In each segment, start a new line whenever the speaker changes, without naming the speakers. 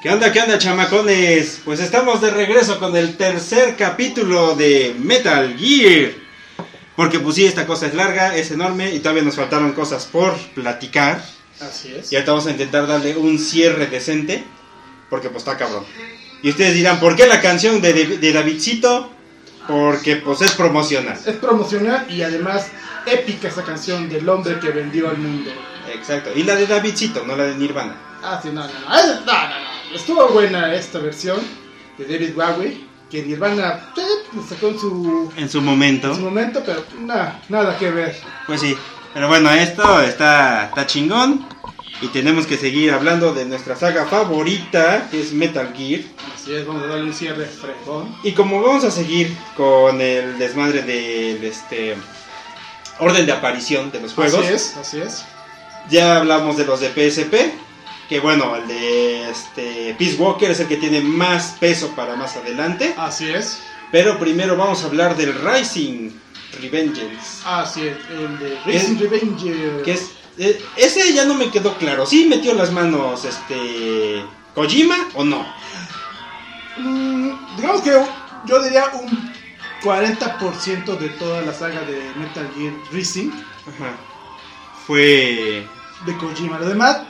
¿Qué onda, qué onda, chamacones? Pues estamos de regreso con el tercer capítulo de Metal Gear. Porque pues sí, esta cosa es larga, es enorme y todavía nos faltaron cosas por platicar.
Así es.
Y ahorita vamos a intentar darle un cierre decente, porque pues está cabrón. Y ustedes dirán, ¿por qué la canción de, de, de Davidcito? Porque pues es promocional.
Es promocional y además épica esa canción del hombre que vendió al mundo.
Exacto. Y la de Davidcito, no la de Nirvana.
Ah, sí, no, no, no, es- no, no, no. Estuvo buena esta versión de David Bowie, que Nirvana eh, sacó en su,
En su
en su
momento.
momento, pero nada, nada que ver.
Pues sí. Pero bueno, esto está, está chingón. Y tenemos que seguir hablando de nuestra saga favorita, que es Metal Gear.
Así es, vamos a darle un cierre fresón.
Y como vamos a seguir con el desmadre del este orden de aparición de los juegos,
Así es, así es.
ya hablamos de los de PSP, que bueno, el de este Peace Walker es el que tiene más peso para más adelante,
Así es,
pero primero vamos a hablar del Rising Revengeance,
así es. El de Racing Revenge.
que es eh, ese ya no me quedó claro, ¿sí metió las manos este Kojima o no?
Mm, digamos que yo diría un 40% de toda la saga de Metal Gear Rising
Ajá. Fue
de Kojima. Lo demás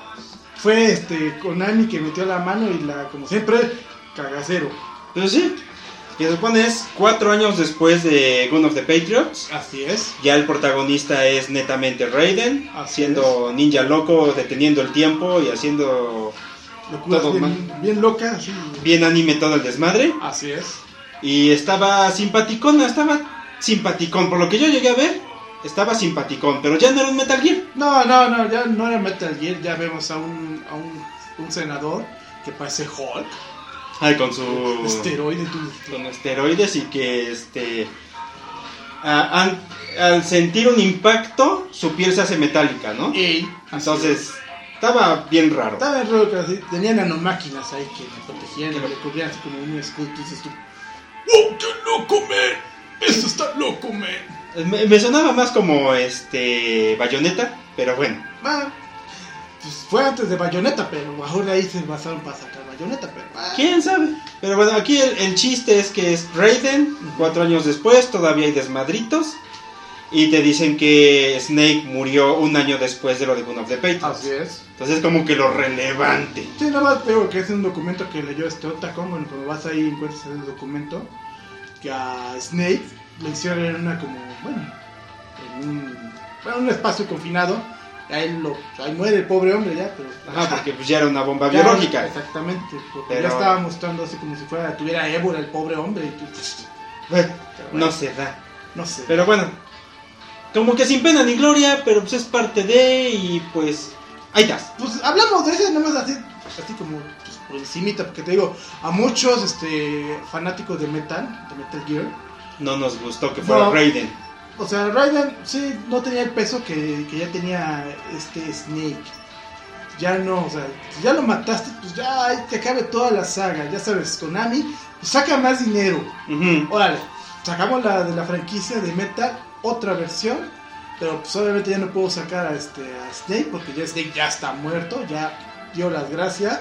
fue este Konami que metió la mano y la, como siempre, cagacero.
Pues sí. Que se supone es cuatro años después de Gun of the Patriots.
Así es.
Ya el protagonista es netamente Raiden,
Así
siendo ninja loco, deteniendo el tiempo y haciendo
Locura
Todo
bien, bien loca. Así,
bien anime todo el desmadre.
así es.
Y estaba simpaticón, estaba simpaticón. Por lo que yo llegué a ver, estaba simpaticón, pero ya no era un Metal Gear.
No, no, no, ya no era Metal Gear. Ya vemos a un, a un, un senador que parece Hulk.
Ay, con su.
Oh. Esteroide, tú.
con esteroides y que este a- an- al sentir un impacto su piel se hace metálica, ¿no?
Ey, así es.
Entonces estaba bien raro.
Estaba bien raro que así, tenían nanomáquinas ahí que le protegían,
Que
que
lo-
le cubrían así como un escudo. Y dices tú, ¡Wow, qué loco, me! ¡Eso está loco, me!
Me, me sonaba más como este bayoneta, pero bueno.
Ah, pues fue antes de Bayonetta, pero mejor ahí se basaron para sacar Bayonetta, pero. ah,
¿Quién sabe? Pero bueno, aquí el, el chiste es que es Raiden, cuatro años después, todavía hay desmadritos. Y te dicen que Snake murió un año después de lo de Gun of the Patriots.
Así es.
Entonces como que lo relevante.
Sí, nada más tengo que es un documento que leyó este Otacon. Bueno, cuando vas ahí encuentras el documento que a Snake le hicieron en una como, bueno, en un, bueno, un espacio confinado. Ahí, lo, ahí muere el pobre hombre ya, pero.
Ajá, porque pues ya era una bomba
Ya,
biológica.
Exactamente, porque
Pero-
ya estaba mostrando así como si fuera, tuviera ébola el pobre hombre. Y tú, pero
Bueno,
bueno,
no se da.
no sé.
Pero bueno, como que sin pena ni gloria, pero pues es parte de y pues ahí estás.
Pues hablamos de eso, nada más así, así como pues, por encimita, porque te digo, a muchos este, fanáticos de metal, de Metal Gear,
No nos gustó que fuera
No.
Raiden.
o sea, Raiden sí no tenía el peso que, que ya tenía este Snake. Ya no, o sea, si ya lo mataste, pues ya ahí te cabe toda la saga, ya sabes, Konami, pues saca más dinero.
Ujú.
Órale, sacamos la de la franquicia de Metal, otra versión, pero pues obviamente ya no puedo sacar a este a Snake porque ya Snake ya está muerto, ya dio las gracias.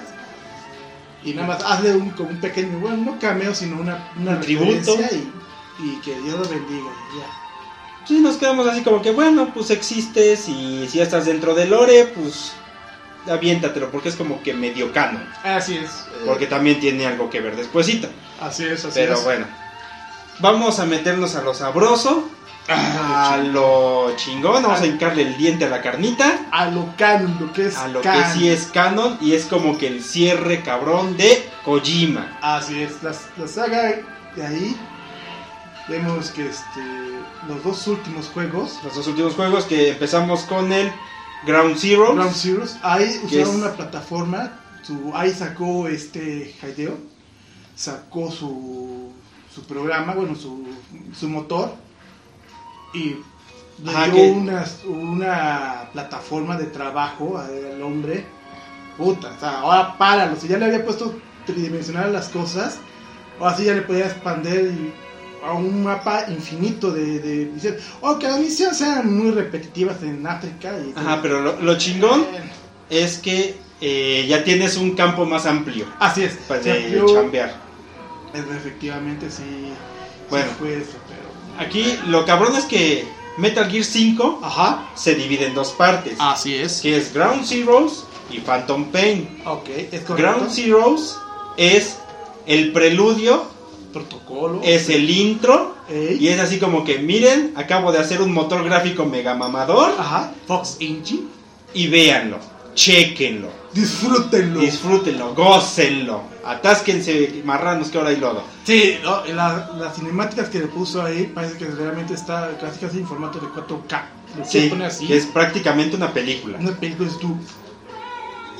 Y nada más hazle un, como un pequeño, bueno, no cameo, sino una, una
Un tributo.
referencia Y, y que Dios lo bendiga. y ya.
Sí, nos quedamos así como que bueno, pues existes y si ya estás dentro del lore, pues aviéntatelo porque es como que medio canon.
Así es. eh,
Porque también tiene algo que ver despuesito.
así es, así
Pero
es.
bueno, vamos a meternos a lo sabroso,
Ah,
a lo chingón, vamos a hincarle el diente a la carnita.
A lo canon, lo que es
a lo que
canon.
sí es canon y es como que el cierre cabrón de Kojima.
Así es, la, la saga de ahí vemos que este, los dos últimos juegos
Los dos últimos juegos que empezamos con el Ground Zero,
Ground Zeroes. Ahí
Que es-
usaron una plataforma. su- ahí sacó este Hideo. Sacó su, su programa, bueno, su, su motor. Y le
Ajá,
dio
que-
una, una plataforma de trabajo al hombre. Puta, o sea, ahora páralo. Si ya le había puesto tridimensional a las cosas, ahora sí ya le podía expandir a un mapa infinito de, de misiones. Aunque las misiones sean muy repetitivas en África. Y
Ajá, pero lo, lo chingón
eh,
es que eh, ya tienes un campo más amplio
Así es.
para
se
de
amplió,
chambear.
pues, Efectivamente, sí. sí
Bueno.
fue eso, pero.
Aquí lo cabrón es que Metal Gear 5
Ajá.
se divide en dos partes,
Así es.
que es Ground Zeroes y Phantom Pain.
Ok, es correcto.
Ground Zeroes es el preludio,
Protocolo.
es el intro
Ey.
y es así como que miren, acabo de hacer un motor gráfico mega mamador
Ajá. Fox Engine.
y véanlo, chequenlo,
Disfrútenlo.
disfrútenlo, gócenlo, atásquense marranos que ahora hay lodo.
sí, no, la- las cinemáticas que le puso ahí parece que realmente está casi casi en formato de 4K. Lo
Sí,
pone así.
que es prácticamente una película.
Una película es tú.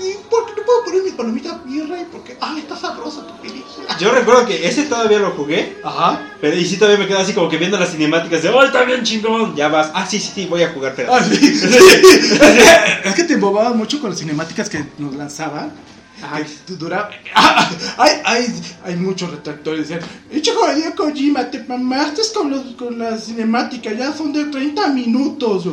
¿Y por qué no puedo poner mis palomitas, mi rey? Porque, ah, está sabrosa tu película.
Yo recuerdo que ese todavía lo jugué,
Ajá.
pero y sí todavía me quedo así como que viendo las cinemáticas de, ¡oh, está bien chingón! Ya vas, ah, sí, sí, sí, voy a jugar, pero...
Ah, sí. es que te embobabas mucho con las cinemáticas que nos lanzaban.
Ay.
Que duraba. Ah, hay, hay, hay muchos retractores. Decían: Echa jodida Kojima, te mamaste con, los, con las cinemáticas, ya son de 30 minutos.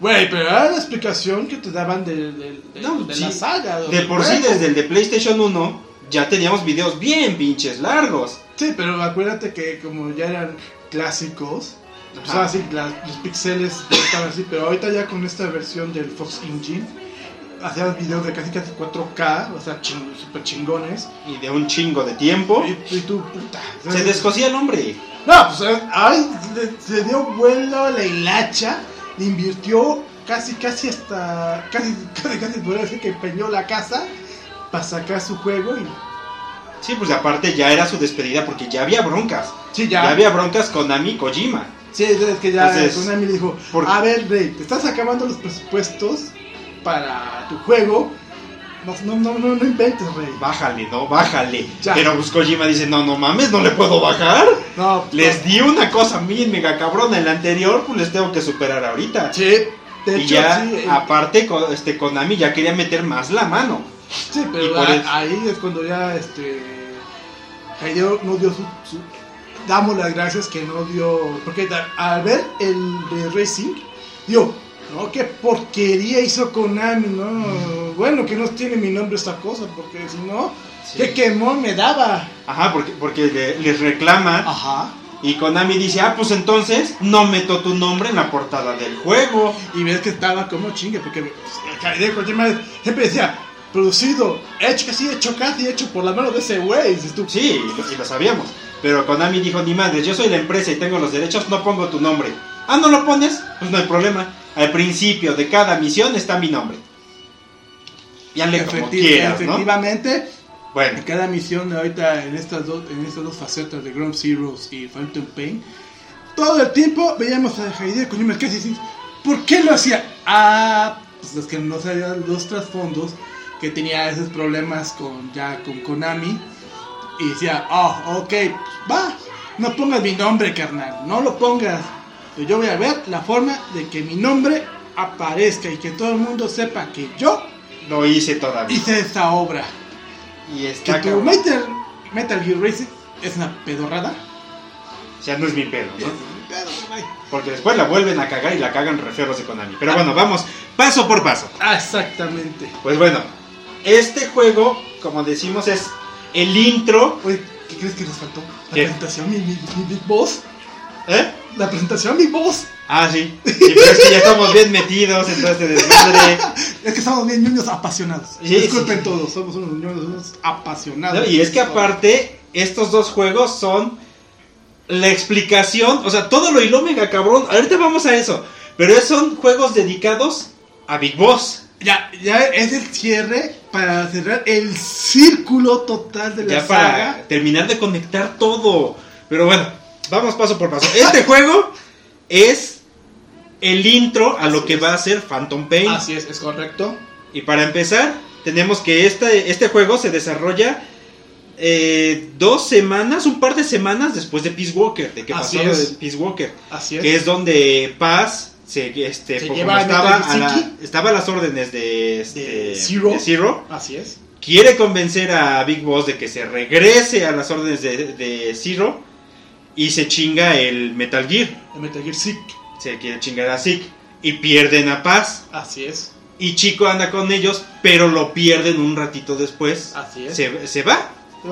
Güey, pero era la explicación que te daban de, de- de-
No,
de
sí.
la saga. o
De
del
por sí,
juego.
desde el de PlayStation 1 ya teníamos videos bien pinches largos.
Sí, pero acuérdate que como ya eran clásicos, pues
Ajá.
ahora sí, la- los pixeles estaban así, pero ahorita ya con esta versión del Fox Engine, hacían videos de casi casi 4K, o sea, ching, super chingones.
Y de un chingo de tiempo.
Y, y tú, puta.
¿Oh? Se descosía el hombre.
No, pues eh, ay, le- se dio vuelo la hilacha, le invirtió casi, casi hasta, casi, casi, casi, podría decir que empeñó la casa para sacar su juego y...
Sí, pues aparte ya era su despedida porque ya había broncas.
Sí,
Ya había broncas con Ami Kojima.
Sí, es que ya
Entonces,
Konami le dijo,
¿por-
a ver, Rey, te estás acabando los presupuestos para tu juego. No, no, no, no, no inventes, Rey.
Bájale, no, bájale.
Ya.
Pero pues Kojima dice, no, no mames, no le puedo bajar.
No,
Les di una cosa bien mega cabrona en la anterior, pues les tengo que superar ahorita.
pues, Sí, de
y
hecho,
ya,
sí, eh,
aparte, co- este, Konami ya quería meter más la mano.
sí,
y
pero
por
a-
eso-
ahí es cuando ya, este, Hideo no dio su, su- Damos las gracias que no dio... Porque da- al ver el de Racing, dio, no, qué porquería hizo Konami,
Mm.
¿no? Bueno, que no tiene mi nombre esta cosa, porque si no,
Sí.
qué quemón me daba.
Ajá, porque, porque le- les reclama.
Ajá.
Y Konami dice, ah, pues entonces no meto tu nombre en la portada del juego.
Y ves que estaba como chingue, porque Hideo Kojima siempre decía, producido, hecho así, hecho casi, hecho por la mano de ese güey. dices tú,
Sí, y lo- y lo sabíamos. Pero Konami dijo, ni madre, yo soy la empresa y tengo los derechos, no pongo tu nombre. Ah, ¿no lo pones? Pues no hay problema. Al principio de cada misión está mi nombre. Ya le como
Efecti-
quieras, ¿no?
efectivamente,
Bueno,
en cada misión de ahorita, en estas dos, en estas dos facetas de Ground Zeroes y Phantom Pain, todo el tiempo veíamos a Hideo Kojima casi así. ¿Por qué lo hacía? Ah, pues es que no sabían los trasfondos que tenía esos problemas con ya con Konami. Y decía, oh, ok, va, no pongas mi nombre, carnal, no lo pongas. Pero yo voy a ver la forma de que mi nombre aparezca y que todo el mundo sepa que yo
lo hice todavía.
hice esta obra.
Y
Que
está
tu
cabrón.
Metal, Metal Gear Racing es una pedorrada.
O sea, no es mi pedo, ¿no?
Pero, ay.
Porque después la vuelven a cagar y la cagan re feo los de Konami. Pero bueno, vamos paso por paso.
Ah, exactamente.
Pues bueno, este juego, como decimos, es el intro.
Oye, ¿qué crees que nos faltó? La
¿Qué?
presentación, mi, mi, mi Big Boss.
¿Eh?
La presentación, mi voz.
Ah, sí. Sí, pero es que ya estamos bien metidos en todo este desmadre.
Es que estamos bien niños apasionados.
Sí,
Disculpen
sí.
todos, somos unos niños unos apasionados.
No, Y es que aparte, estos dos juegos son la explicación, o sea, todo lo hiló mega cabrón. Ahorita vamos a eso. Pero son juegos dedicados a Big Boss.
Ya, ya es el cierre para cerrar el círculo total de la
Ya
saga.
para terminar de conectar todo. Pero bueno, vamos paso por paso. Este juego es el intro a lo que va a ser Phantom Pain.
Así es, es correcto.
Y para empezar, tenemos que este, este juego se desarrolla eh, dos semanas, un par de semanas después de Peace Walker, de que
Así
pasó lo
es.
de Peace Walker,
Así es.
que es donde Paz se, este,
Se
como
lleva a
estaba,
Metal
a la-
Gear.
estaba a las órdenes de, este,
De Zero.
de Zero,
Así es.
quiere convencer a Big Boss de que se regrese a las órdenes de, de Zero y se chinga el Metal Gear,
El Metal Gear Sick.
se quiere chingar a Zeke y pierden a Paz.
Así es.
Y Chico anda con ellos, pero lo pierden un ratito después.
Así es.
Se, se va.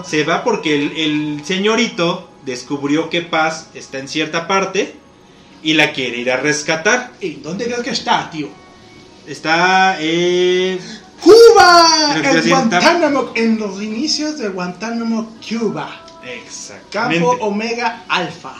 Se va porque el, el señorito descubrió que Paz está en cierta parte y la quiere ir a rescatar.
¿Y dónde crees que está, tío?
Está... eh,
¡Cuba!
Creo que
En
sí está.
Guantánamo, en los inicios de Guantánamo, Cuba.
Exactamente.
Campo Omega Alfa.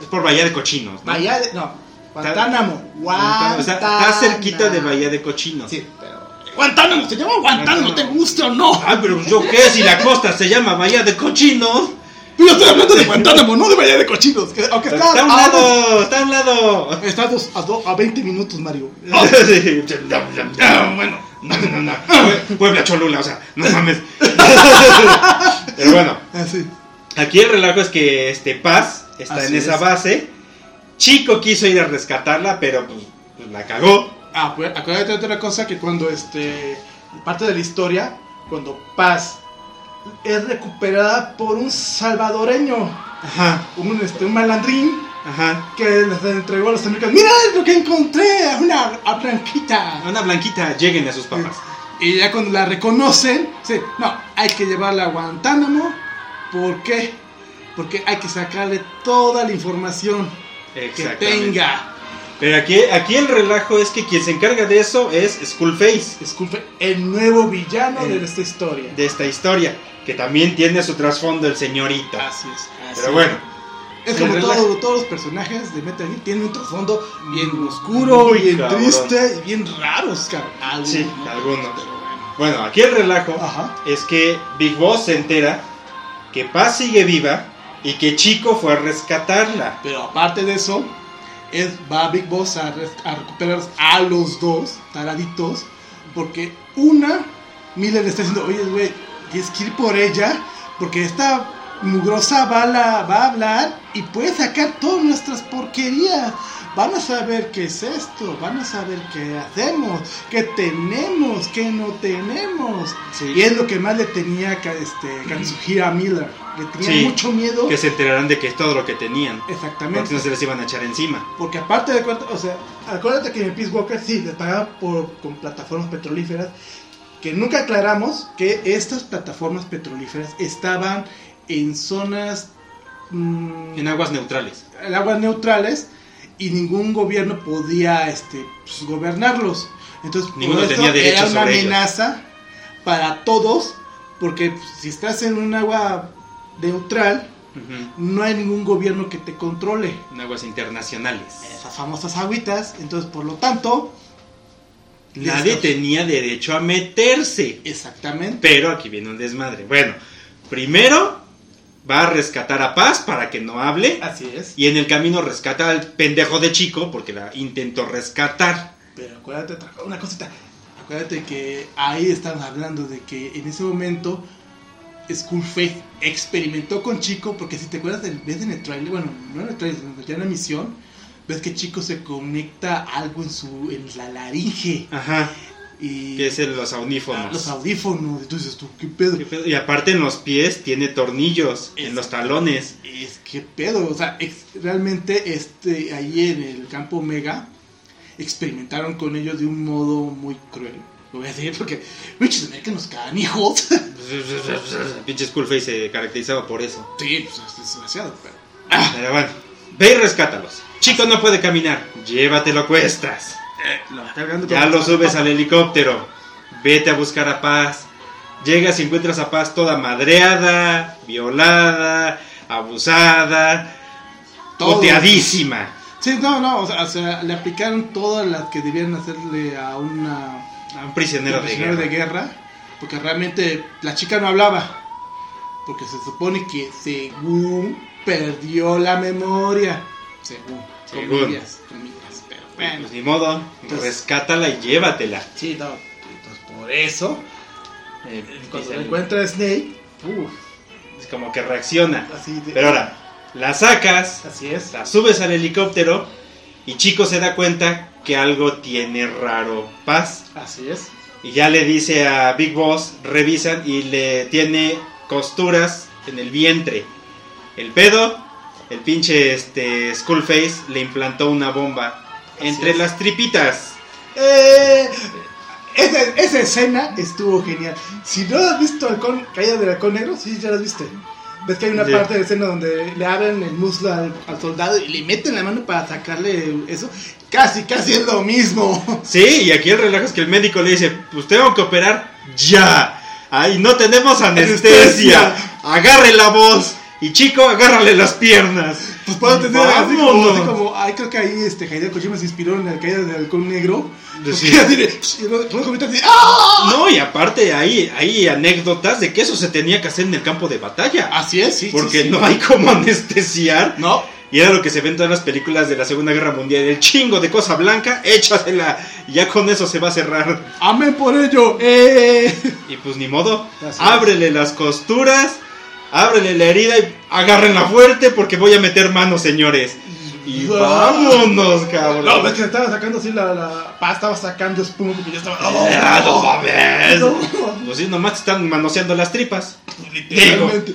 Es por Bahía de Cochinos, ¿no?
Bahía de. No, Guantánamo.
Está-
Guantánamo.
o sea, está cerquita de Bahía de Cochinos.
Sí, pero. Guantánamo, se llama Guantánamo,
Guantánamo.
¿te gusta o no?
Ah, pero yo qué, si la costa se llama Bahía de Cochinos.
Yo estoy hablando de Guantánamo, no de Bahía de Cochinos. que- aunque está,
Está a un
a Oh. dos-
lado, está a un lado.
Está a, dos- a, do- a 20 minutos, Mario.
Sí. Ah, bueno, no, no, no. Pue- Puebla Cholula, o sea, no mames. Pero bueno,
Así.
aquí el relajo es que este Paz está
Así
en esa
es.
base. Chico quiso ir a rescatarla, pero pues, pues, la cagó.
Ah, pues acuérdate de otra cosa que cuando este. Parte de la historia, cuando Paz es recuperada por un salvadoreño,
Ajá,
un, este, un malandrín
ajá.
que les entregó a los americanos. ¡Mirad lo que encontré! ¡A Una a blanquita.
Una blanquita, lleguen a sus papás.
Y ya cuando la reconocen, sí, no, hay que llevarla a Guantánamo. ¿Por qué? Porque hay que sacarle toda la información que tenga.
Pero aquí, aquí el relajo es que quien se encarga de eso es Skullface
Disculpe, el nuevo villano
El-
de esta historia.
de esta historia, que también tiene su trasfondo el señorito.
Así es. así
Pero bueno,
Es como
el
todo-
relajo.
todos los personajes de Metal Gear tienen un trasfondo bien oscuro,
Mm, Muy
bien
cabrón.
triste y bien raros, cabrón. Algunos,
Sí,
¿no?
algunos.
Pero bueno.
bueno, aquí el relajo
Ajá.
es que Big Boss se entera que Paz sigue viva y que Chico fue a rescatarla.
Pero aparte de eso, es, va Big Boss a, res- a recuperar a los dos taraditos. Porque una, Miller le está diciendo, oye, güey, tienes que ir por ella. Porque esta mugrosa bala va a hablar y puede sacar todas nuestras porquerías. Van a saber qué es esto, van a saber qué hacemos, qué tenemos, qué no tenemos.
Sí.
Y es lo que más le tenía que, este, Katsuhira a Miller. Le tenía
Sí,
mucho miedo.
Que se enterarán de que es todo lo que tenían. Porque
Exactamente.
no se les iban a echar encima.
Porque aparte de cuánto, o sea, acuérdate que en Peace Walker sí les pagaba por, con plataformas petrolíferas, que nunca aclaramos que estas plataformas petrolíferas estaban en zonas mm,
En aguas neutrales.
en aguas neutrales y ningún gobierno podía este, pues, gobernarlos. Entonces, por
Ninguno
eso
tenía derecho
era una
sobre ellos.
amenaza para todos, porque pues, si estás en un agua neutral,
Ujú.
no hay ningún gobierno que te controle
En aguas internacionales.
esas famosas agüitas. Entonces, por lo tanto,
Nadie
Listo.
tenía derecho a meterse.
exactamente.
Pero aquí viene un desmadre. Bueno, primero va a rescatar a Paz para que no hable.
Así es.
Y en el camino rescata al pendejo de chico porque la intentó rescatar.
Pero acuérdate otra co- una cosita. Acuérdate que ahí estamos hablando de que en ese momento Skullface experimentó con Chico, porque si te acuerdas del ves en el trailer, bueno, no en el trailer, sino ya en la misión, ves que Chico se conecta algo en su en la laringe
Ajá.
y
Que es en los
ah, los
audífonos.
audífonos, entonces tú qué pedo.
Qué pedo. Y aparte en los pies tiene tornillos, en los talones.
Es que pedo, o sea, ex- realmente este, ahí en el campo Omega experimentaron con ellos de un modo muy cruel. Lo voy a decir porque, bichos americanos canijos.
Pinche Skullface se caracterizaba por eso.
sí, pues, es desgraciado, pero.
Pero bueno, ve y rescátalos. Chico no puede caminar. Llévatelo a cuestas.
Lo está cargando
Ya
con-
lo subes al helicóptero. Vete a buscar a Paz. Llegas y encuentras a Paz toda madreada, violada, abusada,
Todo.
puteadísima.
Sí, no, no, o sea, o sea, le aplicaron todas las que debían hacerle a una
A un prisionero, de
prisionera
guerra.
de guerra, porque realmente la chica no hablaba. Porque se supone que, según, perdió la memoria. Según.
Según.
Comillas, comillas, pero bueno.
Pues ni modo,
Entonces-
rescátala y llévatela.
Sí, no. Entonces, por eso, Eh, cuando
Dice,
la encuentra a Snake, uff,
es como que reacciona.
así de.
Pero ahora, la sacas,
Así es.
la subes al helicóptero y Chico se da cuenta que algo tiene raro Paz.
Así es.
Y ya le dice a Big Boss, revisan y le tiene costuras en el vientre. El pedo, el pinche este, Skullface le implantó una bomba
Así
entre
es.
las tripitas.
¡Eh! Esa, esa escena estuvo genial. Si no has visto Halcón, Caída del Halcón Negro, sí, ya la viste. Ves que hay una
Sí.
parte de la escena donde le abren el muslo al, al soldado y le meten la mano para sacarle eso. Casi, casi es lo mismo.
Sí, y aquí el relajo es que el médico le dice, pues tengo que operar ya. Ay, no tenemos anestesia.
Anestesia.
Agarre la voz. Y chico, agárrale las piernas.
Pues puedo entender así como,
Vámonos.
así como, ay, creo que ahí este Hideo Kojima se inspiró en la caída del halcón negro.
Sí.
Porque así de, psh, y luego- luego comenta así, ¡ah!
No, y aparte hay, hay anécdotas de que eso se tenía que hacer en el campo de batalla.
Así es, sí.
porque
sí, sí.
no hay como anestesiar.
No,
Y era lo que se ve en todas las películas de la Segunda Guerra Mundial. El chingo de cosa blanca, échasela. Y ya con eso se va a cerrar.
amén por ello. ¡Eh!
Y pues ni modo,
Así es.
ábrele las costuras, ábrele la herida y agárrenla fuerte porque voy a meter mano, señores. Y
Ah.
vámonos,
No, ves
cabrón.
que se estaba sacando así la, la pa, estaba sacando espuma porque ya estaba. "Oh,
Ah, no mames.
No.
Pues sí, nomás te están manoseando las tripas.
Literalmente.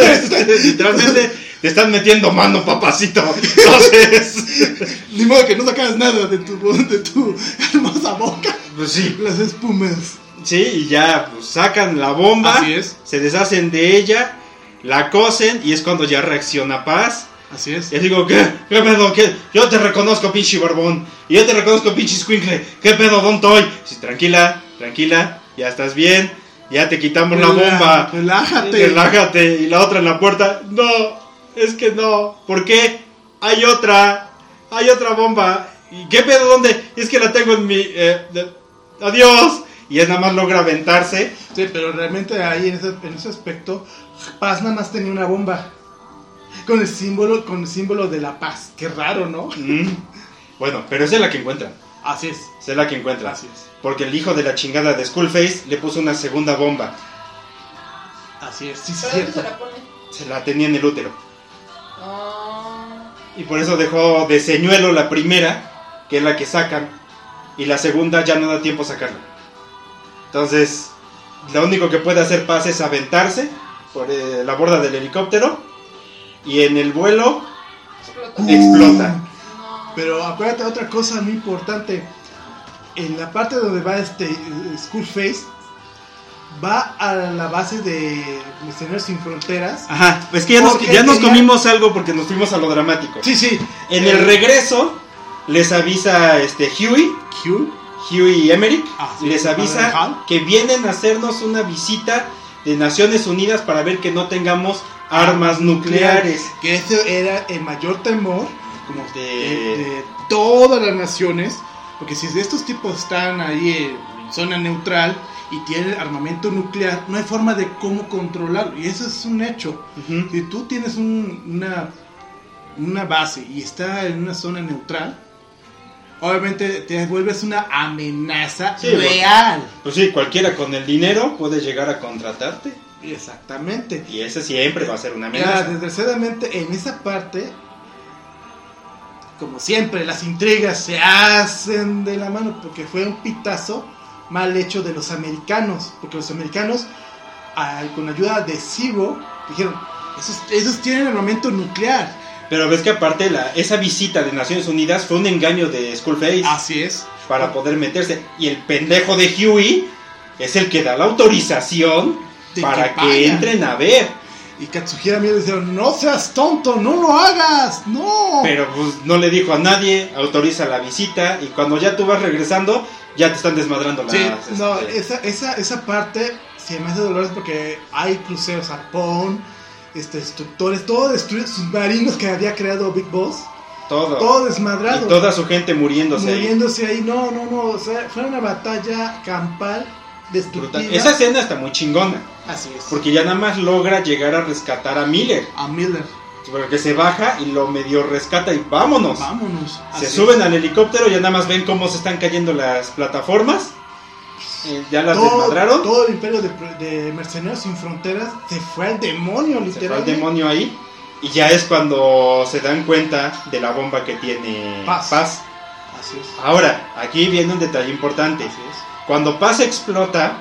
Literalmente te están metiendo mano, papacito. Entonces,
Ni modo que no sacas nada de tu, de tu hermosa boca.
pues sí.
Las espumas.
Sí, y ya pues, sacan la bomba,
Así es.
se deshacen de ella, la cosen y es cuando ya reacciona Paz.
Así es.
Y digo, ¿qué? ¿Qué pedo? ¿Qué? Yo te reconozco, pinche barbón. Y yo te reconozco, pinche squinkle. ¿Qué pedo, don Toy? Sí, tranquila, tranquila, ya estás bien. Ya te quitamos la
Relá-
bomba.
Relájate.
Relájate. Y la otra en la puerta. No, es que no. ¿Por qué? Hay otra. Hay otra bomba. ¿Y qué pedo? ¿Dónde? Es que la tengo en mi... eh, de- Adiós. Y es nada más logra aventarse.
Sí, pero realmente ahí en ese, en ese aspecto, Paz nada más tenía una bomba. Con el símbolo, con el símbolo de la paz. Qué raro, ¿no?
Mm. Bueno, pero esa es la que encuentran.
Así es.
Esa es la que encuentran.
Así es.
Porque el hijo de la chingada de Skullface le puso una segunda bomba.
Así es. Sí, sí,
¿Pero dónde
cierto.
se la pone?
Se la tenía en el útero.
Ah,
Y por eso dejó de señuelo la primera, que es la que sacan. Y la segunda ya no da tiempo sacarla. Entonces, lo único que puede hacer Paz es aventarse por eh, la borda del helicóptero. Y en el vuelo
Uh.
Mm.
explotó.
explota.
No.
Pero acuérdate de otra cosa muy importante. En la parte donde va este eh, Skullface, va a la base de Misioneros Sin Fronteras.
Ajá, es que ya nos,
Porque
ya nos
tenía-
comimos algo porque nos fuimos a lo dramático.
Sí, sí.
En el regreso, les avisa este Huey
Q.
Huey y Emmerich
Ah, sí,
les
el padre de
avisa
Hal.
que vienen a hacernos una visita de Naciones Unidas para ver que no tengamos armas nucleares.
Que ese era el mayor temor como
De-
de, de todas las naciones. Porque si estos tipos están ahí eh, en zona neutral y tienen armamento nuclear, no hay forma de cómo controlarlo. Y eso es un hecho.
Ujú.
Si tú tienes un- una, una base y está en una zona neutral, obviamente te vuelves una amenaza
Sí,
real.
Pues sí, cualquiera con el dinero puede llegar a contratarte
Exactamente.
y ese siempre va a ser una
Mira,
amenaza.
desgraciadamente en esa parte, como siempre, las intrigas se hacen de la mano porque fue un pitazo mal hecho de los americanos. Porque los americanos, ah, con ayuda de Sibo, dijeron, esos, esos tienen armamento nuclear.
Pero ves que aparte la, esa visita de Naciones Unidas fue un engaño de Skullface
Así es.
para poder meterse y el pendejo de Huey es el que da la autorización
De
para
que
que,
vayan.
entren a ver.
Y Katsuhira Miura dice, no seas tonto, no lo hagas, no.
Pero pues no le dijo a nadie, autoriza la visita y cuando ya tú vas regresando, ya te están desmadrando las...
Sí, no,
este,
esa, esa, esa parte se me hace dolorosa porque hay cruceros Japón, este, destructores, todo destruido, submarinos que había creado Big Boss,
todo.
todo
y
desmadrado,
toda su gente muriéndose. ahí.
muriéndose ahí. No, no, no, o sea, fue una batalla campal, destructiva.
Brutal. Esa escena está muy chingona,
Así es.
porque ya nada más logra llegar a rescatar a Miller,
A Miller,
porque se baja y lo medio rescata y vámonos.
vámonos.
Se
Así es.
suben al helicóptero, ya nada más ven cómo se están cayendo las plataformas. eh, ya las
Todo,
desmadraron.
todo el imperio de, de Mercenarios Sin Fronteras se fue al demonio,
se fue al
literalmente.
demonio ahí. Y ya es cuando se dan cuenta de la bomba que tiene
Paz.
Paz.
Así es.
Ahora, aquí viene un detalle importante.
Así es,
Cuando Paz explota,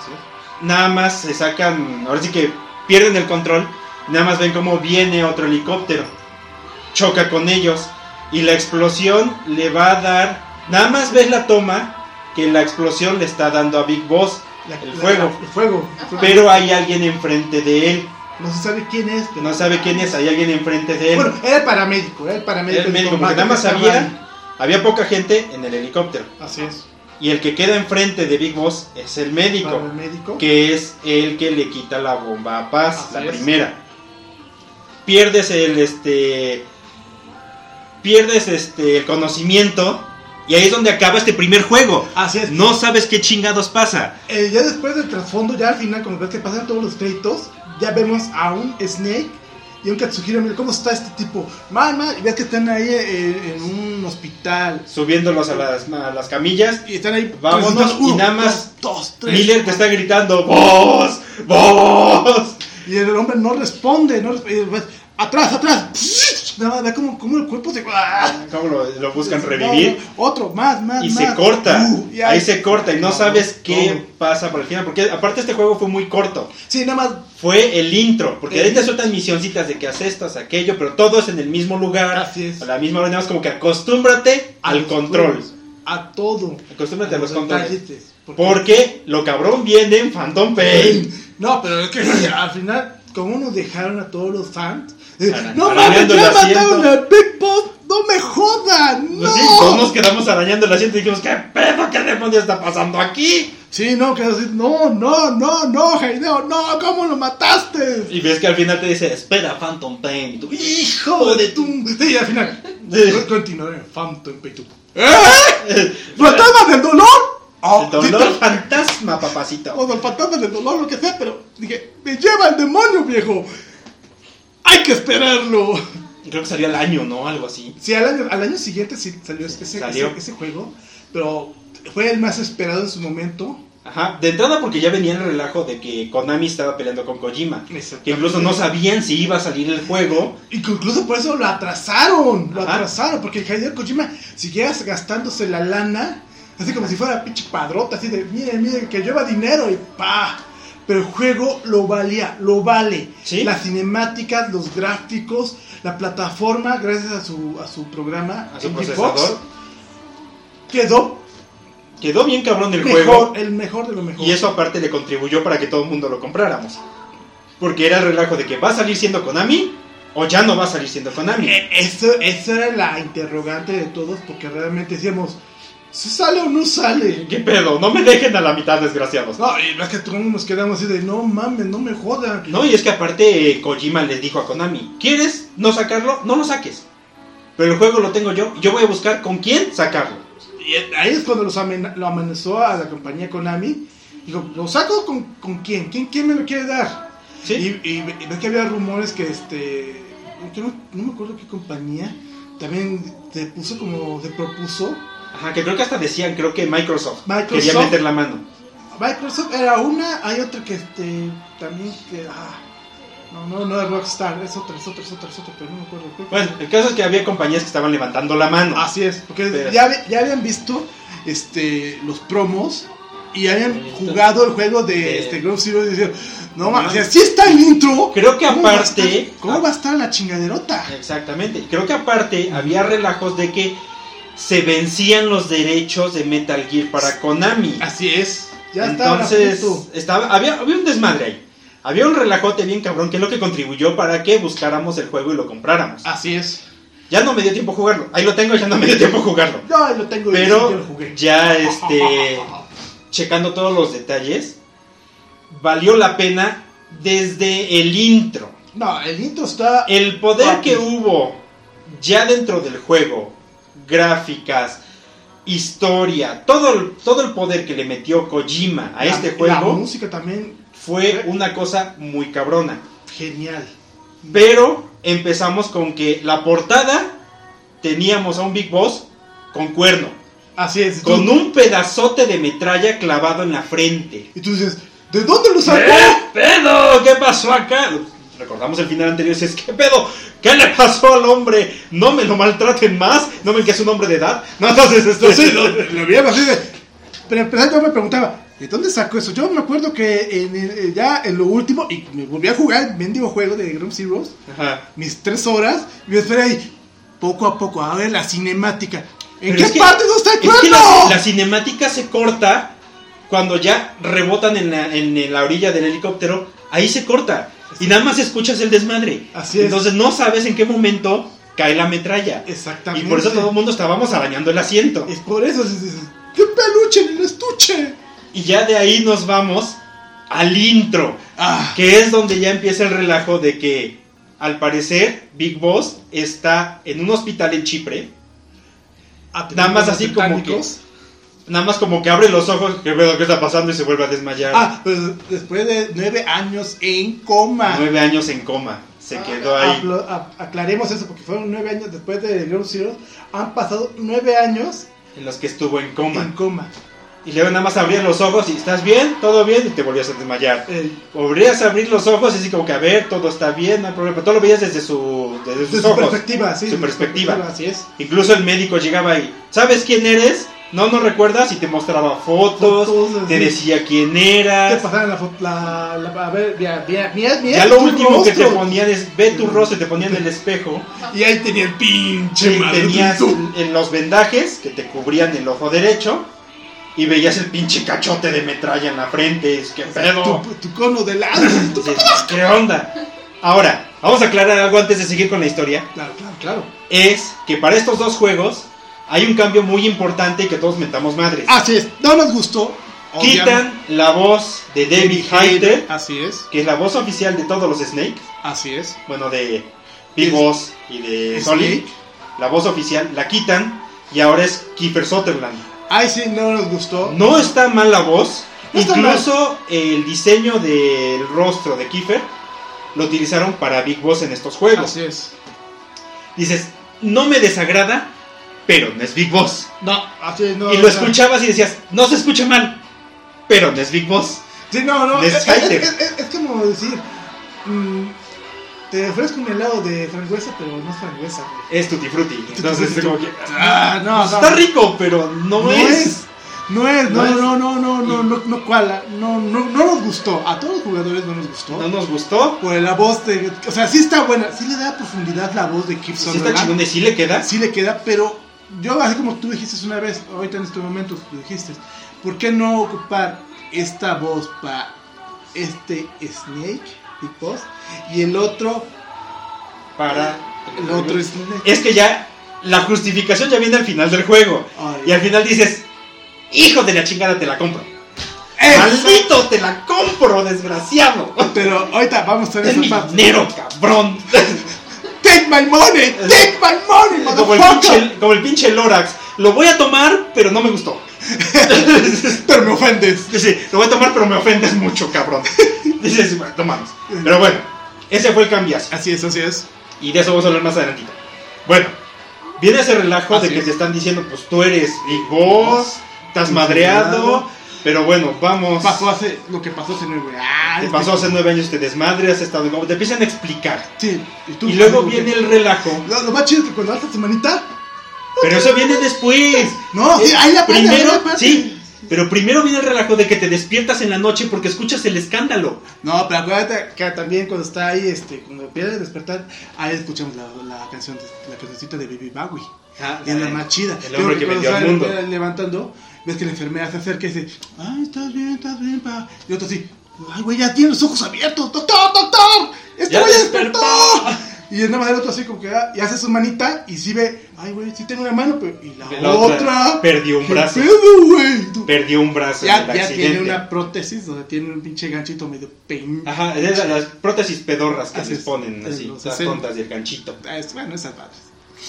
así es.
nada más se sacan, ahora sí que pierden el control, nada más ven cómo viene otro helicóptero, choca con ellos y la explosión le va a dar, nada más ves la toma que la explosión le está dando a Big Boss,
La-
El
la-
fuego.
el fuego.
pero hay alguien enfrente de él.
No se sabe quién es, pero.
No sabe quién es, hay alguien enfrente de él.
Bueno, era el paramédico, era el paramédico.
Era el
de
médico, porque
combate
nada más
que estaba ahí.
había, había poca gente en el helicóptero.
Así es.
Y el que queda enfrente de Big Boss es el médico,
Paramédico.
que es el que le quita la bomba a Paz,
Así
la
es.
primera. Pierdes el este. Pierdes este el conocimiento. Y ahí es donde acaba este primer juego.
Así es.
No sabes qué chingados pasa.
Eh, ya después del trasfondo, ya al final, como ves que pasan todos los créditos, ya vemos a un Snake y un Katsuhiro. Mira cómo está este tipo. Mamá, y ves que están ahí eh, en un hospital.
Subiéndolos a las, a las camillas.
Y están ahí.
Vámonos,
necesitas
y nada más
Dos, dos, tres.
Miller te está gritando: ¡Vos! ¡Vos!
Y el hombre no responde. No resp- y el- atrás, atrás. Nada, ve como, como el cuerpo se. ¡Ah!
¿Cómo lo, lo buscan revivir?
No, no, otro, más, más.
Y
más.
se corta.
Uh, y
Ahí se corta y no sabes qué
Todo.
pasa por el final. Porque aparte este juego fue muy corto.
Sí, nada más.
Fue el intro. Porque
El
ahí te
intro.
sueltan misioncitas de que haz esto, haz aquello, pero todo es en el mismo lugar.
Así es.
A la misma hora, nada más como que acostúmbrate
a
al
los
control.
juegos, A todo.
Acostúmbrate a los controles.
detallitos,
Porque lo cabrón viene en Phantom Pain.
No, pero es que al final, como nos dejaron a todos los fans, eh,
Aran-
no mames,
arañando
ya
el
mataron
asiento.
al Big Boss, no me jodan, no.
Pues sí, todos nos quedamos arañando el asiento y dijimos, ¿qué pedo? ¿Qué demonios está pasando aquí?
Sí, no, que así, no, no, no, no, Jaideo, no, ¿cómo lo mataste?
Y ves que al final te dice, espera, Phantom Pain. Y tú,
Hijo de tu. Sí, y al final,
Sí.
continuaré en Phantom Pay ¿Fantasma del dolor?
El dolor
sí,
fantasma, papacito.
O del fantasma del dolor, lo que sea, pero dije, me lleva el demonio, viejo. Hay que esperarlo.
Creo que salió al año, ¿no? Algo así.
Sí, al año, al año siguiente sí salió ese, ese-
Salió.
ese- ese juego, pero fue el más esperado en su momento.
Ajá. De entrada porque ya venía el relajo de que Konami estaba peleando con Kojima. Que incluso no sabían si iba a salir el juego.
Y que incluso por eso lo atrasaron, lo
Ajá.
atrasaron, porque el Hideo Kojima siguiera gastándose la lana, así como si fuera pinche padrota, así de, miren, miren, que lleva dinero y pa. Pero el juego lo valía, lo vale.
Sí.
Las cinemáticas, los gráficos, la plataforma, gracias a su, a su programa,
A su
Indie Fox,
procesador.
quedó
Quedó bien cabrón el
mejor,
juego.
el mejor de lo mejor.
Y eso aparte le contribuyó para que todo el mundo lo compráramos. Porque era el relajo de que va a salir siendo Konami o ya no va a salir siendo Konami.
Eh, Eso, eso era la interrogante de todos, porque realmente decíamos, ¿se sale o no sale?
¿Qué pedo? No me dejen a la mitad, desgraciados.
No, y es que todos nos quedamos así de, no mames, no me jodan.
No, y es que aparte eh, Kojima les dijo a Konami, ¿quieres no sacarlo? No lo saques. Pero el juego lo tengo yo, yo voy a buscar con quién sacarlo.
Y ahí es cuando los amen- lo amenazó a la compañía Konami. Digo, ¿lo saco con, con quién? quién? ¿Quién me lo quiere dar?
¿Sí?
Y, y, y ves que había rumores que este. que no, no me acuerdo qué compañía también se puso como. se propuso.
Ajá, que creo que hasta decían, creo que Microsoft,
Microsoft.
quería meter la mano.
Microsoft era una, hay otra que este también que ah, no, no, no es Rockstar, es otra, es otra, es otra, es otra, pero no me acuerdo. creo que-
Bueno, el caso es que había compañías que estaban levantando la mano.
Así es, porque
Pero-
ya, había- ya habían visto este los promos y habían
Listo.
jugado el juego de,
De-
este Ground Zero y decían, no
No.
mames, si así está el intro.
Creo que
¿cómo va a estar-
aparte- ah,
¿Cómo va a estar la chingaderota?
Exactamente. Y Creo que aparte había relajos de que se vencían los derechos de Metal Gear para Konami.
Así es. Ya estaban a
Entonces,
punto.
estaba, había, había un desmadre ahí. Había un relajote bien cabrón que es lo que contribuyó para que buscáramos el juego y lo compráramos.
Así es.
Ya no me dio tiempo jugarlo. Ahí lo tengo, ya no me dio tiempo jugarlo.
No, ahí lo tengo y sí, yo lo
Pero
jugué.
ya este checando todos los detalles, valió la pena desde el intro.
No, el intro está
El poder
Papi.
que hubo ya dentro del juego, gráficas, historia, todo el, todo el poder que le metió Kojima a
la-
este
La
juego
música también
fue una cosa muy cabrona.
genial.
Pero empezamos con que la portada teníamos a un Big Boss con cuerno,
Así es.
con
tú-
un pedazote de metralla clavado en la frente.
Y tú dices, ¿de dónde lo sacó?
¿Qué pedo? ¿Qué pasó acá? Recordamos el final anterior, dices, ¿qué pedo? ¿Qué le pasó al hombre? No me lo maltraten más, no me que es un hombre de edad. No, entonces esto
Entonces lo, lo miraba así de... Pero empezando yo me preguntaba, ¿de dónde sacó eso? Yo me acuerdo que en el- eh, ya en lo último, y me volví a jugar el mendigo juego de Ground Zeroes,
Ajá.
mis tres horas, y me esperé ahí, poco a poco, a ver la cinemática.
Pero
¿En qué
es que-
parte no está de
Es que
acuerdo?
la, la cinemática se corta cuando ya rebotan en la, en la orilla del helicóptero. Ahí se corta. Y nada más escuchas el desmadre.
Así es.
Entonces no sabes en qué momento cae la metralla. Y
Exactamente.
por eso todo el mundo estábamos arañando el asiento.
Es por eso si dices, ¡qué peluche en el estuche!
Y ya de ahí nos vamos al intro.
Ah,
Que es donde ya empieza el relajo de que al parecer Big Boss está en un hospital en Chipre. Nada más así como que-
Británicos.
Nada más como que abre los ojos, que veo qué está pasando y se vuelve a desmayar.
Ah, pues, después de nueve años en coma.
Nueve años en coma. Se
Ah,
quedó ahí.
Aplo- a- aclaremos eso porque fueron nueve años después de Ground Zero. Han pasado nueve años
En los que estuvo en
en
coma.
coma.
Y luego nada más abrías los ojos y estás bien, todo bien, y te volvías a desmayar.
El-
Volvías a abrir los ojos y así como que a ver, todo está bien, no hay problema. Todo lo veías desde su, desde
desde
sus
su
ojos.
perspectiva, sí.
Su
desde
perspectiva.
Así es.
Incluso el médico llegaba y, ¿sabes quién eres? No nos recuerdas y te mostraba fotos,
Fotos,
te
así.
decía quién
Te
eras.
pasaron la foto. La, la- a ver, mira, mira, mira, mira
Ya lo
tu
último que te
rostro.
ponían es, ve tu rostro, y te ponían el espejo.
Y ahí tenía el pinche
Sí,
madre.
tenías en los vendajes que te cubrían el ojo derecho y veías el pinche cachote de metralla en la frente. Es que pedo.
tu, tu cono de lado. tu-
Sí, ¿Qué onda? Ahora, vamos a aclarar algo antes de seguir con la historia.
Claro, claro, claro.
Es que para estos dos juegos hay un cambio muy importante y que todos mentamos madres.
Así es, no nos gustó. Ah, Obviamente.
Quitan la voz de David Hayter,
Así es,
que es la voz oficial de todos los Snake.
así es.
Bueno, de Big Boss y de Eh, Solid.
Snake.
La voz oficial la quitan y ahora es Kiefer Sutherland.
Ay, sí, no nos gustó.
No está mal la voz.
No está
Incluso el diseño del rostro de Kiefer lo utilizaron para Big Boss en estos juegos.
Así es.
Dices, no me desagrada, pero no es Big Boss.
No, así es, no.
y lo
no.
escuchabas y decías, no se escucha mal, pero no es Big Boss.
Sí, no, no.
Les
Es, es,
hater.
es- es- es como decir. mm, te ofrezco un helado de frangüesa, pero no es frangüesa, güey.
Es Tutti Frutti. Entonces, es como que,
Ah, no,
pues,
no.
está rico, pero no,
No
es.
es. No es, no,
No es.
no, no, no, no, no, no, cual, no, no, no nos gustó. A todos los jugadores no nos gustó.
No nos gustó.
Por la voz de. O sea, sí está buena. Sí le da profundidad la voz de Kip
Si está chingón y sí le queda.
sí le queda, pero yo, así como tú dijiste una vez, ahorita en este momento tú dijiste, ¿por qué no ocupar esta voz para este Snake y Boss y el otro,
Para
el otro Snake?
Es que ya la justificación ya viene al final del juego.
Ay.
Y al final dices, hijo de la chingada, te la compro.
¡Eh!
¡Maldito, te la compro, desgraciado!
Pero ahorita vamos a ver
Es mi
esa parte.
dinero, cabrón.
Take my money, take my money,
Como el,
motherfucker.
pinche, como el pinche Lorax. Lo voy a tomar, pero no me gustó.
Pero me ofendes.
Dice, lo voy a tomar, pero me ofendes mucho, cabrón. Dices, bueno, no mames. Pero bueno, ese fue el cambiazo.
Así es, así es.
Y de eso vamos a hablar más adelantito. Bueno, viene ese relajo
Así
de que
es.
te están diciendo, pues tú eres Big Boss, estás madreado, pero bueno, vamos.
Pasó hace lo que pasó hace nueve
Te
años.
pasó hace nueve años, te desmadres, has estado en coma, te empiezan a explicar.
Sí, tú-
Y luego
tú-
viene el relajo,
Lo, lo más chido es que cuando alzas tu manita.
pero eso viene después.
No, sí, ahí la prende, ahí
primero,
la prende.
sí, pero primero viene el relajo de que te despiertas en la noche porque escuchas el escándalo.
No, pero acuérdate que también cuando está ahí, este, cuando empieza a despertar, ahí escuchamos la, la canción, de- la cancioncita de Baby Bowie. Y es Ah, la más chida.
El hombre
Yo
que
cuando
vendió al
sale,
mundo.
le- Levantando, ves que la enfermera se acerca y dice, ay, estás bien, estás bien, pa. Y otro así, ay, güey, ya tiene los ojos abiertos, doctor, doctor, este
Ya
güey
despertó".
despertó. Y es nada más el otro así como que, ah, y hace su manita y sí ve, ay, güey, sí tengo una mano, pero, y la,
La
otra,
otra, perdió un
¿qué
brazo.
pedo, güey? Tú-
Perdió un brazo en
Ya,
el
ya
accidente.
tiene una prótesis donde tiene un pinche ganchito medio pein.
Ajá, es de las prótesis pedorras que
Así
se
es,
ponen
en
así,
los
las
60.
tontas del ganchito.
Ah, es- Bueno, esas madres.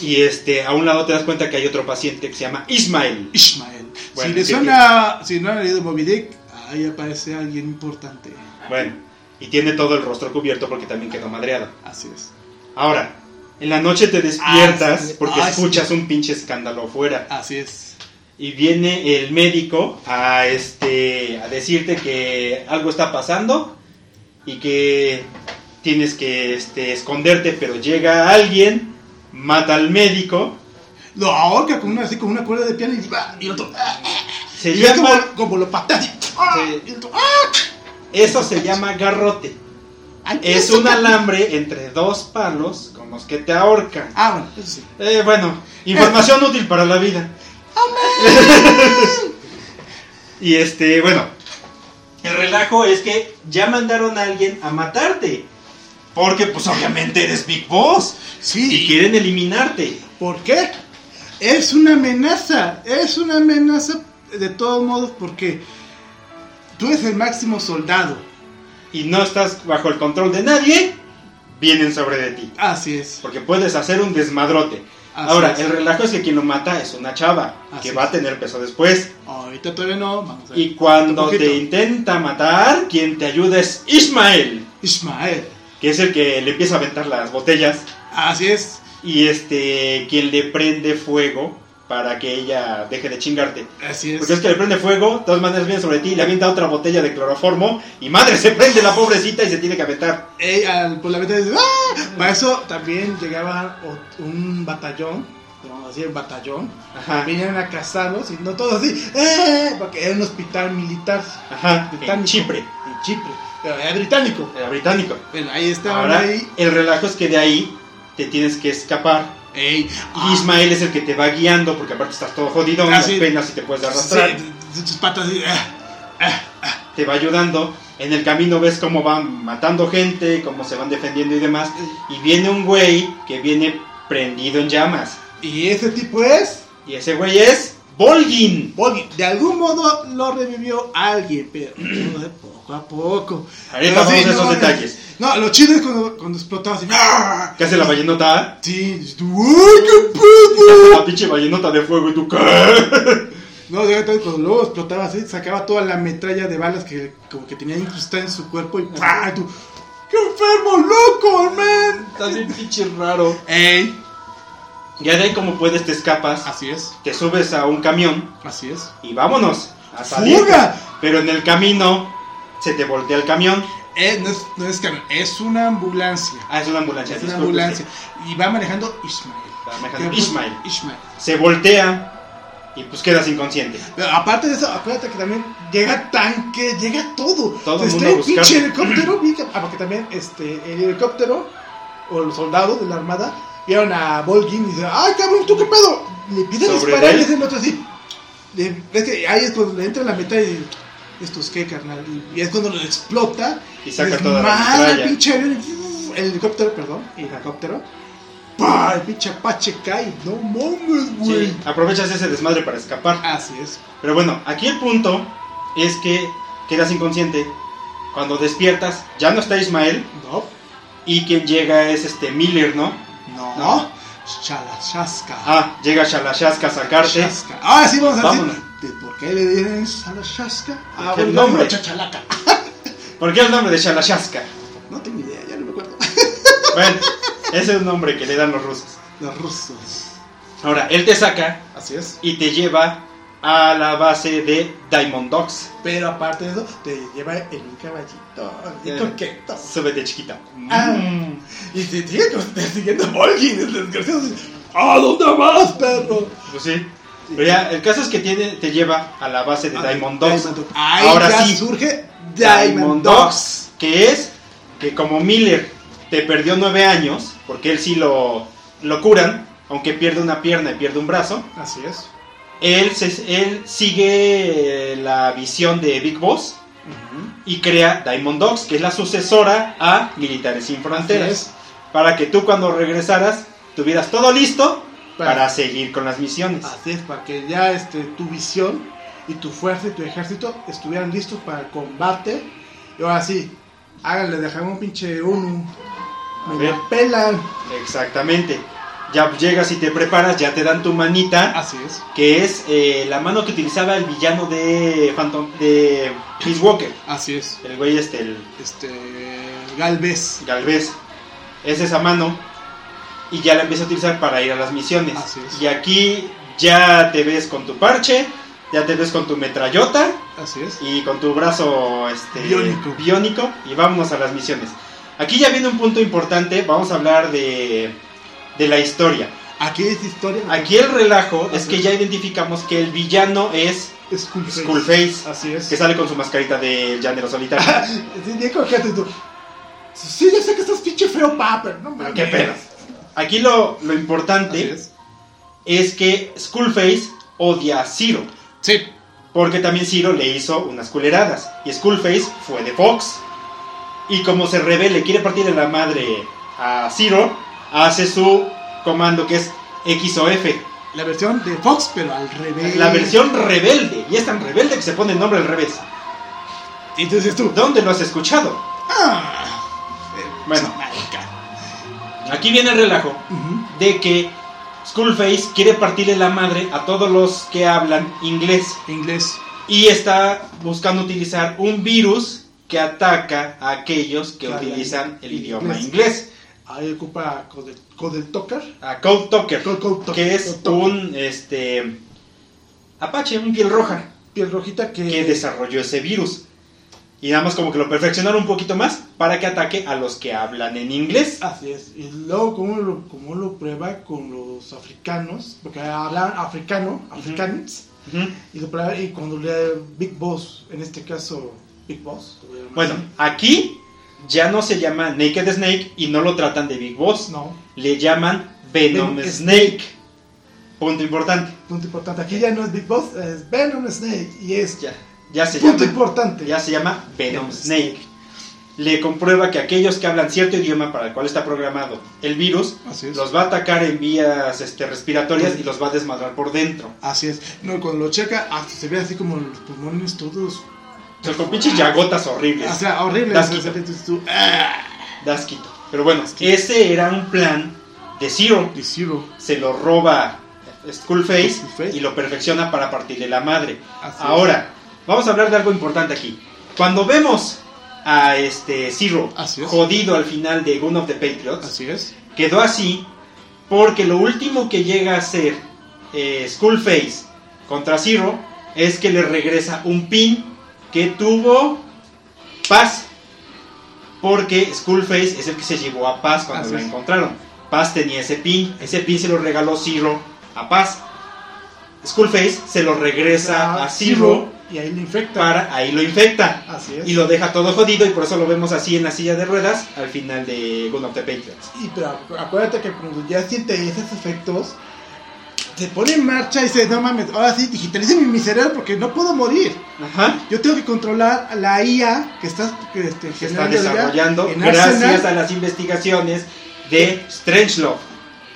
Y este, a un lado te das cuenta que hay otro paciente que se llama Ismael.
Ishmael.
Bueno,
si le
sí,
suena, si no han leído Moby Dick, ahí aparece alguien importante.
Bueno, y tiene todo el rostro cubierto porque también quedó madreado.
Así es.
Ahora, en la noche te despiertas
Ah, sí.
porque
Ah, sí.
escuchas un pinche escándalo afuera.
Así es.
Y viene el médico a este a decirte que algo está pasando y que tienes que este, esconderte, pero llega alguien, mata al médico,
Lo ahorca con una, así con una cuerda de piano y, va, y otro. ah,
se
y ve
llama,
como, como lo patea. así, ah,
Sí.
y otro, ah.
eso se llama garrote.
Ay,
Es
eso
un
ya-
alambre entre dos palos con los que te ahorcan.
Ah, bueno.
Eso sí.
Eh, bueno, información útil para la vida. y este, bueno, el relajo es que ya mandaron a alguien a matarte. Porque pues obviamente eres Big Boss y
Sí.
quieren eliminarte.
¿Por qué? Es una amenaza. Es una amenaza de todos modos porque tú eres el máximo soldado.
Y no estás bajo el control de nadie, vienen sobre de ti.
Así es.
Porque puedes hacer un desmadrote.
así
Ahora,
es.
el relajo es que quien lo mata es una chava
Así
que
es.
va a tener peso después.
Ahorita todavía no. Vamos a ver.
Y cuando
poquito.
te intenta matar, quien te ayuda es Ismael,
Ismael.
que es el que le empieza a aventar las botellas
Así es.
y este quien le prende fuego para que ella deje de chingarte.
Así es.
Porque es que le prende fuego, de todas maneras viene sobre ti, le avienta otra botella de cloroformo y madre se prende la pobrecita y se tiene que aventar.
Eh, al- por la ventana dice, ¡Ah! Para eso también llegaba o- un batallón, vamos a decir batallón,
Ajá.
vinieron a cazarlos y no todos así, ¡Eh! porque era un hospital militar
Ajá, en
británico.
Chipre,
En Chipre, pero era británico.
era británico.
Bueno, ahí estaban
Ahora,
ahí.
el relajo es que de ahí te tienes que escapar.
¡Ey!
Y Ismael es el que te va guiando, porque aparte estás todo jodido,
Ah,
las
sí.
penas y te puedes
sí,
arrastrar.
sus patas así, ¡ah!
te va ayudando. En el camino ves cómo van matando gente, cómo se van defendiendo y demás. Y viene un güey que viene prendido en llamas.
Y ese tipo es.
Y ese güey es Volgin.
Boggy. De algún modo lo revivió alguien, pero de poco a poco.
Ahorita
Pero
vamos
sí,
a esos
no,
detalles.
No, lo chido es cuando, cuando explotaba así. ¡ah!
¿Qué hace la ballenota?
Sí, ¡uy, qué pedo!
La pinche ballenota de fuego y tú qué.
No, de verdad, cuando luego explotaba así, sacaba toda la metralla de balas que como que tenía incrustada en su cuerpo y ¡pah! Tú, ¡Qué enfermo, loco, man!
Estás bien pinche raro.
¡Ey!
Ya de ahí como puedes te escapas,
Así es,
te subes a un camión
así es.
y vámonos. A salir.
¡Fuga!
Pero en el camino se te voltea el camión.
Eh, no, es, no es camión, es una ambulancia.
Ah, es una ambulancia.
Es una
disculpe.
ambulancia. Y va manejando Ismael.
Está manejando Ismael.
Ismael.
se voltea y pues quedas inconsciente.
Pero aparte de eso, acuérdate que también llega tanque, llega todo.
Todo el
Entonces,
mundo
está
a
el
buscar.
pinche helicóptero. vi que- Ah, porque también este, el helicóptero o los soldados de la armada vieron a Volgin y dicen: ¡Ay, cabrón, tú qué pedo! Le piden
Sobre
disparar
él.
y es el otro así. Le- es que ahí es cuando le entra la meta y dice: ¿Esto es qué, carnal? Y, y es cuando lo explota.
Y saca
desmadra
toda la metralla.
el pinche avión, y- "Uh, El helicóptero, perdón, el helicóptero. ¡Pah! El pinche Apache cae. No mames, güey.
Sí, aprovechas ese desmadre para escapar.
Así es.
Pero bueno, aquí el punto es que quedas inconsciente. Cuando despiertas, ya no está Ismael
No,
y quien llega es este Miller, ¿no?
No.
¿No?
Shalashaska.
Ah, llega Shalashaska a sacarte.
Shalashaska. Ah, sí, vamos a
Vámonos.
decir. ¿De ¿Por qué le dicen Shalashaska? Ah,
Porque el
bueno,
nombre.
Chachalaca.
¿Por qué el nombre de Shalashaska?
No tengo idea, ya no me acuerdo.
Bueno, ese es el nombre que le dan los rusos.
Los rusos.
Ahora, él te saca
Así es.
y te lleva a la base de Diamond Dogs.
Pero aparte de eso, te lleva en un caballito. Y
Eh.
coqueto.
Súbete chiquita.
Ah.
Mm.
Y te sigue con- te siguiendo Volgin, el desgraciado. dice, ¿A dónde vas, perro?
Pues sí. Pero ya, el caso es que tiene, te lleva a la base de Ah, Diamond Dogs.
Ah, Ahí
Ahora
ya
sí.
surge
Diamond
Diamond
Dogs,
Dogs.
que es que como Miller te perdió nueve años, porque él sí lo, lo curan, aunque pierde una pierna y pierde un brazo,
Así es.
él, se- él sigue eh, la visión de Big Boss y crea Diamond Dogs, que es la sucesora a Militares Sin Fronteras,
Así
para que tú cuando regresaras tuvieras todo listo para,
Para-
seguir con las misiones.
Así es, para que ya este, tu visión y tu fuerza y tu ejército estuvieran listos para el combate. Y ahora sí, háganle, dejamos un pinche uno. Me
ver.
la pelan.
Exactamente. Ya llegas y te preparas, ya te dan tu manita.
Así es.
que es eh, la mano que utilizaba el villano de Phantom de Peace Walker,
Así es.
el güey este, el
Este. Galvez.
Galvez, es esa mano y ya la empieza a utilizar para ir a las misiones.
Así es.
Y aquí ya te ves con tu parche, ya te ves con tu metrallota
Así es.
y con tu brazo este
Biónico.
biónico, y vámonos a las misiones. Aquí ya viene un punto importante, vamos a hablar de de la historia.
Aquí es historia.
Aquí el relajo es
Así
que
es.
ya identificamos que el villano es
es Skullface.
Skullface.
Así es.
que sale con su mascarita de llanero solitario.
Sí, bien coqueto y tú, Sí, ya sé que estás pinche feo, pa, pero no mames.
¿Qué pedo? Aquí lo, lo
Así
importante es.
es.
que Skullface odia a Ciro.
Sí,
Porque también Ciro le hizo unas culeradas. Y Skullface fue de Fox. Y como se revele, quiere partir de la madre a Ciro, hace su comando que es XOF.
La versión de Fox, pero al revés.
La versión rebelde. Y es tan rebelde que se pone el nombre al revés.
Y entonces tú.
¿Dónde lo has escuchado?
Ah, eh,
Bueno.
marica.
Aquí viene el relajo
Ujú.
de que Skullface quiere partirle la madre a todos los que hablan inglés.
Inglés.
Y está buscando utilizar un virus que ataca a aquellos que
Claro,
utilizan el
inglés.
idioma inglés.
Ahí ocupa Codel, Codel Toker.
A Code Talker,
Code- Code Talker.
que es
Code Talker.
un este Apache, un piel roja,
Piel rojita que.
que desarrolló ese virus. Y nada más como que lo perfeccionaron un poquito más para que ataque a los que hablan en inglés.
Así es. Y luego, ¿cómo lo, cómo lo prueba con los africanos? Porque hablan africano, africanos.
Ujú.
Y, lo prueba- y cuando le Big Boss, en este caso, Big Boss. lo voy a llamar
Bueno,
así.
aquí ya no se llama Naked Snake y no lo tratan de Big Boss.
No,
le llaman Venom
Venom
Snake. Punto importante.
punto importante. Aquí ya no es Big Boss, es Venom Snake. Y es.
Ya, ya se
punto
llama,
importante.
ya se llama Venom
Venom
Snake. Le comprueba que aquellos que hablan cierto idioma para el cual está programado el virus
Así es.
los va a atacar en vías este, respiratorias y los va a desmadrar por dentro.
Así es. No, cuando lo checa, hasta se ve así como los pulmones todos.
O sea, con pinches llagotas horribles.
O sea, horrible.
Das
O sea,
quito.
dices tú, ¡ah!
Das quito. Pero bueno, ese era un plan de Zero.
Y Zero.
Se lo roba Skullface
Skullface.
y lo perfecciona para partirle la madre.
Así es.
Ahora, vamos a hablar de algo importante aquí. Cuando vemos a este Zero
Así es.
jodido al final de Gun of the Patriots,
Así es.
quedó así porque lo último que llega a hacer eh, Skullface contra Zero es que le regresa un pin que tuvo Paz. Porque Skullface es el que se llevó a Paz cuando
Así
lo
es.
encontraron. Paz tenía ese pin, ese pin se lo regaló Zero a Paz. Skullface se lo regresa a Zero
Ah, Y ahí le infecta.
para ahí lo infecta
Así es.
y lo deja todo jodido y por eso lo vemos así en la silla de ruedas al final de Gun of the Patriots.
Y pero acu- acuérdate que cuando ya siente esos efectos, se pone en marcha y dice, no mames, ahora sí, digitalice mi, mi cerebro porque no puedo morir.
Ajá.
Yo tengo que controlar a la IA que estás que, este,
se está
generando ya
desarrollando
en
gracias
Arsenal.
a las investigaciones de Strangelove.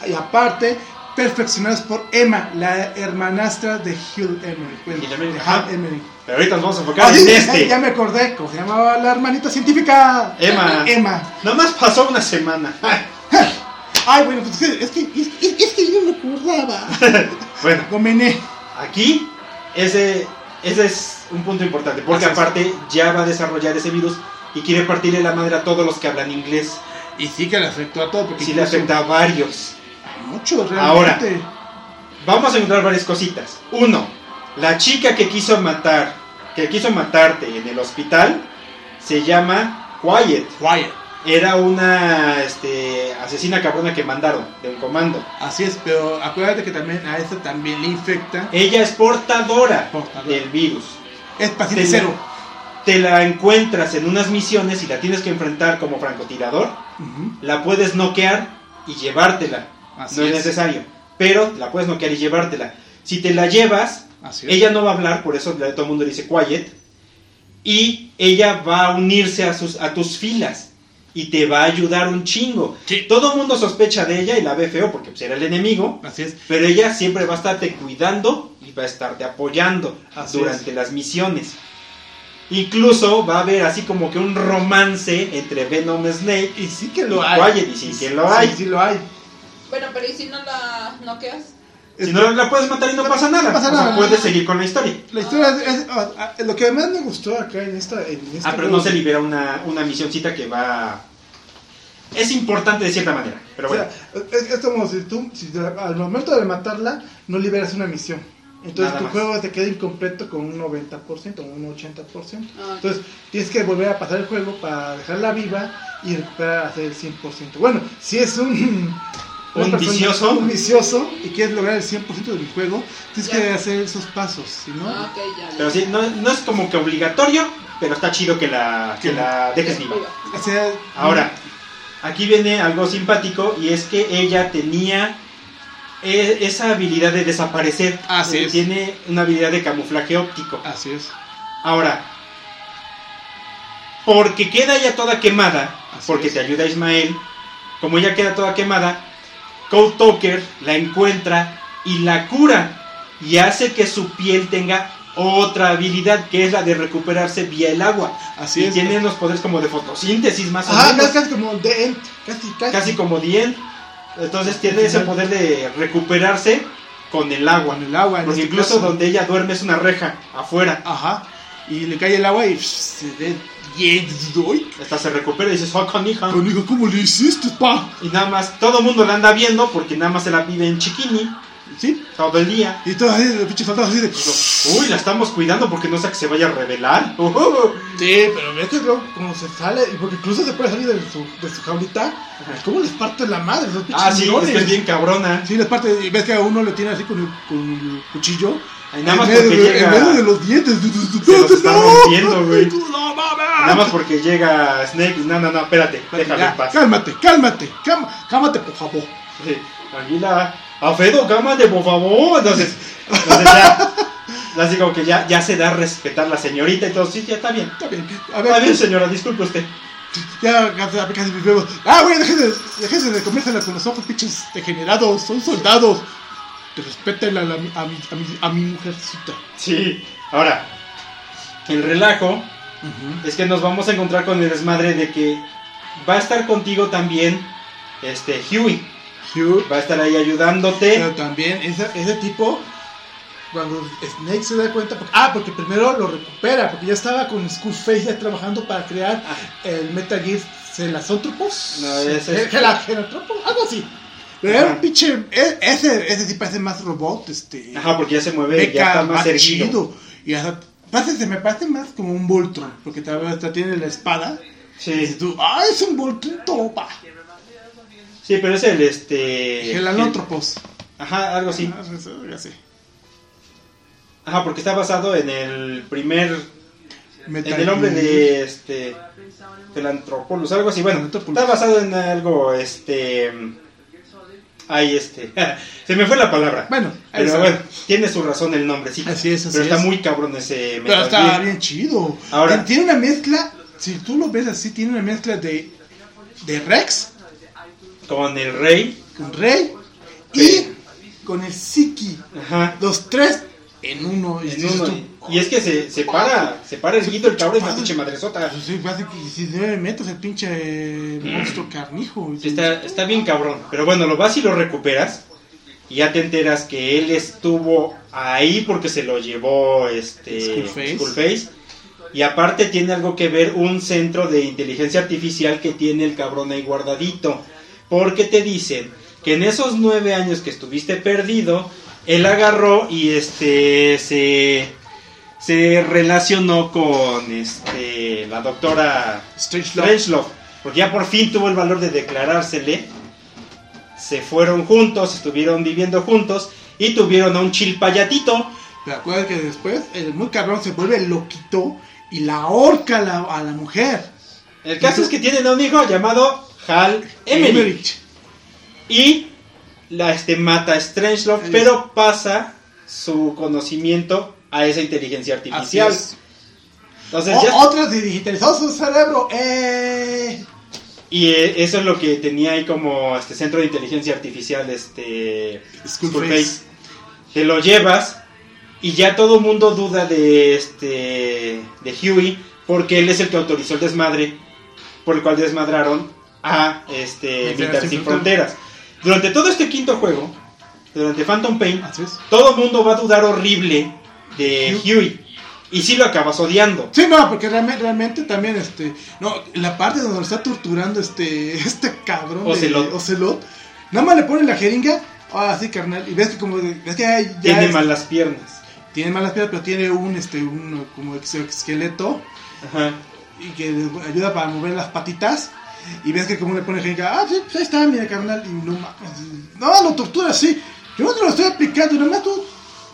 Y aparte, perfeccionadas por Emma, la hermanastra de Hugh Emery. Ah, Bueno,
Hugh Emery,
de
ajá.
Hugh Emery.
Pero ahorita nos vamos a
Ah,
enfocar
sí,
en
ya-
este.
Ya me acordé, ¿cómo se llamaba la hermanita científica?
Emma,
Emma.
nomás pasó una semana.
Ay, bueno, pues es que, es que, es que, es que yo no me acordaba.
Bueno,
Gomené.
aquí ese, ese es un punto importante, porque
Así es.
aparte ya va a desarrollar ese virus y quiere partirle la madre a todos los que hablan inglés.
Y sí que le afectó a todo, porque
Si le
incluso-
afecta a varios.
Mucho,
Ahora.
realmente.
Vamos a encontrar varias cositas. Uno, la chica que quiso matar, que quiso matarte en el hospital, se llama Quiet.
Quiet.
Era una este, asesina cabrona que mandaron de un comando.
Así es, pero acuérdate que también a esta también le infecta.
Ella es portadora
Portadora.
del virus.
Es paciente
Tenía-
cero.
Te la encuentras en unas misiones y la tienes que enfrentar como francotirador.
Ujú,
La puedes noquear y llevártela.
Así
no es
es.
necesario. Pero la puedes noquear y llevártela. Si te la llevas,
Así es.
ella no va a hablar, por eso todo el mundo le dice quiet. Y ella va a unirse a, sus, a tus filas. Y te va a ayudar un chingo.
Sí.
Todo el mundo sospecha de ella y la ve feo porque pues, era el enemigo.
Así es.
Pero ella siempre va a estarte cuidando y va a estarte apoyando
Así
durante las misiones. Incluso va a haber así como que un romance entre Venom Snake
Y sí que lo hay.
Quiet, y sí que lo hay.
Sí, sí lo hay.
Bueno, pero ¿y si no la noqueas?
y si no la puedes matar y no pasa nada.
No pasa
O sea,
nada.
puedes seguir con la historia.
La historia es, es- ah, ah, lo que más me gustó acá en esta. En esta
Ah, pero no se libera una, una misioncita que va... Es importante de cierta manera. Pero
O
bueno,
sea, es, es como si tú, si de- al momento de matarla, no liberas una misión. Entonces
Nada
tu
más.
juego te queda incompleto con un 90% o un 80%.
Ah,
Entonces tienes que volver a pasar el juego para dejarla viva y recuperar hacer el 100%. Bueno, si es un, una persona-
vicioso.
un vicioso y quieres lograr el 100% del juego, tienes
Ya.
que hacer esos pasos, si no,
ah, ok, ya.
pero sí, no, no es como que obligatorio, pero está chido que la, que
Sí.
la
ya.
dejes viva.
Viva.
O sea,
Ahora, aquí viene algo simpático y es que ella tenía e- esa habilidad de desaparecer.
Así
Eh,
es.
Tiene una habilidad de camuflaje óptico.
Así es.
Ahora, porque queda ella toda quemada,
Así
porque
es.
te ayuda Ismael, como ella queda toda quemada, Cold Talker la encuentra y la cura y hace que su piel tenga otra habilidad que es la de recuperarse vía el agua.
Así
y
es. Ah,
tiene unos poderes como de fotosíntesis más o
Ajá,
menos
casi, casi como de él, casi, casi.
casi como Dien. Entonces tiene ese poder de recuperarse con el agua.
Con el agua. en
Porque
este
incluso
caso.
donde ella duerme es una reja afuera.
Ajá. Y le cae el agua y pff, se ve. Y doy.
Hasta se recupera y dices, oh, con hija.
Pero digo, ¿cómo le hiciste, pa?
Y nada más, todo el mundo la anda viendo porque nada más se la vive en chiquini
¿Sí?
todo el día.
Y todo así, el pinche fantasma así de.
Digo, Uy, la estamos cuidando porque no sea que se vaya a revelar. Ujú.
Sí, pero ves que luego como se sale, y porque incluso se puede salir de su, de su jaulita, ¿cómo les parte la madre? Esos
Ah, sí, es
millones?
que es bien cabrona.
Sí, las partes. Y ves que a uno le tiene así con el, con el cuchillo.
Y nada más
en, medio,
porque
de- en medio de
llega.
los dientes.
Se los está rompiendo, güey.
¡No mames!
Nada más porque llega Snake. y, No, no, no, espérate, déjame
Ya,
en paz.
Cálmate, cálmate, cálmate, cálmate, por favor.
Sí, Tranquila, Alfredo, cálmate, por favor. Entonces, entonces ya, así como que ya, ya se da a respetar la señorita y todo. Sí, ya está bien.
Está bien. A ver,
Está bien, señora, disculpe usted.
ya casi, casi mis huevos. Ah, güey, déjense, déjense de comérsela con los ojos, pinches degenerados. Son soldados. Te respeten a, la- a, mi, a, mi, a mi mujercita.
Sí, ahora, el relajo es que nos vamos a encontrar con el desmadre de que va a estar contigo también este Huey.
Hugh,
Va a estar ahí ayudándote.
Pero también ese, ese tipo, cuando Snake se da cuenta, porque- ah, porque primero lo recupera, porque ya estaba con Skullface ya trabajando para crear
Ah.
el Metal Gear Celasotropos.
No,
Eh,
ese es-
Gela- Gelatropos, algo así.
Pero era un
Ajá.
pinche. e- Ese, ese sí parece más robot, este.
Ajá, porque ya se mueve, ya
Meca,
está
más
más erguido.
chido. Y hasta. Parece, me parece más como un Voltron. Porque tal vez hasta tiene la espada. Y dices
Sí,
tú, ¡ah, es un Voltron topa!
sí, pero es el este.
Gelalótropos.
Ajá, algo así.
Ah, eso, eso, ya sé.
Ajá, porque está basado en el primer
Metal
En el hombre
Gear.
de este Felantropoulos, algo así, bueno,
Felantropoulos.
está basado en algo, este ahí este se me fue la palabra.
Bueno,
pero
esa.
bueno, tiene su razón el nombre, sí.
Así es, así
pero
es.
está muy cabrón ese
Pero
Metal
está
Gear.
bien chido.
Ahora-
Tien- Tiene una mezcla, si tú lo ves así, tiene una mezcla de, de Rex
con el rey.
con Rey
Sí.
y con el Siki.
Ajá.
Los tres en uno. Y
en
dices
uno,
tú,
y, y es que se, se para, se para el guito el cabrón y una pinche madresota.
"Pues sí, hace 19 metros el pinche eh, monstruo carnijo.
Sí, Está, está bien cabrón. Pero bueno, lo vas y lo recuperas. Y ya te enteras que él estuvo ahí porque se lo llevó este
Skullface.
Skullface. Y aparte tiene algo que ver un centro de inteligencia artificial que tiene el cabrón ahí guardadito. Porque te dicen que en esos nueve años que estuviste perdido, él agarró y este se, se relacionó con este la doctora
Strange Love.
Strangelove, porque ya por fin tuvo el valor de declarársele. Se fueron juntos, estuvieron viviendo juntos y tuvieron a un chilpayatito.
Pero acuérdate que después el muy cabrón se vuelve loquito y la ahorca a la, a la mujer.
El caso es que tienen a un hijo llamado Hal Emmerich.
Emmerich.
Y la este, mata a Strangelove,
Ahí
pero pasa su conocimiento a esa inteligencia
Así
artificial.
es. Oh,
Entonces
O-
ya-
Otros se digitalizó su cerebro. ¡Eh!
y eh, eso es lo que tenía ahí como este centro de inteligencia artificial, este
pues,
Skullface. Te lo llevas y ya todo el mundo duda de este de Huey porque él es el que autorizó el desmadre por el cual desmadraron a este
Fronteras
Metal
sin
sin fronteras. Durante todo este quinto juego, durante Phantom Pain,
Así es.
todo el mundo va a dudar horrible de
Huey.
Huey y si lo acabas odiando.
Sí, no, porque realmente, realmente también, este, no, la parte donde lo está torturando este, este cabrón de
Ocelot.
Ocelot, nada más le ponen la jeringa, ah, sí, carnal, y ves que como, de- ves que ya, ya
Tiene
es-
malas piernas.
tiene malas piedras, pero tiene un, este, un, como esqueleto,
Ajá.
y que le ayuda para mover las patitas, y ves que como le pone jeringa, ah, sí, pues ahí está, mira, carnal, y no, ma- no, lo tortura así, yo no te lo estoy aplicando, nada más tú,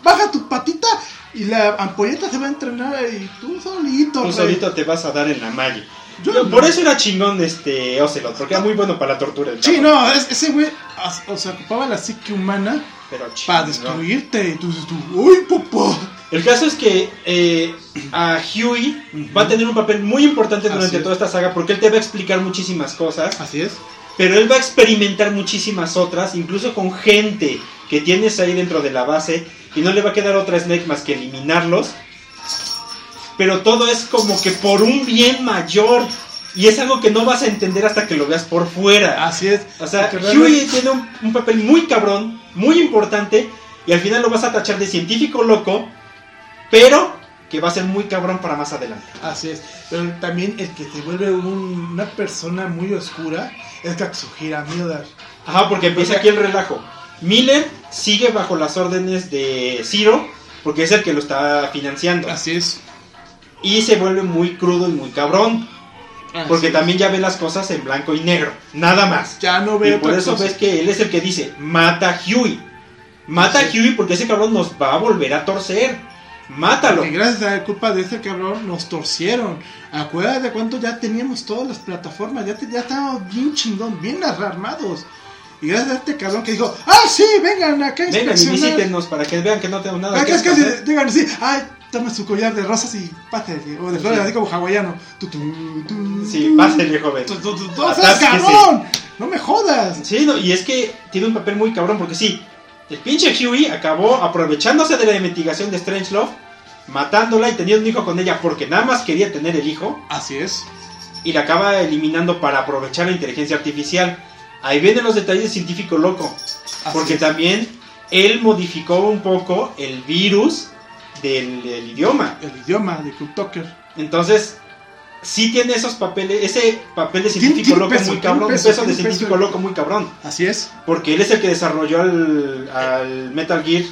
baja tu patita, y la ampolleta se va a entrenar, y tú solito,
Tú
rey.
solito te vas a dar en la malla.
Yo
Yo-
no-
Por eso era chingón este Ocelot, porque era muy bueno para la tortura. el
Sí,
cabrón.
no, es- ese güey, as- o sea, ocupaba la psique humana
Pero chingón.
para destruirte. Entonces tú, ¡uy, papá!
El caso es que eh, a Huey va a tener un papel muy importante
Así
durante
es.
toda esta saga, porque él te va a explicar muchísimas cosas,
Así es.
pero él va a experimentar muchísimas otras, incluso con gente que tienes ahí dentro de la base, y no le va a quedar otra Snake más que eliminarlos. Pero todo es como que por un bien mayor, y es algo que no vas a entender hasta que lo veas por fuera.
Así es.
O sea,
Porque realmente-
Huey tiene un, un papel muy cabrón, muy importante, y al final lo vas a tachar de científico loco, pero que va a ser muy cabrón para más adelante.
Así es. Pero también el que te vuelve un- una persona muy oscura es Katsuhira Miller.
Ajá, porque empieza aquí el relajo. Miller sigue bajo las órdenes de Ciro, porque es el que lo está financiando.
Así es.
Y se vuelve muy crudo y muy cabrón, porque
Así es.
también ya ve las cosas en blanco y negro, nada más.
Ya no
Y
veo
por eso ves que él es el que dice, mata a Huey. Mata a Huey porque ese cabrón nos va a volver a torcer. Mátalo.
Que gracias a la culpa de este cabrón nos torcieron. Acuérdate cuánto ya teníamos todas las plataformas, ya, te- ya estábamos bien chingón, bien armados. Y gracias a este cabrón que dijo, ah, sí, vengan acá a
Vengan y
inspeccionar.
visítenos para que vean que no tenemos nada
Acá es casi,
esconder.
digan así, ay, toma su collar de rosas y pásale, o de flores, así como hawaiano. Tu, tu, tu,
Sí,
tu,
pásenle, joven.
tu, tu, tu, tu, o sea,
Atásquese.
cabrón! ¡No me jodas!
Sí, no, y es que tiene un papel muy cabrón porque sí, el pinche Huey acabó aprovechándose de la investigación de Strangelove, matándola y teniendo un hijo con ella porque nada más quería tener el hijo
Así es.
y la acaba eliminando para aprovechar la inteligencia artificial. Ahí vienen los detalles de científico loco.
así
Porque
es.
también él modificó un poco el virus del, del idioma.
El idioma de Club Talker.
Entonces, sí tiene esos papeles, ese papel de
Tiene-
científico
tiene
loco
peso,
muy
tiene
cabrón, un
peso,
peso de
tiene peso.
científico loco muy cabrón.
Así es.
Porque él es el que desarrolló al, al Metal Gear,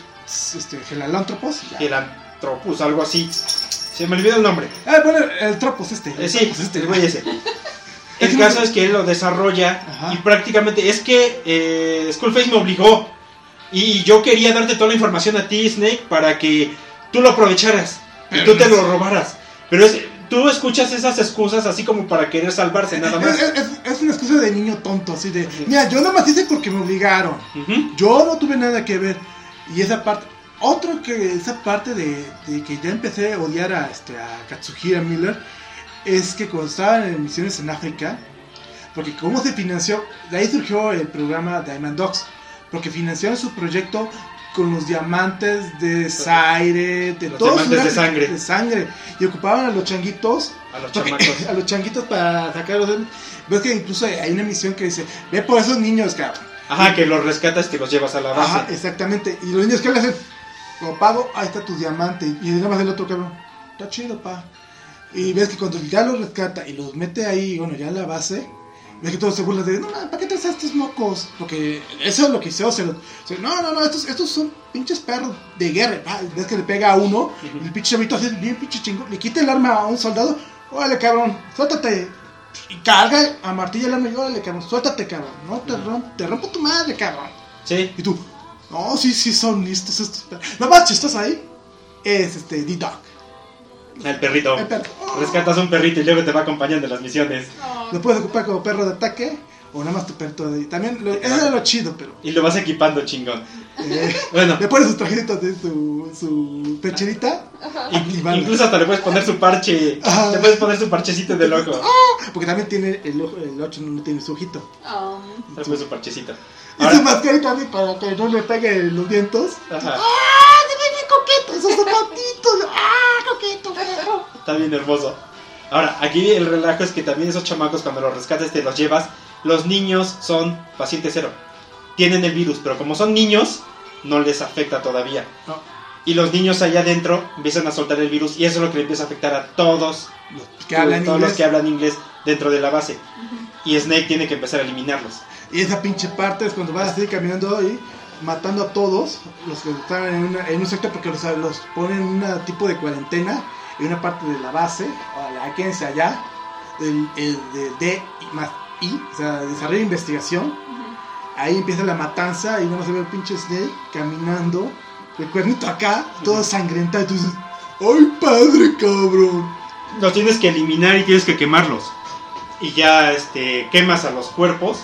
Este, Gelalántropos. ya.
el Antropus, algo así. Se me olvidó el nombre.
Ah, bueno, el tropos este.
Eh, sí,
Tropos
el güey ese. El caso es que él lo desarrolla
Ajá.
y prácticamente es que eh, Skullface me obligó y yo quería darte toda la información a ti, Snake, para que tú lo aprovecharas y
Pero
tú te
no
lo robaras. Pero es- tú escuchas esas excusas así como para querer salvarse, nada
Es,
más.
es- es- es una excusa de niño tonto, así de, mira, yo nomás hice porque me obligaron.
Ujú.
Yo no tuve nada que ver. Y esa parte, otro que esa parte de, de que ya empecé a odiar a, este, a Katsuhira Miller, es que cuando estaban en misiones en África, porque cómo se financió, de ahí surgió el programa Diamond Dogs, porque financiaron su proyecto con los diamantes de Zaire, de
Los
todo
diamantes de
Sudáfrica,
sangre.
de sangre, y ocupaban a los changuitos
A los
Porque-
chamacos.
a los changuitos para sacarlos. Ves que incluso hay una misión que dice, ve por esos niños, cabrón.
Ajá, que los rescatas, que los llevas a la base.
Ajá, exactamente. Y los niños que le hacen, lo pago, ahí está tu diamante. Y nada más el otro cabrón, está chido, pa. Y ves que cuando ya los rescata y los mete ahí, bueno, ya en la base, ves que todos se burlan de, no, ma, ¿para qué traes a estos mocos? Porque eso es lo que hizo Ocelot. Dice, No, no, no, estos, estos son pinches perros de guerra. pa. Y Ves que le pega a uno,
Ujú.
el pinche chavito hace bien pinche chingo, le quita el arma a un soldado, órale, cabrón, suéltate. Y carga a martilla el arma y órale, cabrón, suéltate, cabrón, no te,
Ujú.
romp- te rompo tu madre, cabrón.
Sí.
Y tú, no, sí, sí, son listos estos perros. Lo más chistoso ahí es este D-Dog.
El perrito.
El perro. Oh.
Rescatas un perrito y luego te va acompañando en las misiones.
No,
Lo puedes ocupar como perro de ataque o nada más tu perro de. También, lo- eso era lo chido, pero.
Y lo vas equipando, chingón.
eh,
Bueno,
le pones sus tarjetas de su, su pecherita.
in-
Y van-
incluso hasta le puedes poner su parche.
Ajá.
Le puedes poner su parchecito de loco.
Porque también tiene el ojo, el 8 no tiene su ojito.
um,
Le pones su parchecito.
Y
Ahora-
su mascarita así para que no le pegue los vientos.
Ajá.
¡Ah! ¡Se ve bien coqueto! ¡Esos zapatitos! ¡Ah! ¡Coqueto, perro!
Está bien hermoso. Ahora, aquí el relajo es que también esos chamacos cuando los rescates te los llevas, los niños son paciente cero. Tienen el virus, pero como son niños, no les afecta todavía.
No.
Y los niños allá adentro empiezan a soltar el virus y eso es lo que le empieza a afectar a todos,
Los que hablan
todos los
inglés.
que hablan inglés dentro de la base. Y Snake tiene que empezar a eliminarlos.
Y esa pinche parte es cuando vas así caminando y matando a todos los que están en, una- en un sector porque los, los ponen en un tipo de cuarentena en una parte de la base, o la quédense allá, el, el de D y más I, o sea, desarrollo e investigación. Ahí empieza la matanza y uno se ve el pinche Snake caminando, el cuernito acá, todo sangrentado. Y tú dices, ¡ay padre, cabrón!
Los tienes que eliminar y tienes que quemarlos. y ya este, quemas a los cuerpos,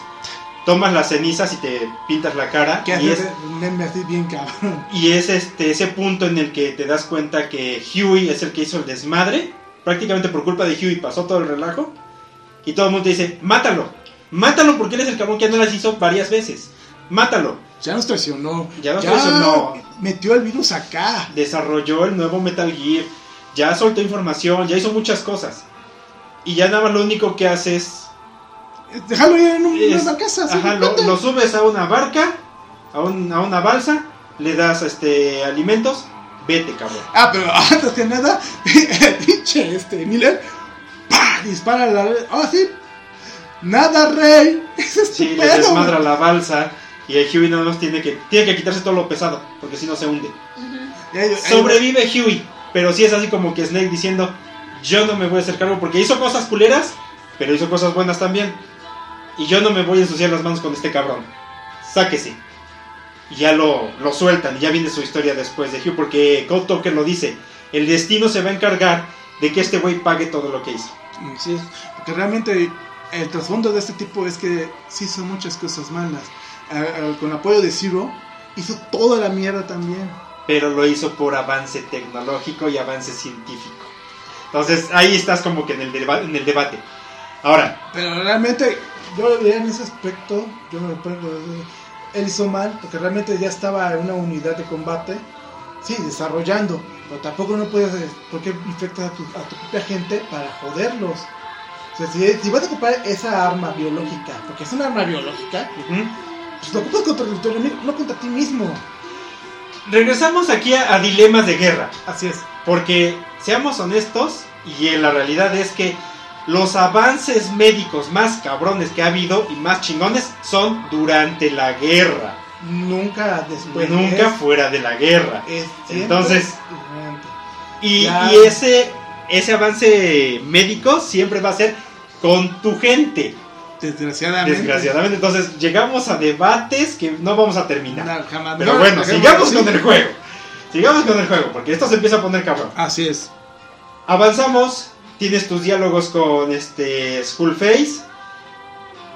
tomas las cenizas y te pintas la cara.
Que
y
hace
es,
un meme así bien cabrón.
y es este, ese punto en el que te das cuenta que Huey es el que hizo el desmadre. Prácticamente por culpa de Huey pasó todo el relajo. Y todo el mundo te dice, mátalo. Mátalo porque él es el cabrón que no las hizo varias veces. Mátalo.
Ya nos traicionó.
Ya nos traicionó.
Metió el virus acá.
Desarrolló el nuevo Metal Gear. Ya soltó información. Ya hizo muchas cosas. Y ya nada más lo único que haces
Déjalo ir en un,
Es-
una casa. así,
Ajá, lo,
vete.
lo subes a una barca, a, un- a una balsa, le das este alimentos, vete, cabrón.
Ah, pero antes que nada, pinche este Miller, ¡pah! dispara la red. Ah, sí. Nada, rey. Ese es tu
Sí, le
Este pedo,
desmadra
güey.
la balsa y el Huey nada más tiene que, tiene que quitarse todo lo pesado, porque si no se hunde.
Y ahí- ahí-
Sobrevive Huey, pero sí es así como que Snake diciendo, yo no me voy a hacer cargo porque hizo cosas culeras, pero hizo cosas buenas también. Y yo no me voy a ensuciar las manos con este cabrón. Sáquese. Y ya lo, lo sueltan, y ya viene su historia después de Huey, porque Cold Talker lo dice, el destino se va a encargar de que este güey pague todo lo que hizo.
Sí, porque realmente el trasfondo de este tipo es que sí hizo muchas cosas malas. Ah, ah, con apoyo de Zero, hizo toda la mierda también.
Pero lo hizo por avance tecnológico y avance científico. Entonces ahí estás como que en el, deba- en el debate. Ahora,
Pero realmente,
Yo lo diría en ese aspecto, yo me pongo. Él hizo mal, porque realmente ya estaba en una unidad de combate, sí, desarrollando, pero tampoco no puedes. eh, porque infectas a tu, a tu propia gente para joderlos? O sea, si, si vas a ocupar esa arma biológica, porque es una arma biológica,
ujú,
pues lo ocupas contra tu enemigo, no contra ti mismo.
regresamos aquí a- a dilemas de guerra.
Así es.
Porque seamos honestos, y eh, la realidad es que los avances médicos más cabrones que ha habido y más chingones son durante la guerra,
Nunca después.
Pues nunca fuera de la guerra.
Es, es siempre
Entonces-
durante.
Y,
Ya.
y ese, ese avance médico siempre va a ser con tu gente,
desgraciadamente.
desgraciadamente. Entonces llegamos a debates que no vamos a terminar.
no, jamás-
Pero
no,
bueno,
dejemos
sigamos
así.
con el juego. Sigamos con el juego, porque esto se empieza a poner cabrón.
Así es.
Avanzamos, tienes tus diálogos con este Skullface.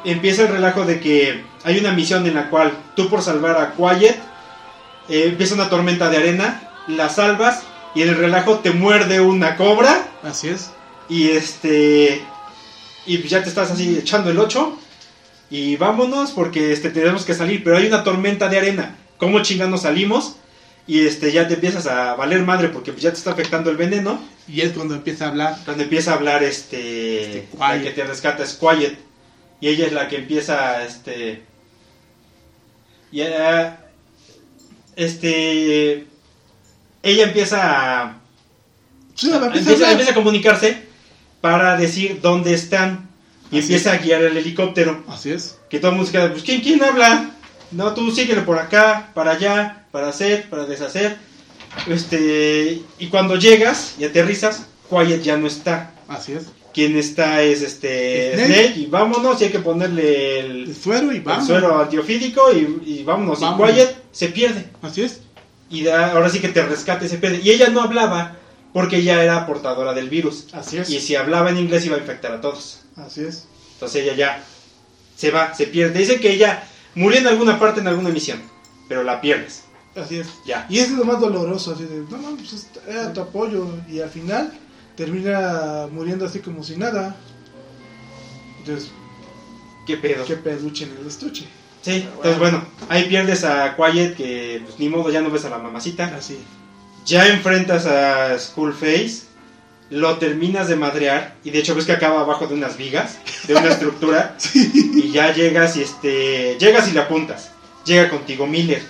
Empieza el relajo de que hay una misión en la cual tú por salvar a Quiet eh, empieza una tormenta de arena, la salvas y en el relajo te muerde una cobra
Así es.
y este y ya te estás así echando el 8 y vámonos porque este tenemos que salir, pero hay una tormenta de arena. ¿Cómo chingados salimos? Y este ya te empiezas a valer madre porque pues, ya te está afectando el veneno
Y es cuando empieza a hablar.
donde empieza a hablar este,
Este,
la
Quiet.
que te rescata es Quiet y ella es la que empieza este y eh, este ella empieza a
Sí, empieza a
empieza,
hablar.
empieza a comunicarse para decir dónde están
Así
y empieza a guiar el helicóptero
Así es.
que todo el mundo se queda, pues ¿quién, quién habla? No, tú síguele por acá, para allá, para hacer, para deshacer. Este, y cuando llegas y aterrizas, Quiet ya no está.
Así es.
Quien está es este
Snake.
Snake y vámonos, y hay que ponerle el,
El suero y
el
vamos.
suero antiofídico y, y vámonos.
Vámonos.
Y Quiet se pierde.
Así es.
Y da- ahora sí que te rescate, se pierde. Y ella no hablaba porque ella era portadora del virus.
Así es.
Y si hablaba en inglés iba a infectar a todos.
Así es.
Entonces ella ya se va, se pierde. Dice que ella murió en alguna parte en alguna misión, pero la pierdes.
Así es.
Ya.
Y es lo más doloroso, así de, no mames, pues, era tu apoyo y al final termina muriendo así como si nada. Entonces,
¿Qué pedo?
qué peluche en el estuche.
Sí, entonces bueno, ahí pierdes a Quiet, que pues ni modo, ya no ves a la mamacita.
Así.
Ya enfrentas a Skullface, lo terminas de madrear, y de hecho ves que acaba abajo de unas vigas, de una estructura, y ya llegas y este. Llegas y le apuntas. Llega contigo Miller,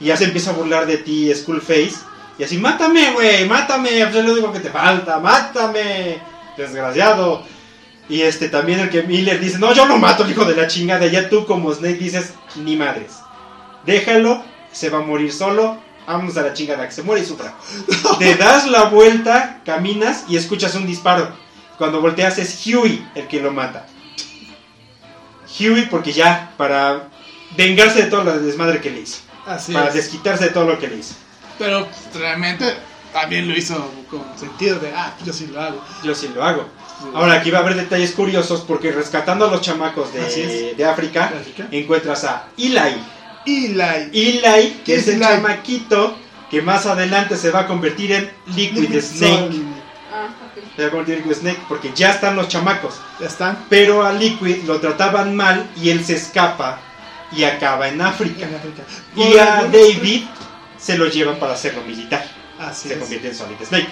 y ya se empieza a burlar de ti Skullface, y así, mátame, güey, mátame, pues es lo único que te falta, mátame, desgraciado. Y este también el que Miller dice, no, yo lo mato, el hijo de la chingada. Ya tú como Snake dices, ni madres. Déjalo, se va a morir solo. Vamos a la chingada, que se muere y sufra. Te das la vuelta, caminas y escuchas un disparo. Cuando volteas es Huey el que lo mata. Huey porque ya, para vengarse de toda la desmadre que le hizo.
Así
para
es.
desquitarse de todo lo que le hizo.
Pero realmente también lo hizo con sentido de, ah, yo sí lo hago.
Yo sí lo hago. Ahora aquí va a haber detalles curiosos porque rescatando a los chamacos
Así
de,
es.
de África,
África.
encuentras a Eli.
Eli.
Eli, que
¿Quién
es el
es Eli?
chamaquito que más adelante se va a convertir en Liquid Snake.
Sol.
Ah, ok.
Se va a convertir en Liquid Snake porque ya están los chamacos.
Ya están.
Pero a Liquid lo trataban mal y él se escapa y acaba en África.
En África.
Y a David se lo llevan para hacerlo militar.
Así
se
es.
convierte en Solid Snake.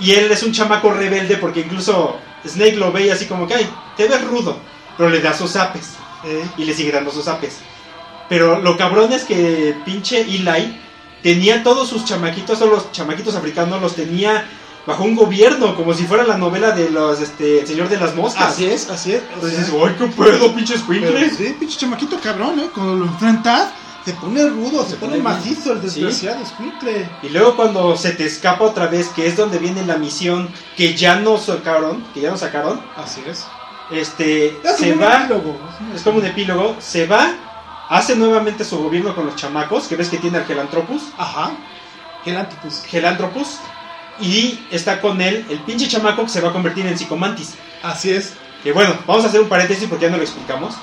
Y él es un chamaco rebelde porque incluso Snake lo ve y así como que, ay, te ves rudo, pero le da sus apes
Eh,
y le sigue dando sus apes. Pero lo cabrón es que pinche Eli tenía todos sus chamaquitos, todos los chamaquitos africanos los tenía bajo un gobierno, como si fuera la novela de los, este, El Señor de las Moscas.
así es, así es. o
Entonces,
sea,
dices, ay, qué pedo, pinche
pero
escuincle.
sí, pinche chamaquito cabrón, ¿eh? Cuando lo enfrentas, se pone rudo, se,
Se
pone,
pone
macizo el
bien. Sí.
desgraciado, escuincle.
Y luego cuando se te escapa otra vez, que es donde viene la misión que ya no sacaron, que ya no sacaron,
Así es.
este,
Es
se
como un
va,
epílogo,
es como un epílogo, se va, hace nuevamente su gobierno con los chamacos, que ves que tiene al Gelantropus,
Ajá. Gelantopus.
Gelantropus, y está con él el pinche chamaco que se va a convertir en Psicomantis.
Así es.
Que bueno, vamos a hacer un paréntesis porque ya no lo explicamos.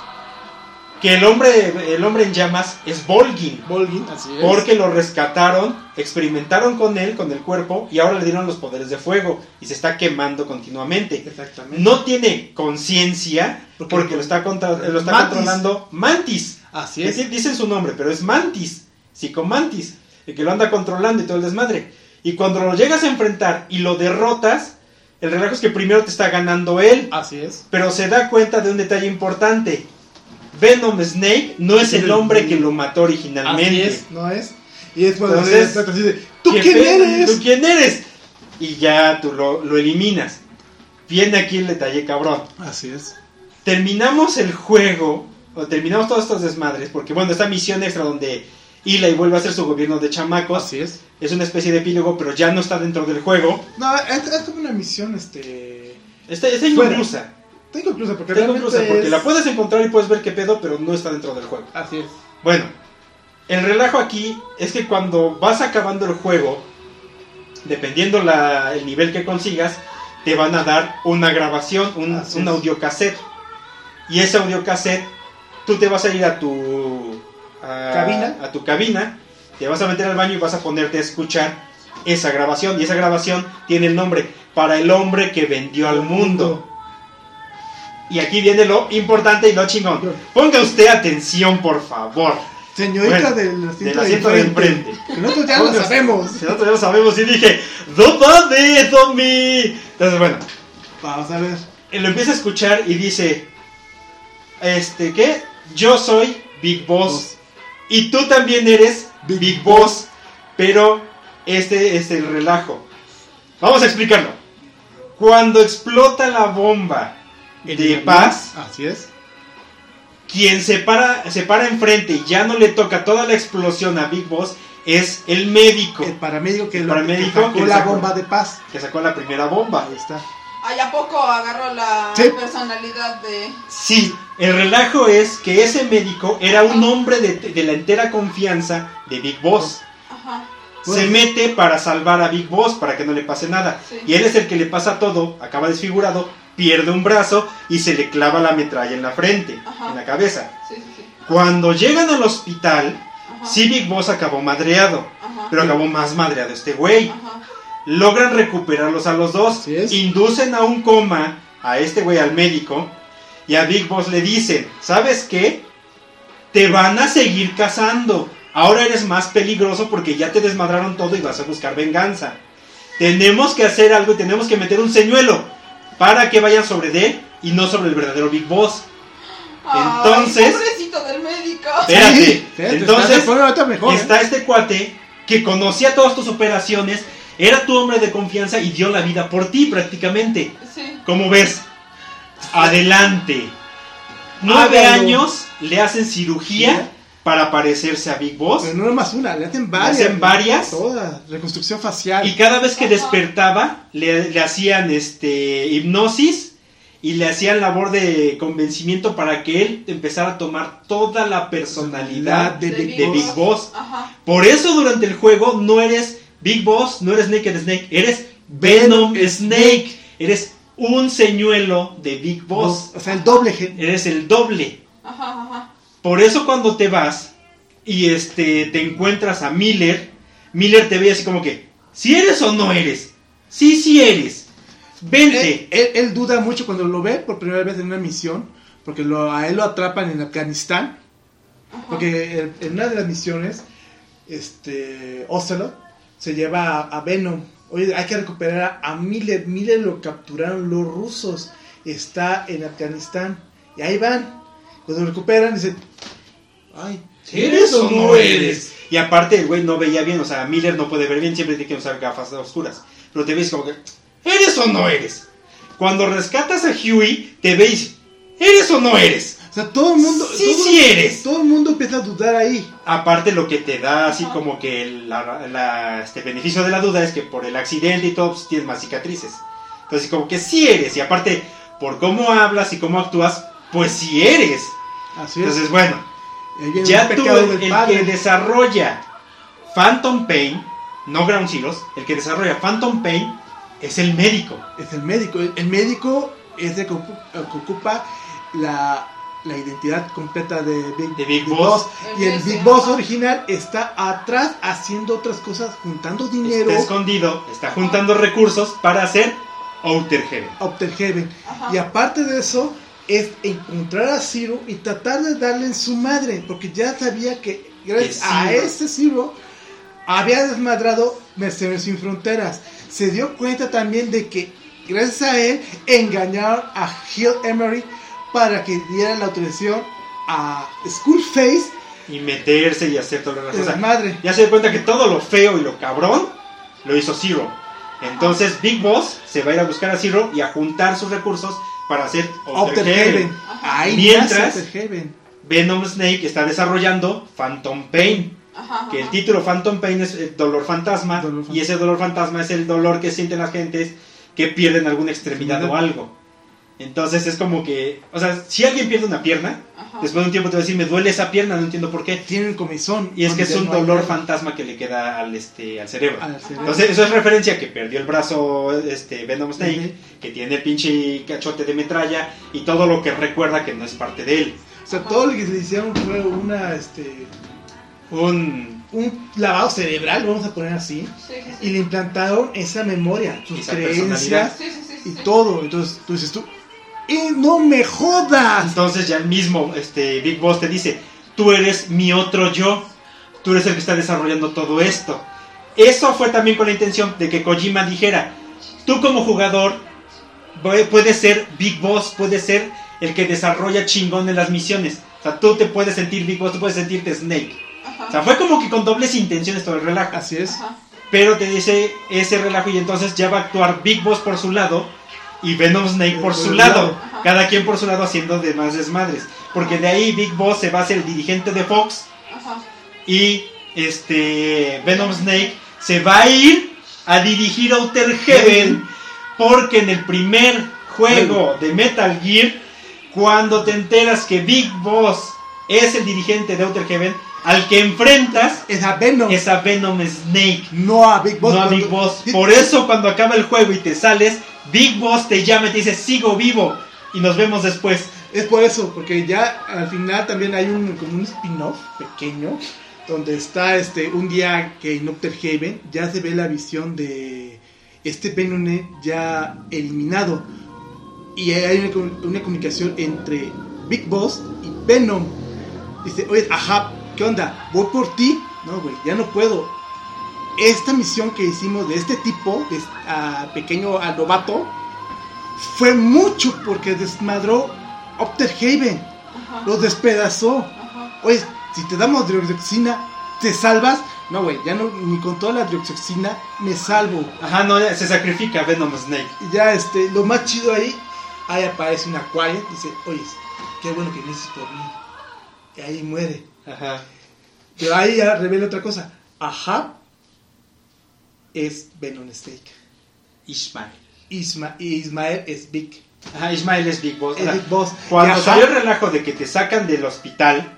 Que el hombre, el hombre en llamas es Volgin,
Volgin, así es.
porque lo rescataron, experimentaron con él, con el cuerpo, y ahora le dieron los poderes de fuego, y se está quemando continuamente.
Exactamente.
no tiene conciencia
Porque-
porque lo está, contra- lo está
Mantis.
controlando Mantis.
Así
Es
es.
decir, dicen su nombre, pero es Mantis, Psicomantis, el que lo anda controlando y todo el desmadre. Y cuando lo llegas a enfrentar y lo derrotas, el relajo es que primero te está ganando él,
Así es.
pero se da cuenta de un detalle importante. Venom Snake no es el hombre que lo mató
Así
originalmente.
es, no es. Y es cuando
Entonces,
le- así de, ¿tú
¿Qué
quién
pedo?
eres?
¿Tú quién eres? Y ya tú lo, lo eliminas. Viene aquí el detalle cabrón.
Así es.
terminamos el juego, o terminamos todos estos desmadres, porque bueno, esta misión extra donde Eli vuelve a hacer su gobierno de chamacos,
Así es.
es una especie de epílogo, pero ya no está dentro del juego.
No, es, es como una misión, este.
Está, está
Fuera.
inconclusa,
Tengo incluso porque
está
realmente
inconclusa, porque
es-
la puedes encontrar y puedes ver qué pedo, pero no está dentro del juego.
Así es.
Bueno, el relajo aquí es que cuando vas acabando el juego, dependiendo la- el nivel que consigas, te van a dar una grabación, un,
Así
un
es.
audiocassette. Y ese audiocassette, tú te vas a ir a tu a-
Cabina.
a tu cabina, te vas a meter al baño y vas a ponerte a escuchar esa grabación. Y esa grabación tiene el nombre para el hombre que vendió al mundo. Y aquí viene lo importante y lo chingón. Ponga usted atención, por favor.
Señorita
Bueno,
del
Del
asiento,
asiento de enfrente.
Que Nosotros ya lo
Bueno,
sabemos.
Nosotros ya lo sabemos y dije, ¡No mames, Tommy! Entonces, bueno,
Vamos a ver.
él lo empieza a escuchar y dice, este, ¿qué? Yo soy Big Boss y tú también eres Big,
Big
Boss, pero este es el relajo. Vamos a explicarlo. Cuando explota la bomba de paz,
Así es.
quien se para, se para enfrente y ya no le toca toda la explosión a Big Boss es el médico
El paramédico que
El
lo
paramédico
que sacó
que
la
sacó.
bomba de paz.
que sacó la primera bomba.
Ahí está.
Ay, ¿a poco agarró la
Sí.
personalidad de.
Sí, el relajo es que ese médico era un hombre de, de la entera confianza de Big Boss.
Ajá.
Se mete para salvar a Big Boss, para que no le pase nada.
Sí.
Y él es el que le pasa todo, acaba desfigurado, pierde un brazo y se le clava la metralla en la frente,
Ajá.
en la cabeza.
Sí, sí, sí.
Cuando llegan al hospital,
Ajá.
sí Big Boss acabó madreado,
Ajá.
pero acabó más madreado este güey.
Ajá.
logran recuperarlos a los dos.
Así es.
Inducen a un coma a este güey, al médico, y a Big Boss le dicen, ¿sabes qué? Te van a seguir cazando. Ahora eres más peligroso porque ya te desmadraron todo y vas a buscar venganza. Tenemos que hacer algo y tenemos que meter un señuelo para que vayan sobre de él y no sobre el verdadero Big Boss. Entonces-
Ay, pobrecito del médico.
Espérate.
Sí, espérate,
Entonces,
espérate, ahorita mejor. ¿eh?
Está este cuate que conocía todas tus operaciones, era tu hombre de confianza y dio la vida por ti prácticamente.
Sí.
Como ves? Adelante. Nueve
Hágalo.
años le hacen cirugía para parecerse a Big Boss.
Pero no nomás una, le hacen varias.
hacen varias.
Todas. Reconstrucción facial.
Y cada vez que
Ajá.
despertaba, le, le hacían este hipnosis y le hacían labor de convencimiento para que él empezara a tomar toda la personalidad
de
de, de Big Boss.
Ajá.
Por eso durante el juego no eres Big Boss, no eres Naked Snake, eres Venom Snake, eres un señuelo de Big Boss.
O sea, el doble gen-
Eres el doble.
Ajá, ajá.
Por eso cuando te vas y este te encuentras a Miller, Miller te ve así como que, si eres o no eres, sí, sí eres,
Él,
vente.
él- él duda mucho cuando lo ve por primera vez en una misión, porque lo- a él lo atrapan en Afganistán,
ajá.
porque en- en una de las misiones, este, Ocelot se lleva a, a Venom. Oye, hay que recuperar a, a Miller. Miller lo capturaron los rusos. Está en Afganistán. Y ahí van. Cuando lo recuperan, dicen, ay,
Si Y aparte el güey no veía bien, o sea, Miller no puede ver bien, siempre tiene que usar gafas oscuras. Pero te ves como que, ¿eres o no eres? Cuando rescatas a Huey, te veis, ¿eres o no eres?
O sea, todo el mundo...
Sí,
todo-
sí eres.
Todo el mundo empieza a dudar ahí.
Aparte lo que te da así
Ajá.
como que el la- la- este beneficio de la duda es que por el accidente y todo pues, tienes más cicatrices. Entonces como que sí eres y aparte por cómo hablas y cómo actúas, pues sí eres.
Así es.
Entonces bueno,
Ahí viene
ya
un
tú
pecado
el,
del
el
padre.
que desarrolla Phantom Pain, no Ground Zeroes, el que desarrolla Phantom Pain es el médico.
Es el médico. El, el médico es el que ocu- el que ocupa la, la identidad completa de Big,
De Big Boss.
Y el
Ese,
Big Boss
ajá.
original está atrás haciendo otras cosas, juntando dinero
Está escondido, está juntando recursos para hacer Outer Heaven.
a Outer Heaven.
Ajá.
Y aparte de eso, es encontrar a Ciro y tratar de darle en su madre, porque ya sabía que gracias
Que
a
Ciro.
este Ciro había desmadrado Mercenarios Sin Fronteras. Se dio cuenta también de que gracias a él engañaron a Hill Emery para que diera la autorización a Skullface
Y meterse y hacer todas las
de la
cosas.
madre.
ya se dio cuenta que todo lo feo y lo cabrón lo hizo Zero. Entonces Big Boss se va a ir a buscar a Zero y a juntar sus recursos para hacer Outer
Outer
Heaven.
Heaven.
Ajá.
Ahí
Mientras-
nace Outer Heaven.
Venom Snake está desarrollando Phantom Pain,
Ah,
Ajá, ajá.
que el título Phantom Pain es eh, dolor fantasma,
Dolor fantasma.
y ese dolor fantasma es el dolor que sienten las gentes que pierden alguna extremidad o algo. Entonces es como que, o sea, si alguien pierde una pierna,
Ajá.
después de un tiempo te va a decir, me duele esa pierna, no entiendo por qué.
Tiene un comezón.
Y es que
donde
es
ya
un
no hay
dolor
nada.
fantasma que le queda al, este, al cerebro.
Al cerebro.
Entonces, eso es referencia a que perdió el brazo este, Venom Snake,
Ujú.
que tiene el pinche cachote de metralla y todo lo que recuerda que no es parte de él.
O sea, todo lo que se hicieron fue una, este,
Un.
un lavado cerebral, vamos a poner así,
Sí, sí,
y
sí.
le implantaron esa memoria, sus
Esa personalidad.
creencias
Sí, sí, sí,
y
sí.
todo. Entonces tú dices tú, ¡eh, no me jodas!
Entonces, ya el mismo este, Big Boss te dice: Tú eres mi otro yo. Tú eres el que está desarrollando todo esto. Eso fue también con la intención de que Kojima dijera: Tú, como jugador, pu- puedes ser Big Boss, puedes ser el que desarrolla chingón en las misiones. O sea, tú te puedes sentir Big Boss, tú puedes sentirte Snake.
Ajá.
O sea, fue como que con dobles intenciones todo el relajo.
Así es.
Ajá.
Pero te dice ese relajo y entonces ya va a actuar Big Boss por su lado y Venom Snake por su lado.
Ajá.
Cada quien por su lado haciendo demás desmadres. Porque de ahí Big Boss se va a hacer el dirigente de Fox
Ajá.
y este Venom Snake se va a ir a dirigir Outer Heaven. Porque en el primer juego de Metal Gear, cuando te enteras que Big Boss es el dirigente de Outer Heaven, al que enfrentas
Es a Venom,
es a Venom Snake,
no a Big Boss.
no a
Cuando-
Big Boss. Por eso cuando acaba el juego y te sales, Big Boss te llama y te dice, sigo vivo. Y nos vemos después.
Es por eso, porque ya al final también hay un, como un spin-off pequeño, donde está este un día que en Outer Haven ya se ve la visión de este Venom ya eliminado. Y hay una, com- una comunicación entre Big Boss y Venom. Dice, oye, ajá, ¿qué onda? ¿Voy por ti? No, güey, ya no puedo. Esta misión que hicimos de este tipo, de este- a pequeño al novato, fue mucho porque desmadró Opter Haven.
Ajá.
Los despedazó.
Ajá.
Oye, si te damos drioxina, ¿te salvas? No, güey, ya no, ni con toda la drioxina me salvo.
Ajá, no, ya se sacrifica Venom Snake.
Y ya, este, lo más chido ahí, ahí aparece un acuario, dice, oye, qué bueno que vienes por mí. Y ahí muere.
Ajá.
Pero ahí ya revela otra cosa. Ajá, es Venom Snake.
Ishmael.
Isma, Ismael es Big.
Ajá, Ishmael es Big Boss. O
Es
sea,
Big Boss. Y
cuando
ajá,
salió el relajo de que te sacan del hospital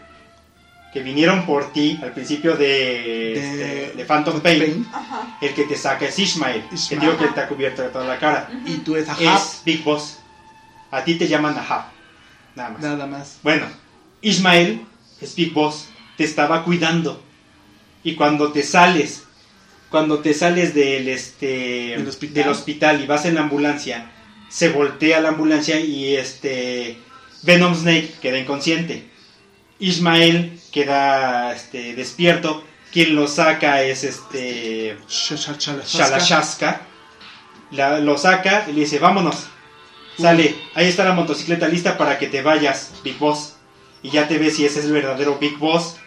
que vinieron por ti al principio de,
De-
este, de Phantom Pain,
Pain,
Ajá.
el que te saca es Ishmael, que
Ishmael.
digo que te ha cubierto toda la cara.
y tú es Ahab,
Es Big Boss. A ti te llaman Ahab. Nada más.
nada más.
Bueno, Ismael, es Big Boss, te estaba cuidando. Y cuando te sales, cuando te sales del este
Del hospital.
del hospital y vas en la ambulancia, se voltea la ambulancia y este Venom Snake queda inconsciente. Ismael queda este, despierto. Quien lo saca es este
Sh- sh- Shalashaska.
Shalashaska. La- lo saca y le dice, vámonos. Sale, ahí está la motocicleta lista para que te vayas, Big Boss. Y ya te ves si ese es el verdadero Big Boss.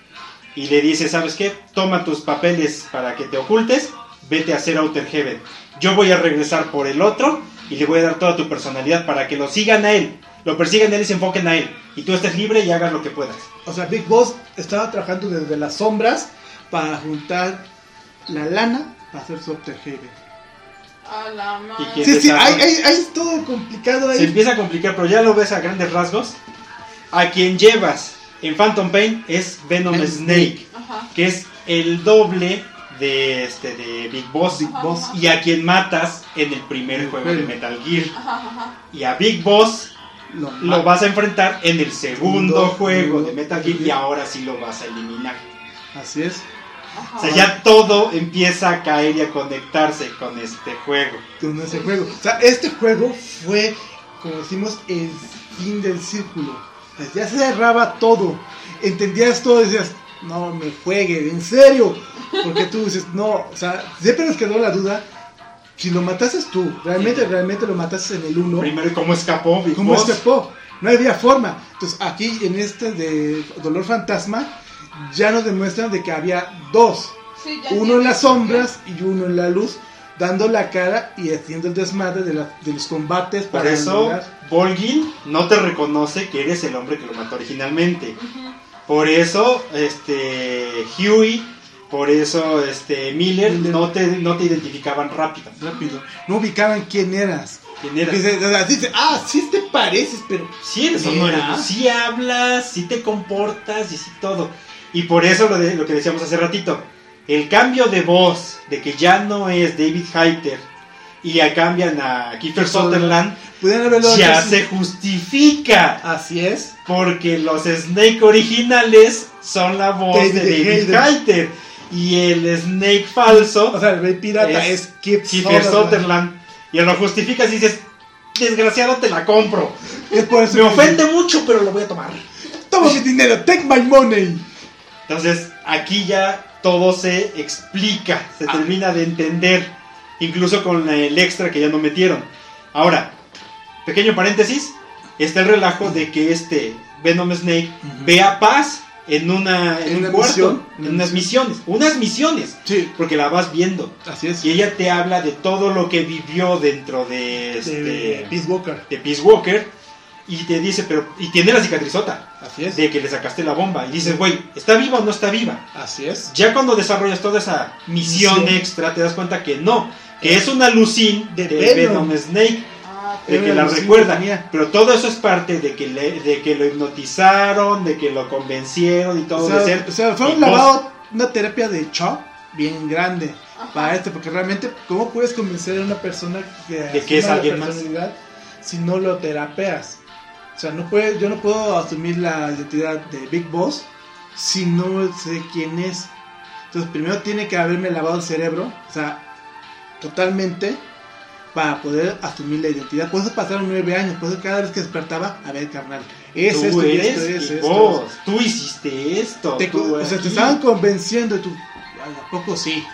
Y le dice, ¿sabes qué? Toma tus papeles para que te ocultes, vete a hacer Outer Heaven. Yo voy a regresar por el otro y le voy a dar toda tu personalidad para que lo sigan a él. Lo persigan a él y se enfoquen a él. Y tú estés libre y hagas lo que puedas.
O sea, Big Boss estaba trabajando desde las sombras para juntar la lana para hacer su After Heaven.
A la madre.
¿Y quién?
Sí, sí,
Empezaba-
ahí, ahí- ahí es todo complicado
Se
ahí.
empieza a complicar, pero ya lo ves a grandes rasgos. A quien llevas en Phantom Pain es Venom
Venom
Snake,
Ajá.
que es el doble de este de Big Boss.
Big
Ajá,
Boss.
ajá. Y
Y a quien matas en el primer
El
juego
juego.
de Metal Gear.
Ajá, ajá.
Y a Big Boss
Lo
lo vas a enfrentar en el segundo
Ah. Segundo
juego
juego.
de Metal Gear y ahora sí lo vas a eliminar.
Así es.
O
ajá.
Ah.
sea, ya todo empieza a caer y a conectarse con este juego.
Con ese juego. O sea, este juego fue, como decimos, el fin del círculo. O sea, ya se cerraba todo. Entendías todo, decías, no me juegues, en serio. Porque tú dices, no, o sea, siempre nos quedó la duda. Si lo matases tú, realmente, realmente lo matases en el 1.
Primero, ¿cómo escapó Big
¿Cómo
Boss?
escapó? No había forma. Entonces aquí en este de Dolor Fantasma ya nos demuestran de que había dos.
Sí,
Uno
ya
en
entiendo.
las sombras y uno en la luz, dando la cara y haciendo el desmadre de, la- de los combates
Por
para
eso,
lograr-
Volgin no te reconoce que eres el hombre que lo mató originalmente.
Ujú.
Por eso, este, Huey, por eso, este, Miller,
Miller.
No, te, no te identificaban rápido.
rápido. No ubicaban quién eras.
¿Quién era?
Dice, o sea, dice, ah, sí te pareces, pero
Sí eres o no
Mira.
eres, sí hablas, sí te comportas y sí todo. Y por eso lo, de- lo que decíamos hace ratito, el cambio de voz de que ya no es David Hayter y ya cambian a Kiefer Sutherland,
pudieran haberlo
ya
hecho
se justifica.
Así es.
Porque los Snake originales son la voz
David
de David
Hayter.
Hayter. Y el Snake
O
falso,
sea, el rey pirata
Es
es, Kip
Kiefer
Sutherland.
Sutherland. Y lo justificas y dices, desgraciado te la compro.
Es por eso
Me
que-
ofende mucho, pero lo voy a tomar.
Toma mi dinero, take my money.
Entonces, aquí ya todo se explica, se
Ah.
termina de entender. Incluso con el extra que ya no metieron. Ahora, pequeño paréntesis, está el relajo de que este Venom Snake ve a Paz en una en,
En
un
una
cuarto,
misión.
en unas misiones, unas misiones,
Sí,
porque la vas viendo
así es.
y ella te habla de todo lo que vivió dentro de este
de
de,
Peace Walker.
Peace Walker y te dice, pero y tiene la cicatrizota
Así es.
de que le sacaste la bomba y dices, güey, ¿está viva o no está viva?
Así es.
Ya cuando desarrollas toda esa misión
Misión.
extra te das cuenta que no, que es una alucín de,
De Venom.
Venom Snake
Ah,
de
Era
que la
la alucin
recuerda.
que tenía.
Pero todo eso es parte de que, le- de que lo hipnotizaron, de que lo convencieron y todo.
O sea,
de ser pues,
o sea, fue
Big
un lavado, una terapia de shock bien grande
Ajá.
para esto, porque realmente, ¿cómo puedes convencer a una persona que,
De que es
asuma la
alguien más?
personalidad si no lo terapeas? O sea, no puede, yo no puedo asumir la identidad de Big Boss si no sé quién es. Entonces, primero tiene que haberme lavado el cerebro, o sea, totalmente, para poder asumir la identidad. Por eso pasaron nueve años, por eso cada vez que despertaba, a ver, carnal, es
tú
esto, y
eres
esto, es
y
esto,
vos, tú hiciste esto.
te,
tú
o sea,
aquí.
te estaban convenciendo y tú, "Ay, ¿a poco sí?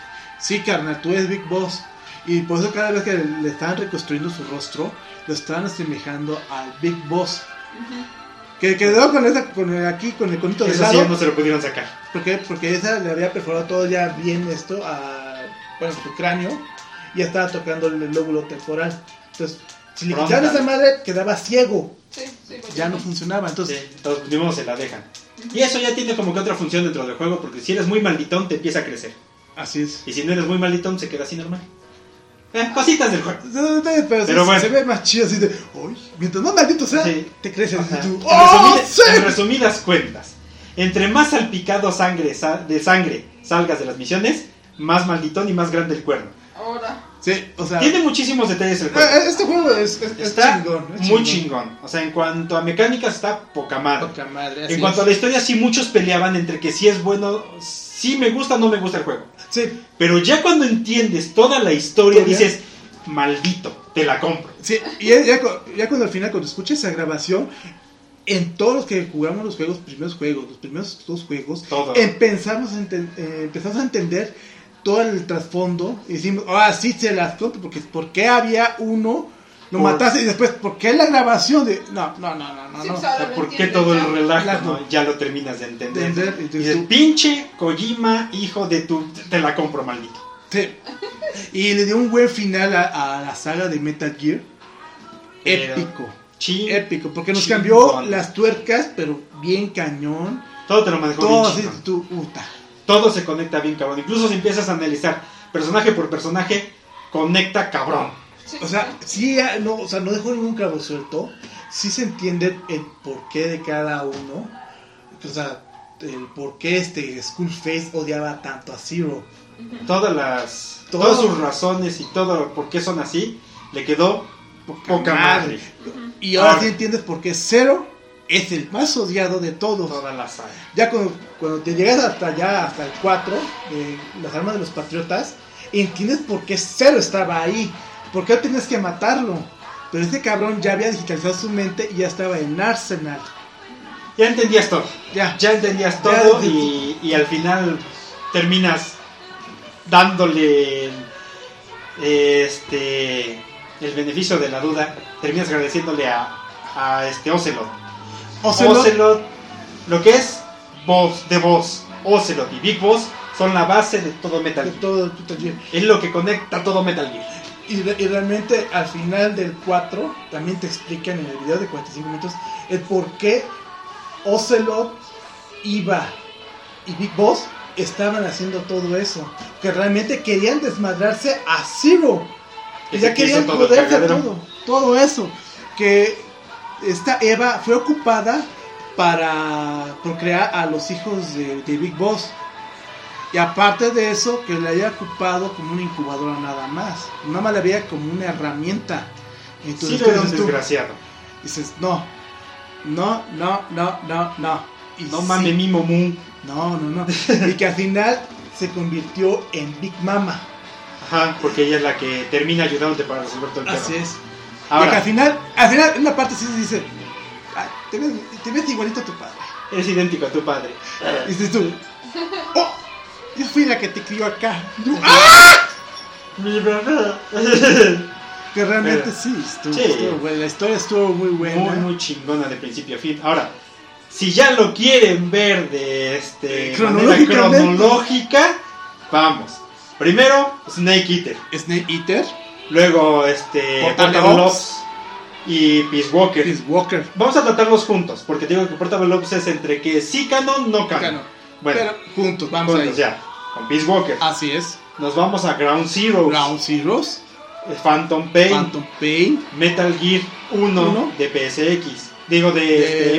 Sí, carnal, tú eres Big Boss. Y por eso cada vez que le estaban reconstruyendo su rostro, lo estaban asemejando al Big Boss.
ujú.
Que quedó con esa, con el- aquí, con el conito de
Eso sí,
lado.
no se lo pudieron sacar.
porque, porque esa le había perforado todo ya bien esto a bueno, su cráneo. Y ya estaba tocando el lóbulo temporal. Entonces, si le
Frontal.
quitaban esa madre, quedaba ciego.
Sí, sí, pues
Ya no
sí.
funcionaba. Entonces,
Sí, todos mismos se la dejan. Y eso ya tiene como que otra función dentro del juego, porque si eres muy malditón te empieza a crecer.
así es.
Y si no eres muy malditón se queda así normal. Eh, cositas del juego.
No, no, no, Pero,
Pero
se,
bueno.
se ve más chido así de, "Ay", mientras más maldito sea,
Sí.
te creces.
Ajá.
y tú,
En
"¡Oh,
resumida-
sí!".
en resumidas cuentas, Entre más salpicado sangre, sa- de sangre salgas de las misiones, más malditón y más grande el cuerno.
Ahora.
Sí, o sea.
Tiene muchísimos detalles el
eh,
juego.
Este juego es, es- es
Está
chingón, es
muy chingón. O sea, en cuanto a mecánicas está poca madre.
Poca madre, así
En cuanto a
es.
la historia, sí muchos peleaban entre que si es bueno, si me gusta o no me gusta el juego.
Sí,
Pero ya cuando entiendes toda la historia,
Todavía.
dices, maldito, te la compro.
sí. Y ya, ya cu- ya cuando al final, cuando escuches esa grabación, en todos los que jugamos los juegos, primeros juegos, los primeros dos juegos,
Todo.
empezamos a, enten- eh, empezamos a entender todo el trasfondo y decimos, ah, sí se las compro, porque ¿por qué había uno? Lo
Por-
mataste y después, ¿por qué la grabación de.? No, no, no, Ah, no, no.
Sí,
no.
o sea,
O sea,
lo
¿Por qué
entiendes
todo
ya.
el relajo?
Relajo.
no? Ya lo terminas de entender.
Entender, y
y
tú-
dices,
tú-
pinche Kojima, hijo de tu... Te la compro, maldito.
Sí. Y le dio un buen final a, a la saga de Metal Gear.
Pero-
Épico,
Ching.
épico, porque nos
Eh, Chingón.
cambió las tuercas, pero bien cañón.
Todo te lo manejó bien
Todo así,
chingón.
tu puta.
Todo se conecta bien cabrón. Incluso si empiezas a analizar personaje por personaje, conecta cabrón.
Sí,
O sea, sí, ah, no, o sea, no dejó ningún cabo suelto. Sí se entiende el porqué de cada uno. O sea, el por qué este Skullface odiaba tanto a Zero.
Todas las...
Todo.
Todas sus razones y todo por qué son así, le quedó poca, madre.
ujú.
Y ahora
Ah.
sí entiendes por qué Zero es el más odiado de todos.
Toda la saga.
Ya cuando, cuando te llegas hasta allá, hasta el 4, de las armas de los patriotas, entiendes por qué Zero estaba ahí, por qué tenías que matarlo. Pero este cabrón ya había digitalizado su mente y ya estaba en Arsenal.
Ya entendías todo.
Ya.
ya entendías
Ya
todo y,
entendí.
y al final terminas dándole este el beneficio de la duda, terminas agradeciéndole a, a este Ocelot. Ocelot.
Ocelot,
lo que es Boss de Boss, Ocelot y Big Boss son la base de todo Metal
de
Gear.
todo tu taller.
Es lo que conecta todo Metal Gear.
Y, re- y realmente al final del 4 también te explican en el video de 45 minutos el por qué Ocelot, Iva y Big Boss estaban haciendo todo eso. Que realmente querían desmadrarse a Zero. Y ya
Ese que hizo
querían
todo el
joderse
cagadero.
todo. Todo eso. Que esta Eva fue ocupada para procrear a los hijos de, de Big Boss. Y aparte de eso, que la haya ocupado como una incubadora nada más. Nada más la veía como una herramienta.
Sí,
Entonces,
lo
¿qué
era un
dices tú?
desgraciado.
dices, no, no, no, no, no, no. Y
No
sí.
mames, mi Momu.
No, no, no. y que al final se convirtió en Big Mama.
Ajá, porque ella es la que termina ayudándote para resolver todo el tema.
Así es.
Ahora,
y que al final, al final, en una parte sí se dice, "Ay, te, ves, te ves igualito a tu padre.
es idéntico a tu padre.
Y dices tú, oh, yo fui la que te crió acá. Y tú, "Ah".
Mi verdad.
Ah, Que realmente
Pero-
sí, estuvo,
Sí.
estuvo buena. La historia estuvo muy buena.
muy, muy chingona de principio a fin. Ahora, si ya lo quieren ver de este,
Eh,
manera
cronológicamente.
cronológica, vamos. Primero, Snake Eater.
Snake Eater,
Luego, este,
Portable
Portable
Ops.
Ops y Peace Walker.
Chris Walker.
Vamos a tratarlos juntos, porque te digo que Portable Ops es entre que sí canon, no canon.
Cano.
Bueno,
Pero juntos, vamos
juntos
ahí.
ya. Con Peace Walker.
Así es.
Nos vamos a Ground Zero,
Ground Zeroes,
Phantom Pain,
Phantom Pain,
Metal Gear 1
Uno.
de PSX. Digo, de,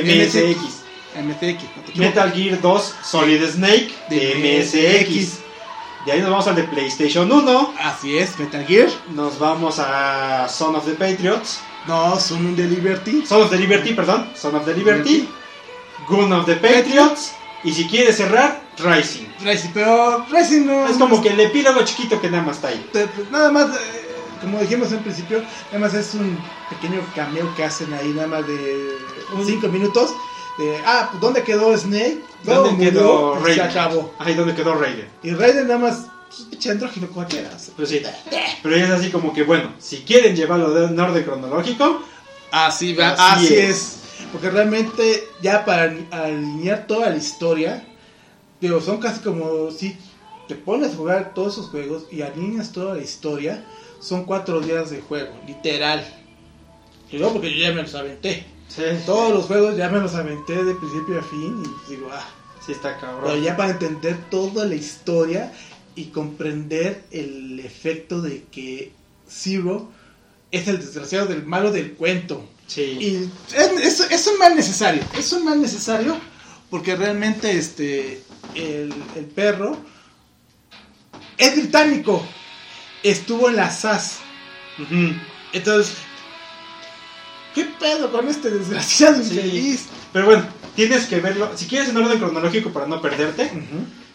De
este,
MSX.
MSX.
MTX. no te equivoques.
Metal Gear 2 Solid Snake de
De
MSX. De ahí nos vamos al de PlayStation 1.
Así es, Metal Gear.
Nos vamos a Son of the Patriots.
No, son un de Liberty.
Son of the Liberty, perdón. Son of the Liberty. Gun of the Patriots. Y si quieres cerrar, Rising.
Racing, pero Racing no.
Es como que el epílogo chiquito que nada más está ahí.
Te- pues, nada más, eh, como dijimos en principio, nada más es un pequeño cameo que hacen ahí, nada más de 5 minutos. de, ah, pues, ¿dónde quedó Snake?
¿Dónde
murió?
quedó
Y Se
Raiden?
acabó.
Ahí donde quedó Raiden.
Y Raiden nada más, pues, pinche andrógino cualquiera. o sea.
Pero sí. Pero es así como que, bueno, si quieren llevarlo de un orden cronológico,
Así
va.
Así,
Así
es. Porque realmente, ya para ali- alinear toda la historia, digo, son casi como si te pones a jugar todos esos juegos y alineas toda la historia, son cuatro días de juego, literal. Digo, porque yo ya me los aventé.
sí,
Todos los juegos ya me los aventé de principio a fin y digo, ah,
sí está cabrón.
pero ya para entender toda la historia y comprender el efecto de que Zero es el desgraciado del malo del cuento.
Sí.
Y es, es- es un mal necesario, es un mal necesario
porque realmente este el, el perro es británico. Estuvo en la SAS.
Ujú.
Entonces, ¿qué pedo con este desgraciado
Sí.
infeliz?
Pero bueno, tienes que verlo. Si quieres en orden cronológico para no perderte,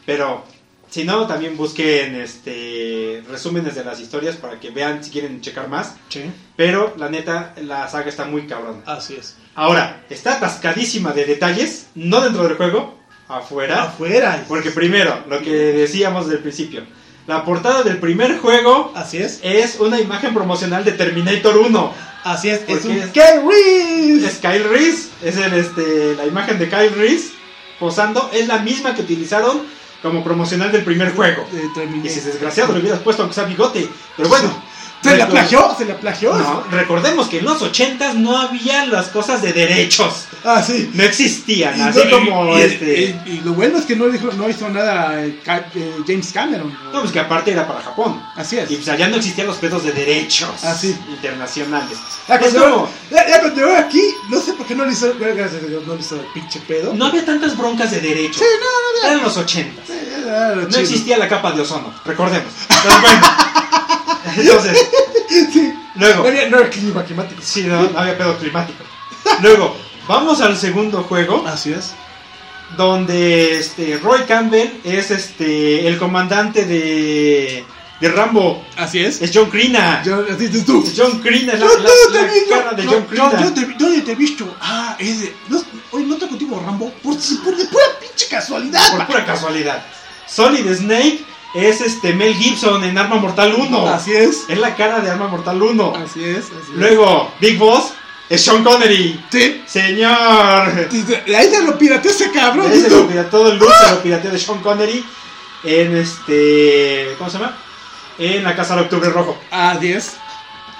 pero si no, también busquen este resúmenes de las historias para que vean si quieren checar más.
Sí,
Pero la neta, la saga está muy cabrona.
así es.
Ahora, está atascadísima de detalles, no dentro del juego, afuera.
Afuera.
Porque primero, lo que decíamos del principio, la portada del primer juego
Así es.
es una imagen promocional de Terminator 1.
Así es. Es
Porque
un
es-
Ken Reeves.
Es Kyle Reese, es el, este, la imagen de Kyle Reese posando, es la misma que utilizaron como promocional del primer juego.
Eh,
Y
terminé.
si desgraciado le hubieras puesto aunque sea bigote, pero bueno.
Se la
recor-
plagió, se la plagió.
No, recordemos que en los 80 no había las cosas de derechos,
Ah, sí.
no existían,
Y-
así
y-
como
y-
este.
y- y lo bueno es que no, dijo, no hizo nada eh, Ca- eh, James Cameron.
no, pues que aparte era para Japón.
Así es.
Y pues allá no existían los pedos de derechos
Ah, sí.
internacionales.
Ya
Es
cuando-
como,
Ya, ya cuando llegó aquí, no sé por qué no le hizo, bueno, gracias a Dios, no le hizo el pinche pedo.
no había tantas broncas de derechos. Eran los 80.
Sí, era Ah, lo
No
chido.
existía la capa de ozono, recordemos. Pero bueno. Entonces,
Sí. No
luego.
había, no había clima climático.
Sí, no, no había pedo climático. Luego, vamos al segundo juego,
Así es.
donde este Roy Campbell es este el comandante de, de Rambo.
Así es.
Es John Crina.
Eh, Yo, así dices tú.
Es John Crina, es la,
Yo-
la-
yo te
la
vi- yo-
cara de
yo-
John
yo- yo
Crina.
te vi- yo te he visto. Ah, es de. No, oye, no está contigo, Rambo. Por, si- por de pura pinche casualidad.
Por pura casualidad. Solid Snake es este Mel Gibson en Arma Mortal 1.
Así es.
Es la cara de Arma Mortal 1.
Así es. Así es.
Luego, Big Boss es Sean Connery.
Sí.
Señor.
Dice, Ahí se lo pirateó ese cabrón.
Ese
dices
lo
tú.
pirateó el loot, se lo pirateó de Sean Connery en este. ¿Cómo se llama? En la Casa de Octubre Rojo.
Así es.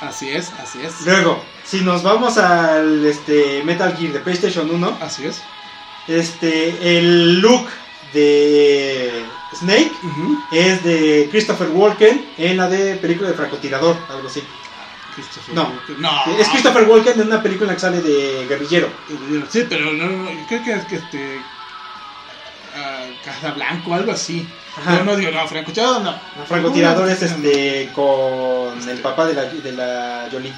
Así es. Así es.
Luego, si nos vamos al este, Metal Gear de PlayStation 1,
Así es.
este, el look de Snake
Ujú.
es de Christopher Walken en la de película de francotirador, algo así.
Christopher
No.
Walken. No.
Es Christopher Walken en una película que sale de guerrillero.
Sí, pero no, no, creo que es que este. ah, Casablanco, algo así.
Ajá.
Yo no digo, no, Franco, yo no.
Francotirador es este con el papá de la, de la Jolie,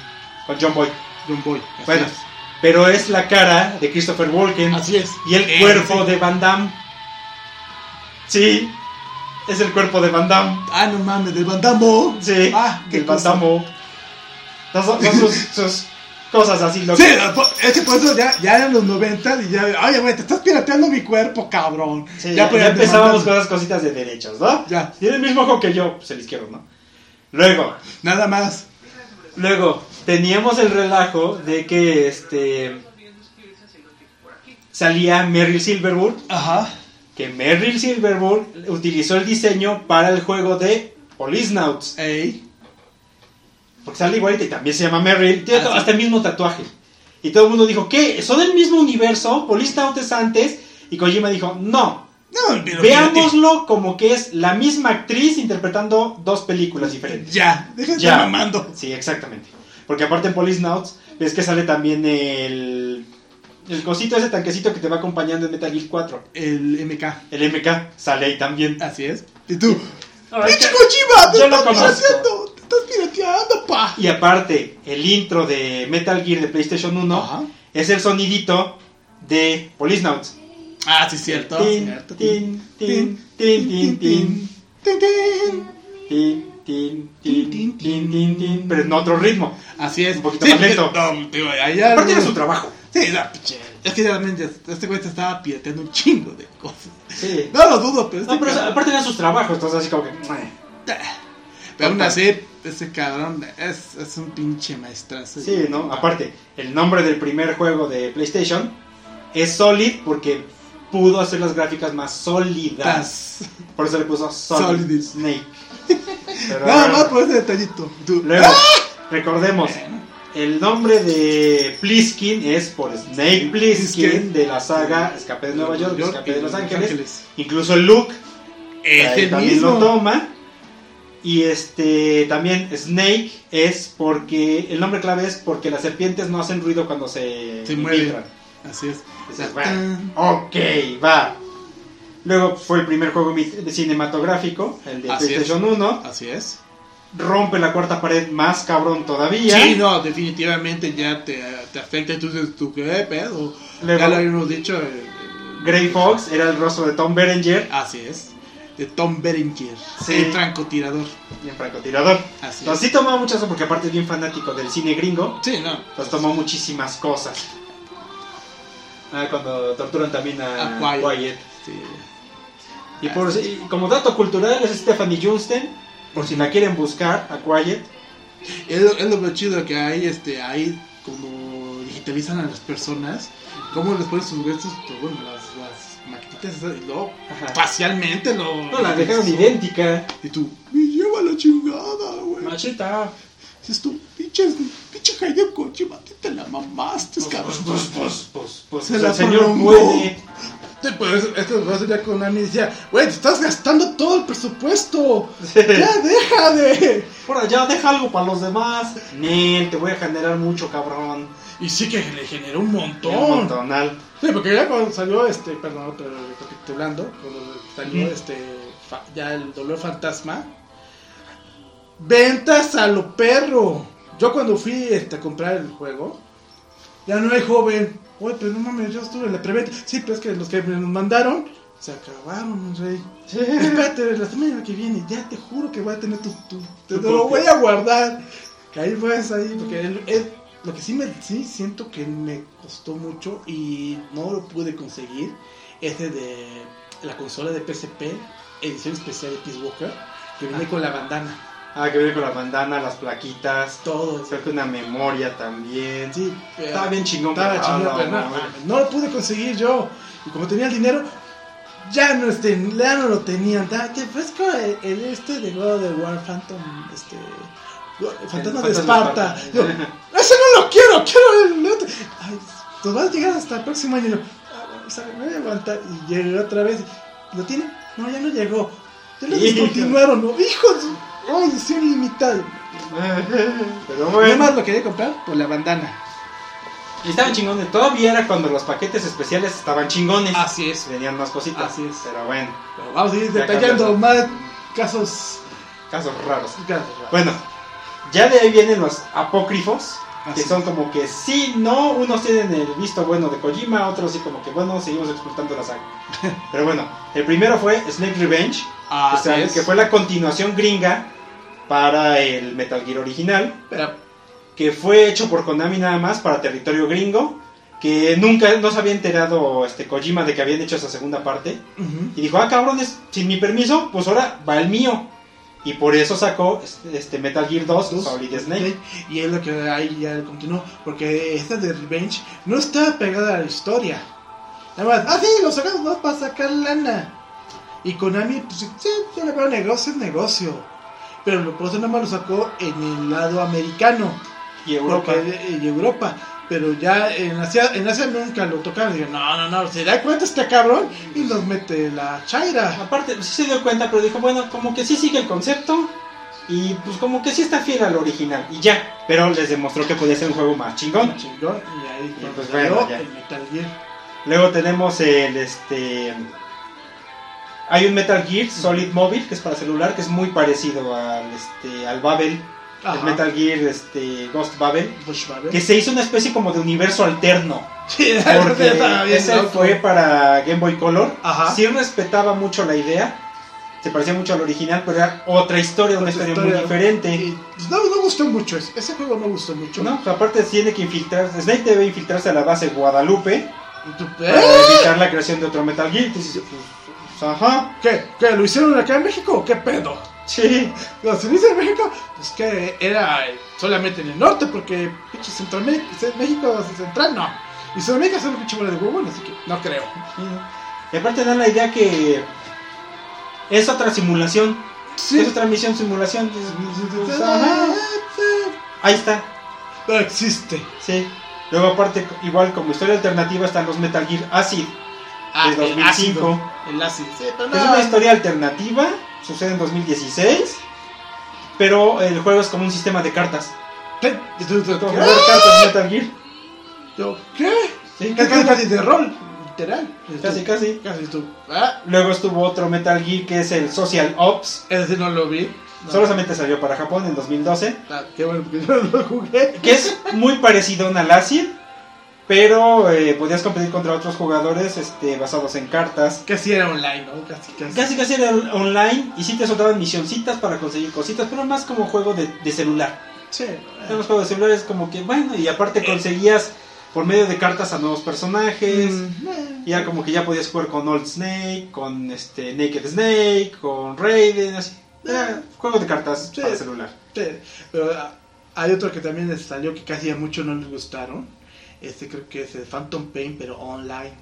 con John Boy.
John Boy. así
Bueno,
es.
pero es la cara de Christopher Walken
Así es.
y el
Eh,
cuerpo
sí.
de Van Damme. Sí, es el cuerpo de Van Damme.
Ah, no mames, del Bandamo.
Sí,
Ah, qué
del Van
cosa.
Damme. Son, son sus, sus cosas así locas.
Sí, es que por eso ya, ya eran los 90 y ya, oye, güey, te estás pirateando mi cuerpo, cabrón.
Sí, ya, ya
ponían de
empezábamos con
Van
las cositas de derechos, ¿no?
Damme. Ya,
Tiene el mismo ojo que yo, pues el izquierdo, ¿no? Luego,
nada más.
luego, teníamos el relajo de que este. Salía Meryl Silverwood
Ajá.
que Merrill Silverburn utilizó el diseño para el juego de Policenauts.
Ey.
Porque sale igualita y también se llama Merrill. Tiene
Ah, sí.
hasta el mismo tatuaje. Y todo el mundo dijo, ¿qué? ¿Son del mismo universo? Policenauts es antes. Y Kojima dijo, no.
No, pero
Veámoslo como que es la misma actriz interpretando dos películas
fíjate.
diferentes.
Ya, déjate
Ya.
mamando.
Sí, exactamente. Porque aparte en Policenauts ves que sale también el... El cosito, ese tanquecito que te va acompañando en Metal Gear 4.
El MK.
El MK sale ahí también.
Así es. Y tú,
Ay,
pinche
qué-
Kojima, te
yo lo
estás
conozco.
pirateando, te estás pirateando, pa.
Y aparte, el intro de Metal Gear de PlayStation 1
Ajá.
es el sonidito de Policenauts.
Ah, sí, cierto.
Tin,
cierto.
tin, tin, tin, tin, tin,
Tin, tin.
tin, tin, tin, tin,
tin,
tin, tin, pero en otro ritmo.
Así es.
Un poquito más
porque-
lento.
No, digo, allá-
Aparte era su trabajo.
Sí, no, pinche. Es que realmente este güey te estaba pirateando un chingo de cosas.
Sí.
No lo dudo, pero este
No, pero
cabrón-
aparte eran sus trabajos, entonces así como que... "Mueh".
Pero aún así, ese cabrón es, es un pinche maestrazo.
Sí, ¿no? Aparte, el nombre del primer juego de PlayStation es Solid porque pudo hacer las gráficas más sólidas.
Tas.
Por eso le puso Solid
Solid.
Snake. Pero
Nada
bueno.
más por ese detallito. Tú-
Luego, recordemos, el nombre de Pliskin es por Snake Plissken
Plissken.
de la saga Escape de Nueva York, Escape de
y
Los Ángeles. Incluso el look
Es
ahí
el
también lo
mismo.
toma. Y este también Snake es porque el nombre clave es porque las serpientes no hacen ruido cuando se
Se mueven.
infiltran.
Así es.
Dices, bueno, ok, va. Luego fue el primer juego mi- cinematográfico, el de
Así es.
PlayStation 1.
Así es.
Rompe la cuarta pared más cabrón todavía.
Sí, no, definitivamente ya te, te afecta entonces tu qué eh, pedo.
Luego-
Ya lo habíamos dicho. eh, eh,
Gray Fox era el rostro de Tom Berenger
Así es. De Tom Berenger.
Sí.
El francotirador.
y el francotirador.
Así es.
Entonces sí tomaba muchas porque aparte es bien fanático del cine gringo.
Sí, no.
Entonces tomó muchísimas cosas. Ah, cuando torturan también a, Ah,
A Quiet.
Quiet.
Sí.
Y, por, y como dato cultural es Stephanie Junsten, por si la quieren buscar, a Quiet.
Es, lo- es lo chido que hay, este, ahí como digitalizan a las personas, cómo les ponen sus gestos, pues, bueno, las, las maquetitas esas, y luego
Ajá.
facialmente lo...
No, la dejaron idéntica.
Y tú, me lleva la chingada, güey.
Machita.
Dices tú, pinches, pinche Hayden coche, te la mamaste, cabrón.
Pues, pues, pues, pues,
Se
pues,
la
el señor
prolongó.
puede.
Sí, pues, esto lo hace ya Konami y decía, güey, te estás gastando todo el presupuesto. Ya, deja de...
Por allá, deja algo para los demás. Nel, te voy a generar mucho, cabrón.
Y sí que le generó un montón.
Un montonal.
Sí, porque ya cuando salió, este, perdón, pero recapitulando, cuando salió
Ujú.
este, fa- ya el dolor fantasma, ventas a lo perro. Yo cuando fui este, a comprar el juego, ya no hay joven. Uy, pero no mames, yo estuve en la preventa. Sí, pero es que los que me nos mandaron se acabaron, mi rey. Espérate, la semana que viene, ya te juro que voy a tener tu. tu- te,
Tu
te
copia.
lo voy a guardar. Que ahí vas ahí, porque él- él- lo que sí, me, sí siento que me costó mucho y no lo pude conseguir es el de la consola de PSP, edición especial de Peace Walker, que viene con la bandana,
Ah, que viene con la bandana, las plaquitas.
todo.
Creo que una memoria también.
Sí, pero-
Estaba bien chingón.
estaba
pero-
chingón,
ah,
pero no,
no, no.
mames, no lo pude conseguir yo. Y como tenía el dinero, ya no, este, ya no lo tenían. Da- Te ofrezco el, el este de God of War Phantom, este, Fantasma de Esparta. Yo, ese no lo quiero, quiero el otro. Ay, nos vas a llegar hasta el próximo año. Y yo, ah, bueno, o sea, me voy a aguantar. Y llegué otra vez. ¿Lo tiene? No, ya no llegó. Ya lo
Hijo.
discontinuaron, ¿no? ¡Hijos! ¡Ay, edición limitada!
Pero
Nada
bueno.
más lo quería comprar por la bandana.
Y estaban chingones. Todavía era cuando los paquetes especiales estaban chingones.
Así es.
Venían más cositas.
Así es.
Pero bueno,
Pero vamos a ir
Ya
detallando
cambiaron.
más casos.
casos raros.
Casos raros.
Bueno, ya de ahí vienen los apócrifos.
Así
Que son como que sí, no, unos tienen el visto bueno de Kojima, otros sí como que bueno, seguimos explotando la saga. Pero bueno, el primero fue Snake Revenge, o sea, que fue la continuación gringa para el Metal Gear original.
Pero,
que fue hecho por Konami nada más para territorio gringo, que nunca no se había enterado este Kojima de que habían hecho esa segunda parte y dijo, "Ah, cabrones, sin mi permiso, pues ahora va el mío." Y por eso sacó este, este Metal Gear 2,
Dos,
Solid Snake.
Y es lo que ahí ya continuó. Porque esta de Revenge no estaba pegada a la historia. Nada más, ah, sí, lo sacamos ¿no? para sacar lana. Y Konami, pues sí, yo le veo negocio, es negocio. Pero lo- por eso nada más lo sacó en el lado americano.
Y Europa.
Europa. y Europa. Pero ya en Asia, en Asia nunca lo tocaron. Digo, no, no, no, se da cuenta este cabrón y nos mete la chaira.
Aparte, pues, sí se dio cuenta, pero dijo, bueno, como que sí sigue el concepto y pues como que sí está fiel al original y ya. Pero les demostró que podía ser un juego más chingón.
Chingón, y ahí
Y pues
salió
bueno, ya.
el Metal Gear.
Luego tenemos el este. Hay un Metal Gear Solid Mobile que es para celular, que es muy parecido al este. al Babel.
Ajá.
El Metal Gear este, Ghost Babel.
Pues, vale.
Que se hizo una especie como de universo alterno.
Sí,
Porque
estaba bien
ese
loco.
fue para Game Boy Color.
Ajá.
Sí respetaba mucho la idea. Se parecía mucho al original, pero era otra historia, una
Otra
historia, muy
historia.
diferente.
Y, pues, no, no gustó mucho. ese- Ese juego no gustó mucho.
¿no? Aparte tiene que infiltrarse. Snake debe infiltrarse a la base Guadalupe
Y tú,
para
¿eh?
evitar la creación de otro Metal Gear. Entonces, pues, pues, ajá.
¿Qué? ¿Qué? ¿Lo hicieron acá en México? ¿Qué pedo?
Sí,
No, si lo hice en México, pues que era eh, solamente en el norte, porque pinche Centroamérica, México Central no. Y Sudamérica son un pinche bola de huevón, así que no creo.
Y aparte dan la idea que es otra simulación.
Sí.
Es otra misión simulación. Pues, ajá. Ahí está.
No existe.
Sí. Luego aparte, igual como historia alternativa están los Metal Gear Acid.
Ah,
De 2005.
ácido. El ácido, sí, pero
que Es una historia alternativa. Sucede en 2016. Pero el juego es como un sistema de cartas.
¿Qué? Y tú, tú, tú,
Como jugar cartas Metal Gear.
Yo, ¿qué?
Sí,
Es casi, casi de rol, literal. Es
Casi,
tú,
casi.
Casi tú. Ah,
Luego estuvo otro Metal Gear que es el Social Ops.
ese no lo vi. No.
Solamente salió para Japón en 2012.
Ah, qué bueno, porque yo no lo jugué.
Que es muy parecido a Acid. Pero eh, podías competir contra otros jugadores este, basados en cartas.
Casi era online, ¿no? Casi, casi.
Casi casi era on- online y sí te soltaban misioncitas para conseguir cositas, pero más como juego de, de celular.
Sí,
En los juegos de celular es como que bueno, y aparte conseguías por medio de cartas a nuevos personajes.
Mm, eh.
Y ya como que ya podías jugar con Old Snake, con este Naked Snake, con Raiden, así. Eh, juego de cartas
Sí.
para celular.
Sí, Pero ah, hay otro que también les salió que casi a muchos no les gustaron. Este creo que es el Phantom Pain, pero online.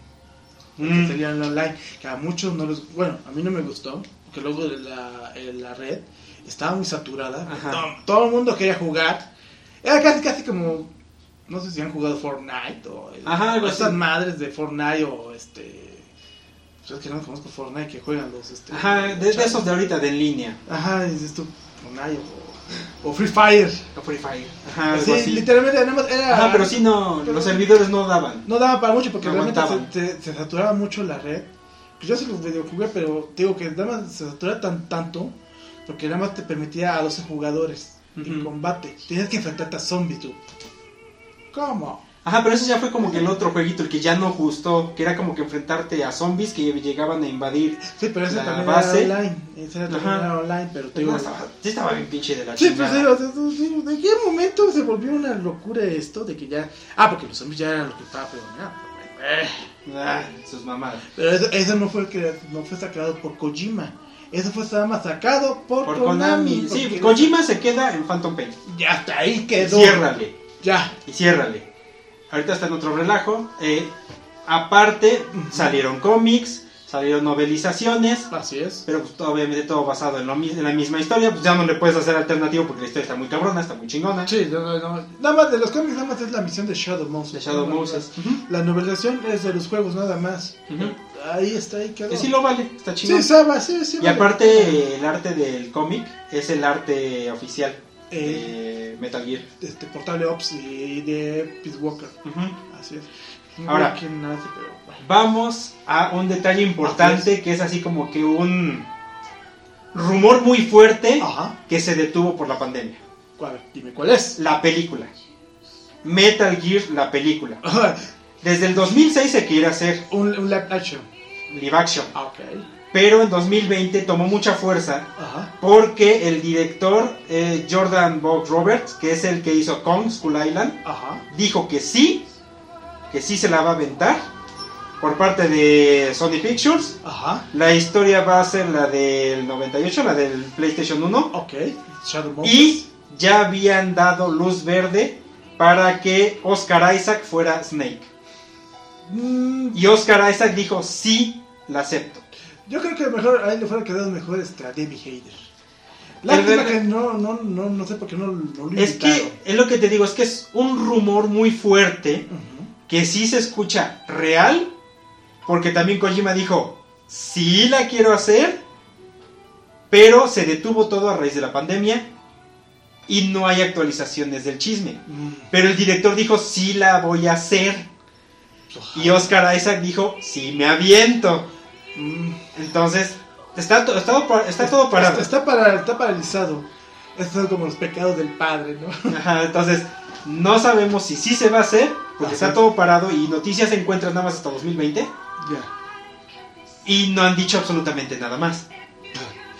Que
Mm.
salía en online. Que a muchos no les. Bueno, a mí no me gustó. Porque luego de la, en la red estaba muy saturada.
Ajá.
Todo, todo el mundo quería jugar. Era casi, casi como. No sé si han jugado Fortnite o. el-
Ajá, algo
o estas
así.
madres de Fortnite o este. Yo es que no conozco Fortnite que juegan los. Este,
Ajá,
los
de, de
chavos.
esos de ahorita, de en línea.
Ajá, dices tú, Fortnite o, o Free Fire.
Free Fire. Ajá,
sí,
algo así.
literalmente nada más era.
Ajá, pero sí no, los servidores no daban.
No daba para mucho porque
No
realmente
aguantaban.
se, se- se saturaba mucho la red. Que Yo se los videojugué, pero te digo que nada más se saturaba tan tanto porque nada más te permitía a 12 jugadores en
Ujú.
combate. Tenías que enfrentarte a zombies tú. ¿Cómo?
Ajá, pero eso ya fue como que el otro jueguito, el que ya no gustó, que era como que enfrentarte a zombies que llegaban a invadir.
Sí, pero ese
La
también
base.
era online. Ese era también
Ajá.
era online, pero te
Pero no,
digo.
estaba, sí estaba bien pinche de la
Sí, pues,
chingada.
sí, o sea, sí, sí, ¿de qué momento se volvió una locura esto? De que ya. Ah, porque los zombies ya eran lo que estaba predominando. Eh.
Ah, sus mamadas.
Pero eso, eso no fue crea- no fue sacado por Kojima. Eso fue nada más sacado por,
Por
Konami.
Konami. Sí,
porque
Kojima se queda en Phantom Pain.
Ya hasta ahí quedó.
Ciérrale.
Ya.
y ciérrale. Ahorita está en otro relajo. eh, aparte, salieron cómics, salieron novelizaciones,
Así es.
pero pues, obviamente todo basado en, lo, mi- en la misma historia. Pues ya no le puedes hacer alternativo porque la historia está muy cabrona, está muy chingona.
Sí, no, no, no. Nada más de los cómics, nada más es la misión de Shadow Moses.
De Shadow Moses. Ujú,
La novelización es de los juegos, nada más.
ujú.
Ahí está, ahí quedó.
Que sí lo vale, está
Sí,
chingón.
sabe, sí, sí.
y
vale.
aparte, eh, el arte del cómic es el arte oficial
Eh,
de Metal Gear.
este, Portable Ops y de Peace Walker.
Ujú.
Así es. No
Ahora.
sé quién hace, pero bueno.
Vamos a un detalle importante que es así como que un rumor muy fuerte
Ajá.
que se detuvo por la pandemia.
¿Cuál? Dime cuál es.
La película. Metal Gear, la película. Desde el 2006 se quería hacer
un, un live action.
live action,
Ah, ok.
pero en 2020 tomó mucha fuerza
Ajá.
porque el director eh, Jordan Bob Roberts, que es el que hizo Kong Skull Island,
Ajá.
dijo que sí, que sí se la va a aventar por parte de Sony Pictures.
Ajá.
La historia va a ser la del 98, la del PlayStation 1.
Ok. Shadow Moses.
Y ya habían dado luz verde para que Oscar Isaac fuera Snake.
Mm,
Y Oscar Isaac dijo, sí, la acepto.
yo creo que mejor ahí le fuera quedado mejor este, a Debbie Hader. Lástima
verdad-
que no, no, no, no sé por qué no, no lo
Es que,
invitaron.
es lo que te digo, es que es un rumor muy fuerte
Ujú.
que sí se escucha real, porque también Kojima dijo, sí la quiero hacer, pero se detuvo todo a raíz de la pandemia y no hay actualizaciones del chisme.
Mm,
Pero el director dijo, sí la voy a hacer.
pues, ojalá.
Y Oscar Isaac dijo, sí me aviento.
Mm,
Entonces, está, to- está, todo par- está todo parado.
Está, está para, está paralizado. Esto es como los pecados del padre, ¿no?
Ajá, entonces, no sabemos si sí se va a hacer, porque
Ajá.
está todo parado y noticias se encuentran nada más hasta 2020
Ya.
y no han dicho absolutamente nada más.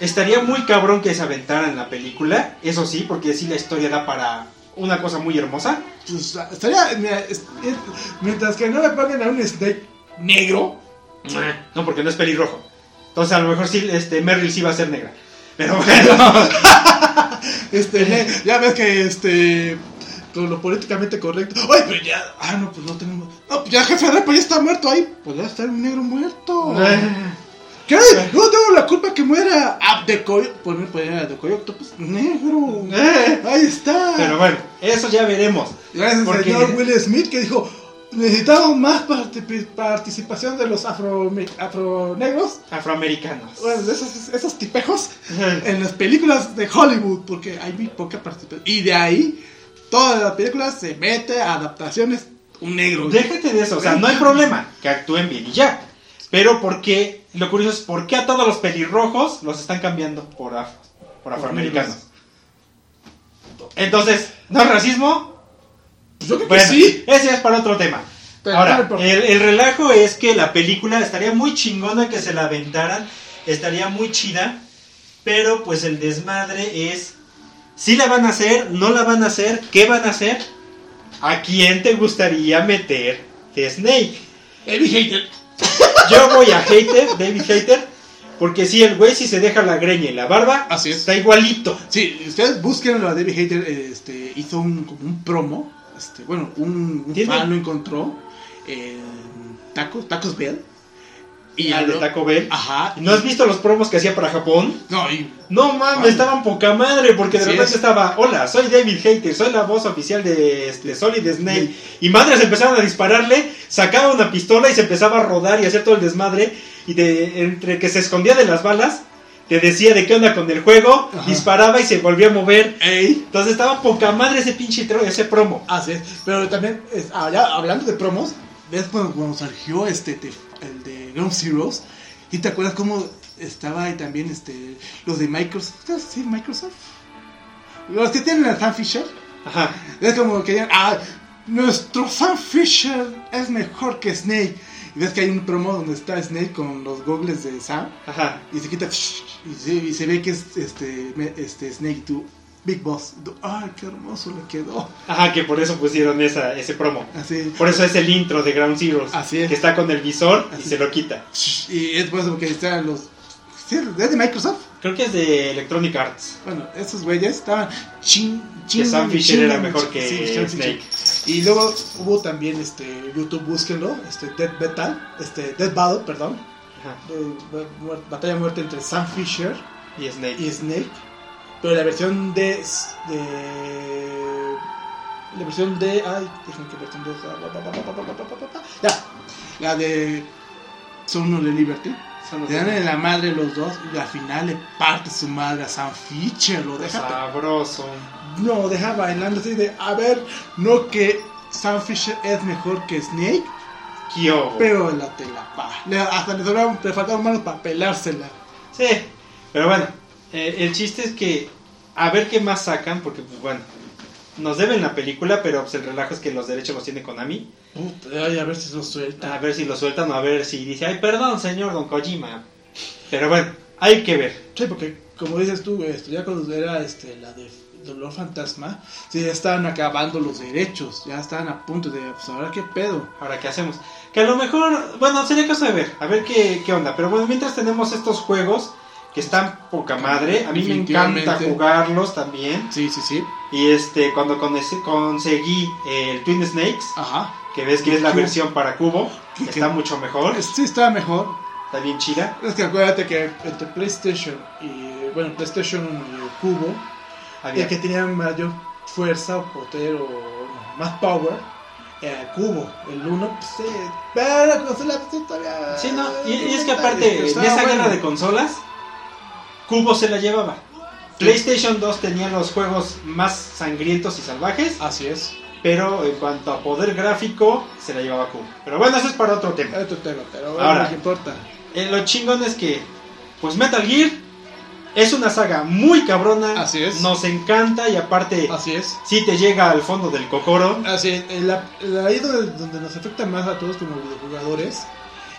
Estaría muy cabrón que se aventaran la película, eso sí, porque sí la historia da para una cosa muy hermosa.
Pues, estaría. mira, es- es- mientras que no le paguen a un snake negro.
No, porque no es pelirrojo. Entonces, a lo mejor sí, este, Merrill sí va a ser negra. Pero bueno,
Este, ya ves que este. Con lo políticamente correcto. ¡Ay, pero ya! Ah, no, pues no tenemos. No, pues ya, jefe de pues ya está muerto ahí. Podría estar un negro muerto.
Eh.
¿Qué? No tengo la culpa que muera. Ah, de coyo. Poner, poner a de coyo pues negro. Ahí está.
Eh. pero bueno, eso ya veremos.
Gracias al
porque-
señor Will Smith que dijo: Necesitamos más parti- participación de los afro, afronegros.
Afroamericanos.
Bueno, de esos, esos tipejos en las películas de Hollywood, porque hay muy poca participación. Y de ahí, todas las películas se mete a adaptaciones
un negro.
Déjate de eso, o sea, no hay problema, que actúen bien y ya. Pero porque, lo curioso es por qué a todos los pelirrojos los están cambiando por afros, por afroamericanos. Entonces, ¿no es racismo?
Pues yo creo
Bueno,
que sí.
ese es para otro tema.
Pero no me
Ahora,
eh,
importa.
el, el relajo es que la película estaría muy chingona que se la aventaran, estaría muy chida, pero pues el desmadre es si la van a hacer, no la van a hacer, qué van a hacer, a quién te gustaría meter de Snake.
Heavy Hater.
Yo voy a Hater, David Hater, porque si el güey si se deja la greña y la barba,
Así es.
está igualito.
Sí, ustedes búsquenlo a David Hater, este, hizo un, como un promo, este, bueno, un, un
¿Tiene?
fan lo encontró, eh, Taco, Tacos Bell, y
al Ah, de
lo-
Taco Bell.
Ajá,
¿No has visto los promos que hacía para Japón?
no, y
No mames, estaban poca madre, porque de
Así
repente
es.
estaba, hola, soy David Hater, soy la voz oficial de este, Solid Snake. Y madres empezaron a dispararle, sacaba una pistola y se empezaba a rodar y a hacer todo el desmadre. Y de, entre que se escondía de las balas, te decía de qué onda con el juego,
Ajá.
disparaba y se volvía a mover.
ey,
Entonces estaba poca madre ese pinche tro- ese promo.
así es, pero también, es- ah, ya hablando de promos, ves cuando, cuando surgió este, te- el de Ground Zeroes, y te acuerdas cómo estaba ahí también, este, los de Microsoft, ¿sí, Microsoft? Los que tienen a Sam Fisher,
Ajá.
Es como que digan, ah, nuestro Sam Fisher es mejor que Snake. Y ves que hay un promo donde está Snake con los goggles de Sam
Ajá.
y se quita y se, y se ve que es este, me- este Snake, tu Big Boss. Y tú, ah, qué hermoso le quedó.
Ajá, que por eso pusieron esa, ese promo.
Así.
Por eso es el intro de Ground Zeroes.
Así es.
Que está con el visor y
Así
se lo quita.
Y es por eso que están los. ¿sí? ¿Es de Microsoft?
Creo que es de Electronic Arts.
Bueno, esos güeyes estaban chin, chin.
Que Sam Fisher
chin-
era mejor que
sí, Sam Fisher.
Snake.
Y luego
Luego hubo también este YouTube, búsquenlo, este Dead Battle, este Dead Battle, perdón,
Ajá.
de- de muer- batalla muerte entre Sam Fisher
Y Snake.
y Snake, pero la versión de s- de la versión de ay, déjenme que versión de ah, ba, ba, ba, ba, ba, ba, ba, ba, ba. ya,
la de Son of the Liberty.
Son
Le dan en la madre los dos y al final le parte su madre a Sam Fisher, lo deja.
Sabroso.
no deja bailando así de a ver,
No que Sam Fisher es mejor que Snake,
Oh.
Kyo.
pero la tela pa. Le- hasta le sobraron, le faltaron manos para pelársela.
Sí. Pero bueno, eh, el chiste es que a ver qué más sacan, porque pues bueno, nos deben la película, pero pues el relajo es que los derechos los tiene Konami.
puta, ay, a ver si se lo
A
suelta.
ver si lo sueltan o a ver si dice, ay, perdón, señor Don Kojima. Pero bueno, hay que ver.
Sí, porque como dices tú, esto, ya cuando era este, la de Dolor Fantasma, sí, ya estaban acabando los derechos, ya estaban a punto de, pues ahora qué pedo.
Ahora, ¿qué hacemos? Que a lo mejor, bueno, sería caso de ver, a ver qué, qué onda. Pero bueno, mientras tenemos estos juegos que están poca madre, a mí me encanta
Definitivamente.
jugarlos también.
Sí, sí, sí.
Y este, cuando con- conseguí eh, el Twin Snakes,
Ajá.
que ves que es la
Cubo.
versión para cubo,
¿Qué-
está
qué?
mucho mejor,
Sí, estaba mejor.
está bien chida.
Es que acuérdate que entre PlayStation y, bueno, PlayStation y Cubo,
Había
el que tenía mayor fuerza o poder o más power era el Cubo. El uno, pues sí, pero con la pues, todavía.
Sí, no, y, y es que aparte, en esa
estaba bueno.
guerra de consolas, Cubo se la llevaba. PlayStation 2 tenía los juegos más sangrientos y salvajes,
Así es.
pero en cuanto a poder gráfico, se la llevaba Cubo. Pero bueno, eso es para otro tema.
Era otro tema, pero
Ahora.
ahora no importa.
Eh, lo chingón es que, pues Metal Gear es una saga muy cabrona,
Así es.
nos encanta y aparte,
Así es.
sí te llega al fondo del cocoro.
Así es, el, el- ahí donde, donde nos afecta más a todos como videojugadores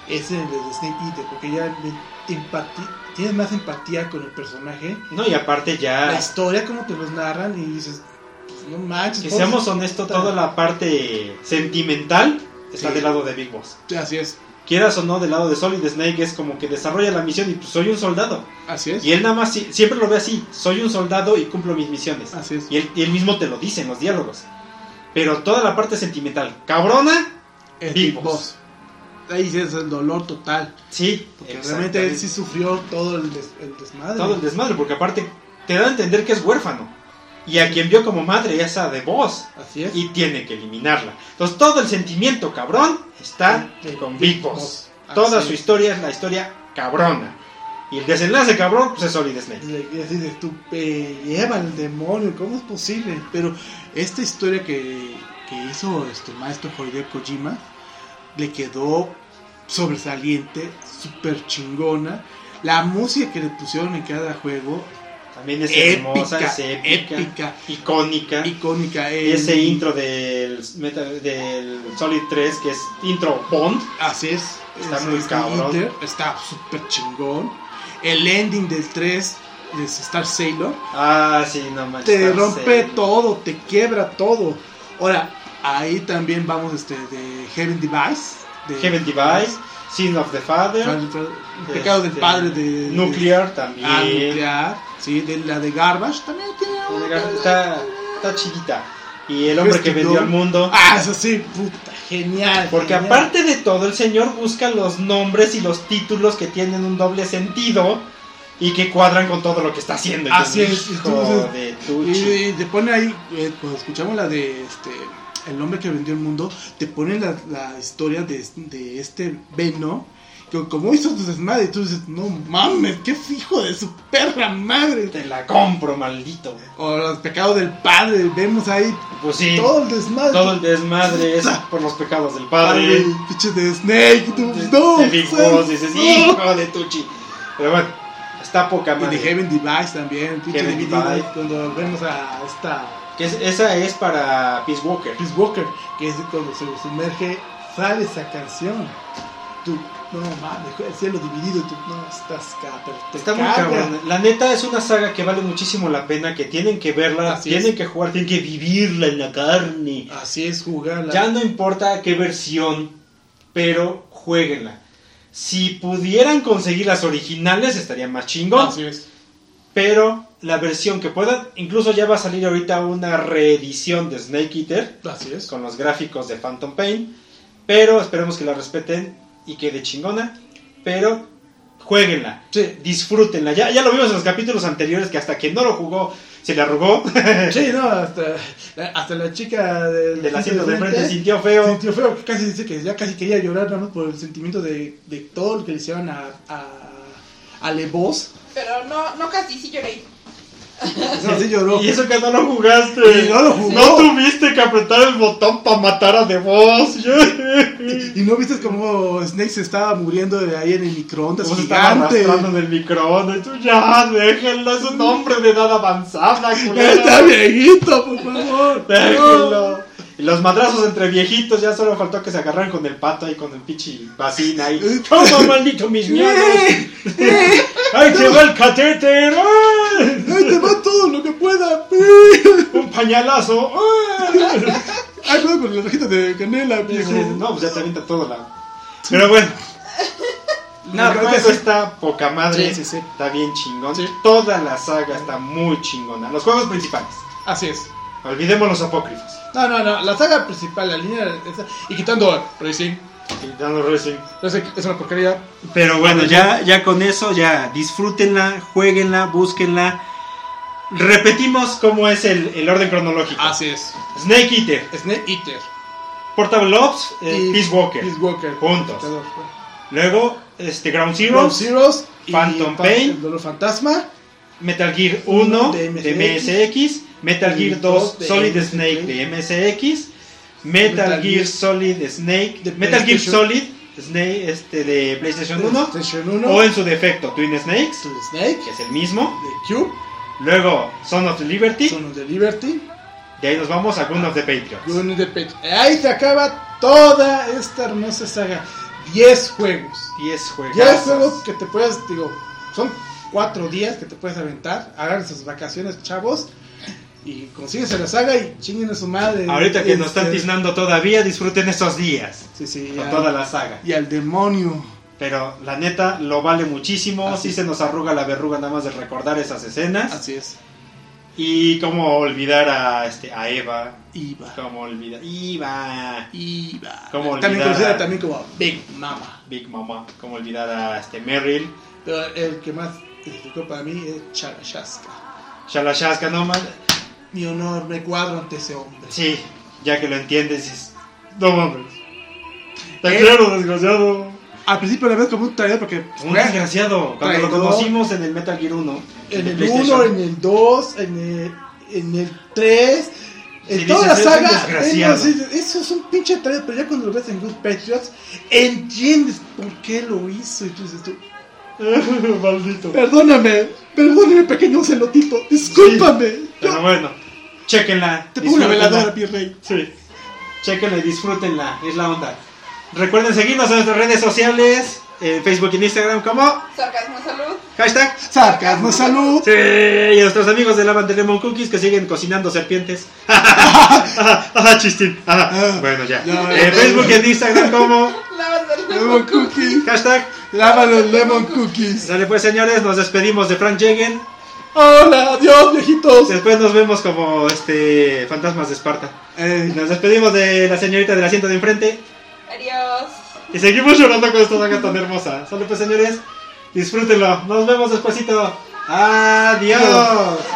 es en el de Snake Eater, porque ya le- empati- tienes más empatía con el personaje,
No, y aparte
la
ya,
historia, como te los narran, y dices, pues, no manches,
que
pobres-
seamos honestos, toda la parte sentimental está
Sí.
del lado de Big Boss.
Así es.
Quieras o no, del lado de Solid Snake es como que desarrolla la misión y pues soy un soldado.
Así es.
Y él nada más si- siempre lo ve así, soy un soldado y cumplo mis misiones.
Así es.
Y él, y él mismo te lo dice en los diálogos. Pero toda la parte sentimental, cabrona,
Es Big
Big Boss.
Boss. Ahí sí es el dolor total.
sí,
Porque
exactamente.
realmente él sí
sufrió todo el, des- el desmadre.
todo el desmadre, porque aparte te da a entender que es huérfano. Y a quien vio como madre es a de Boss.
Así es.
Y tiene que eliminarla. Entonces todo el sentimiento cabrón está
De-
con
Big
Big Boss.
Boss.
Toda
Así
su
es.
historia es la historia cabrona. Y el desenlace cabrón pues es Solid Snake.
Le- Y así de tú, "Pe- lleva al demonio, ¿cómo es posible?
Pero esta historia que
que hizo este el maestro Hideo Kojima le quedó sobresaliente, súper chingona. La música que le pusieron en cada juego,
También es
Épica,
hermosa, es épica,
épica.
icónica.
icónica.
Y
el-
ese intro del, Metal- del Solid 3, que es intro Bond,
Así es.
Está
es-
muy
es
cabrón.
Inter, está súper chingón. El ending del 3 de Star Sailor.
Ah, sí, no manches.
te
está
rompe
serio.
todo, te quiebra todo. Ahora, ahí también vamos este, de Heaven Device. De
Heaven Device, Sin of the Father,
Fra- fra- El pecado del
este,
padre de.
Nuclear
de-
también.
ah, nuclear. Sí, de la de Garbage también tiene.
La de
una-
Garfield Está, está chidita. Y el hombre que
Christy
vendió al
Dunn.
mundo.
Ah, eso sí, puta, genial.
Porque
genial.
aparte de todo, el señor busca los nombres y los títulos que tienen un doble sentido y que cuadran con todo lo que está haciendo.
Así
Entonces,
es,
hijo de tu
Y,
chi-
y te pone ahí, eh, cuando escuchamos la de este, El hombre que vendió el mundo, te pone la, la historia de, de este Veno, que como hizo tu desmadre, y tú dices, no mames, qué hijo de su perra madre.
Te la compro, maldito.
O los pecados del padre, vemos ahí
Pues sí, todo,
todo el desmadre.
el desmadre es por los pecados del padre.
padre, pinche de Snake, tú,
De-
no.
de Big
sabes,
Boss, dices,
no.
hijo de Tuchi. Pero bueno, está poca
Y de
madre.
Heaven Device también, pinche
Heaven
de Device,
Device.
cuando vemos a esta
Que es- esa es para Peace Walker.
Chris Walker, que es cuando se sumerge, sale esa canción. Tú, no mames, el cielo dividido, tú, no, estás ca- pero te
Está muy
cagas.
cabrón. La neta es una saga que vale muchísimo la pena, que tienen que verla,
Así
tienen
es.
que jugar, tienen que vivirla en la carne.
Así es, jugarla.
Ya no importa qué versión, pero jueguenla. Si pudieran conseguir las originales estaría más chingón,
Así es.
pero la versión que puedan, incluso ya va a salir ahorita una reedición de Snake Eater
Así es.
con los gráficos de Phantom Pain, pero esperemos que la respeten y quede chingona, pero jueguenla
Sí,
disfrútenla. Ya, ya lo vimos en los capítulos anteriores que hasta quien no lo jugó se le arrugó.
sí, no, hasta, hasta la chica del,
Eh. Del asiento de frente
frente
sintió feo.
sintió feo, que casi dice que ya casi quería llorar, nada más por el sentimiento de, de todo lo que le hicieron a, a, a Levos.
Pero no, no casi, sí lloré.
No, sí lloró.
Y eso que no lo jugaste.
Y no lo jugó.
No tuviste que apretar el botón para matar a The Boss.
¿Y no viste cómo Snake se estaba muriendo de ahí en el microondas
Vos estabas
gigante?
arrastrando en el microondas. Y tú ya, déjenlo. Es un hombre de edad avanzada,
Ya
culera.
está viejito, por favor.
Déjenlo. Y los madrazos entre viejitos, ya solo faltó que se agarraran con el pato ahí, con el pichi vacina ahí. ¡Toma, maldito mis ñaños!
¡Eh! ¡Eh!
¡Ahí te va el catéter! ¡Ay!
¡Ahí te va todo lo que pueda!
¡Un pañalazo! ¡Ay!
¡Ay, Ah, cuidado con la tarjeta de canela, viejo!
No, pues ya te avienta todo la... Pero bueno.
No,
No,
pero
pero
sí.
está poca madre.
Sí, sí, sí.
Está bien chingón.
Sí.
Toda la saga está muy chingona. Los juegos principales.
Así es.
Olvidemos los apócrifos.
No, no, no. La saga principal, la línea. esa- y quitando Racing.
Y Dano Racing.
Racing es una porquería.
Pero bueno, ya, ya con eso, ya disfrútenla, jueguenla, búsquenla. Repetimos cómo es el, el orden cronológico.
Así es.
Snake Eater,
Snake Eater.
Portable Ops, eh,
Y-
Peace Walker.
Peace Walker.
Juntos.
Dictador.
Luego, este, Ground Zero,
Ground Zeroes. y
Phantom
Fa-
Pain.
El Dolor Fantasma.
Metal Gear 1 de
de
MSX,
y
Metal Gear 2
dos de
Solid
MSX,
Snake de MSX, Metal,
Metal
Gear
Gear
Solid Snake,
de
Metal Gear
PlayStation. Este,
Solid Snake este, de PlayStation 1,
Station
o
1.
en su defecto Twin Snakes,
Snake.
que es el mismo.
The Cube.
Luego Son of the Liberty,
Son of the Liberty.
de ahí nos vamos a Gun of the Patriots.
Journey de Pet. Ahí se acaba toda esta hermosa saga. 10 juegos.
10 juegos.
10 juegos que te puedes, digo, son 4 días que te puedes aventar. Hagan sus vacaciones, chavos. Y consíguense la saga y chinguen a su madre.
Ahorita que nos están
Este,
tiznando todavía, disfruten esos días.
Sí, sí. y
Con
al-
toda la saga.
Y al demonio.
Pero la neta lo vale muchísimo.
Así
sí
es.
se nos arruga la verruga nada más de recordar esas escenas.
Así es.
Y cómo olvidar a, este, a Eva.
Iba.
Cómo olvidar. Iva.
Iba.
¿Cómo
También
olvidar
conocida
a-
también como Big Mama.
Big Mama. Cómo olvidar a este, Merrill.
Pero el que más significó para mí es Charashaska.
Shalashaska, no man.
Mi honor me cuadro ante ese hombre.
Sí, ya que lo entiendes. dices, No mames. Te
Eh.
quiero, desgraciado.
Al principio la ves como un traidor porque.
Un pues, desgraciado. Cuando lo
Traidor.
conocimos en el Metal Gear 1.
En
de
el
PlayStation,
1, en el 2, en el, en el 3. En
Si
toda la
dices, "Es un
saga,
desgraciado".
él nos dice, eso es un pinche traidor, pero ya cuando lo ves en Good Patriots, entiendes por qué lo hizo. Y tú dices tú, maldito.
Perdóname, perdóname, pequeño celotito, discúlpame.
Pero bueno, chequenla.
Te pongo una
disfrútenla.
veladora, mi rey.
Sí. Chequenla y disfrútenla. Es la onda. Recuerden seguirnos en nuestras redes sociales. En Facebook y en Instagram como
Sarcasmo, salud.
hashtag.
Sarcasmo, salud.
Sí, y a nuestros amigos de la banda Lemon Cookies que siguen cocinando serpientes. Ajá, ajá, chistín. Ajá.
Ah,
Bueno, ya.
ya,
Eh,
ya.
Facebook y en Instagram como
Lávate el
Lemon cookies.
hashtag.
Lava los lemon cookies.
Sale pues señores, nos despedimos de Frank Jegen.
Hola, adiós, viejitos.
Después nos vemos como este fantasmas de Esparta. Y
Eh,
Nos despedimos de la señorita del asiento de enfrente.
Adiós.
Y seguimos llorando con esta saga tan hermosa. Sale pues señores, disfrútenlo. Nos vemos despuesito. Adiós.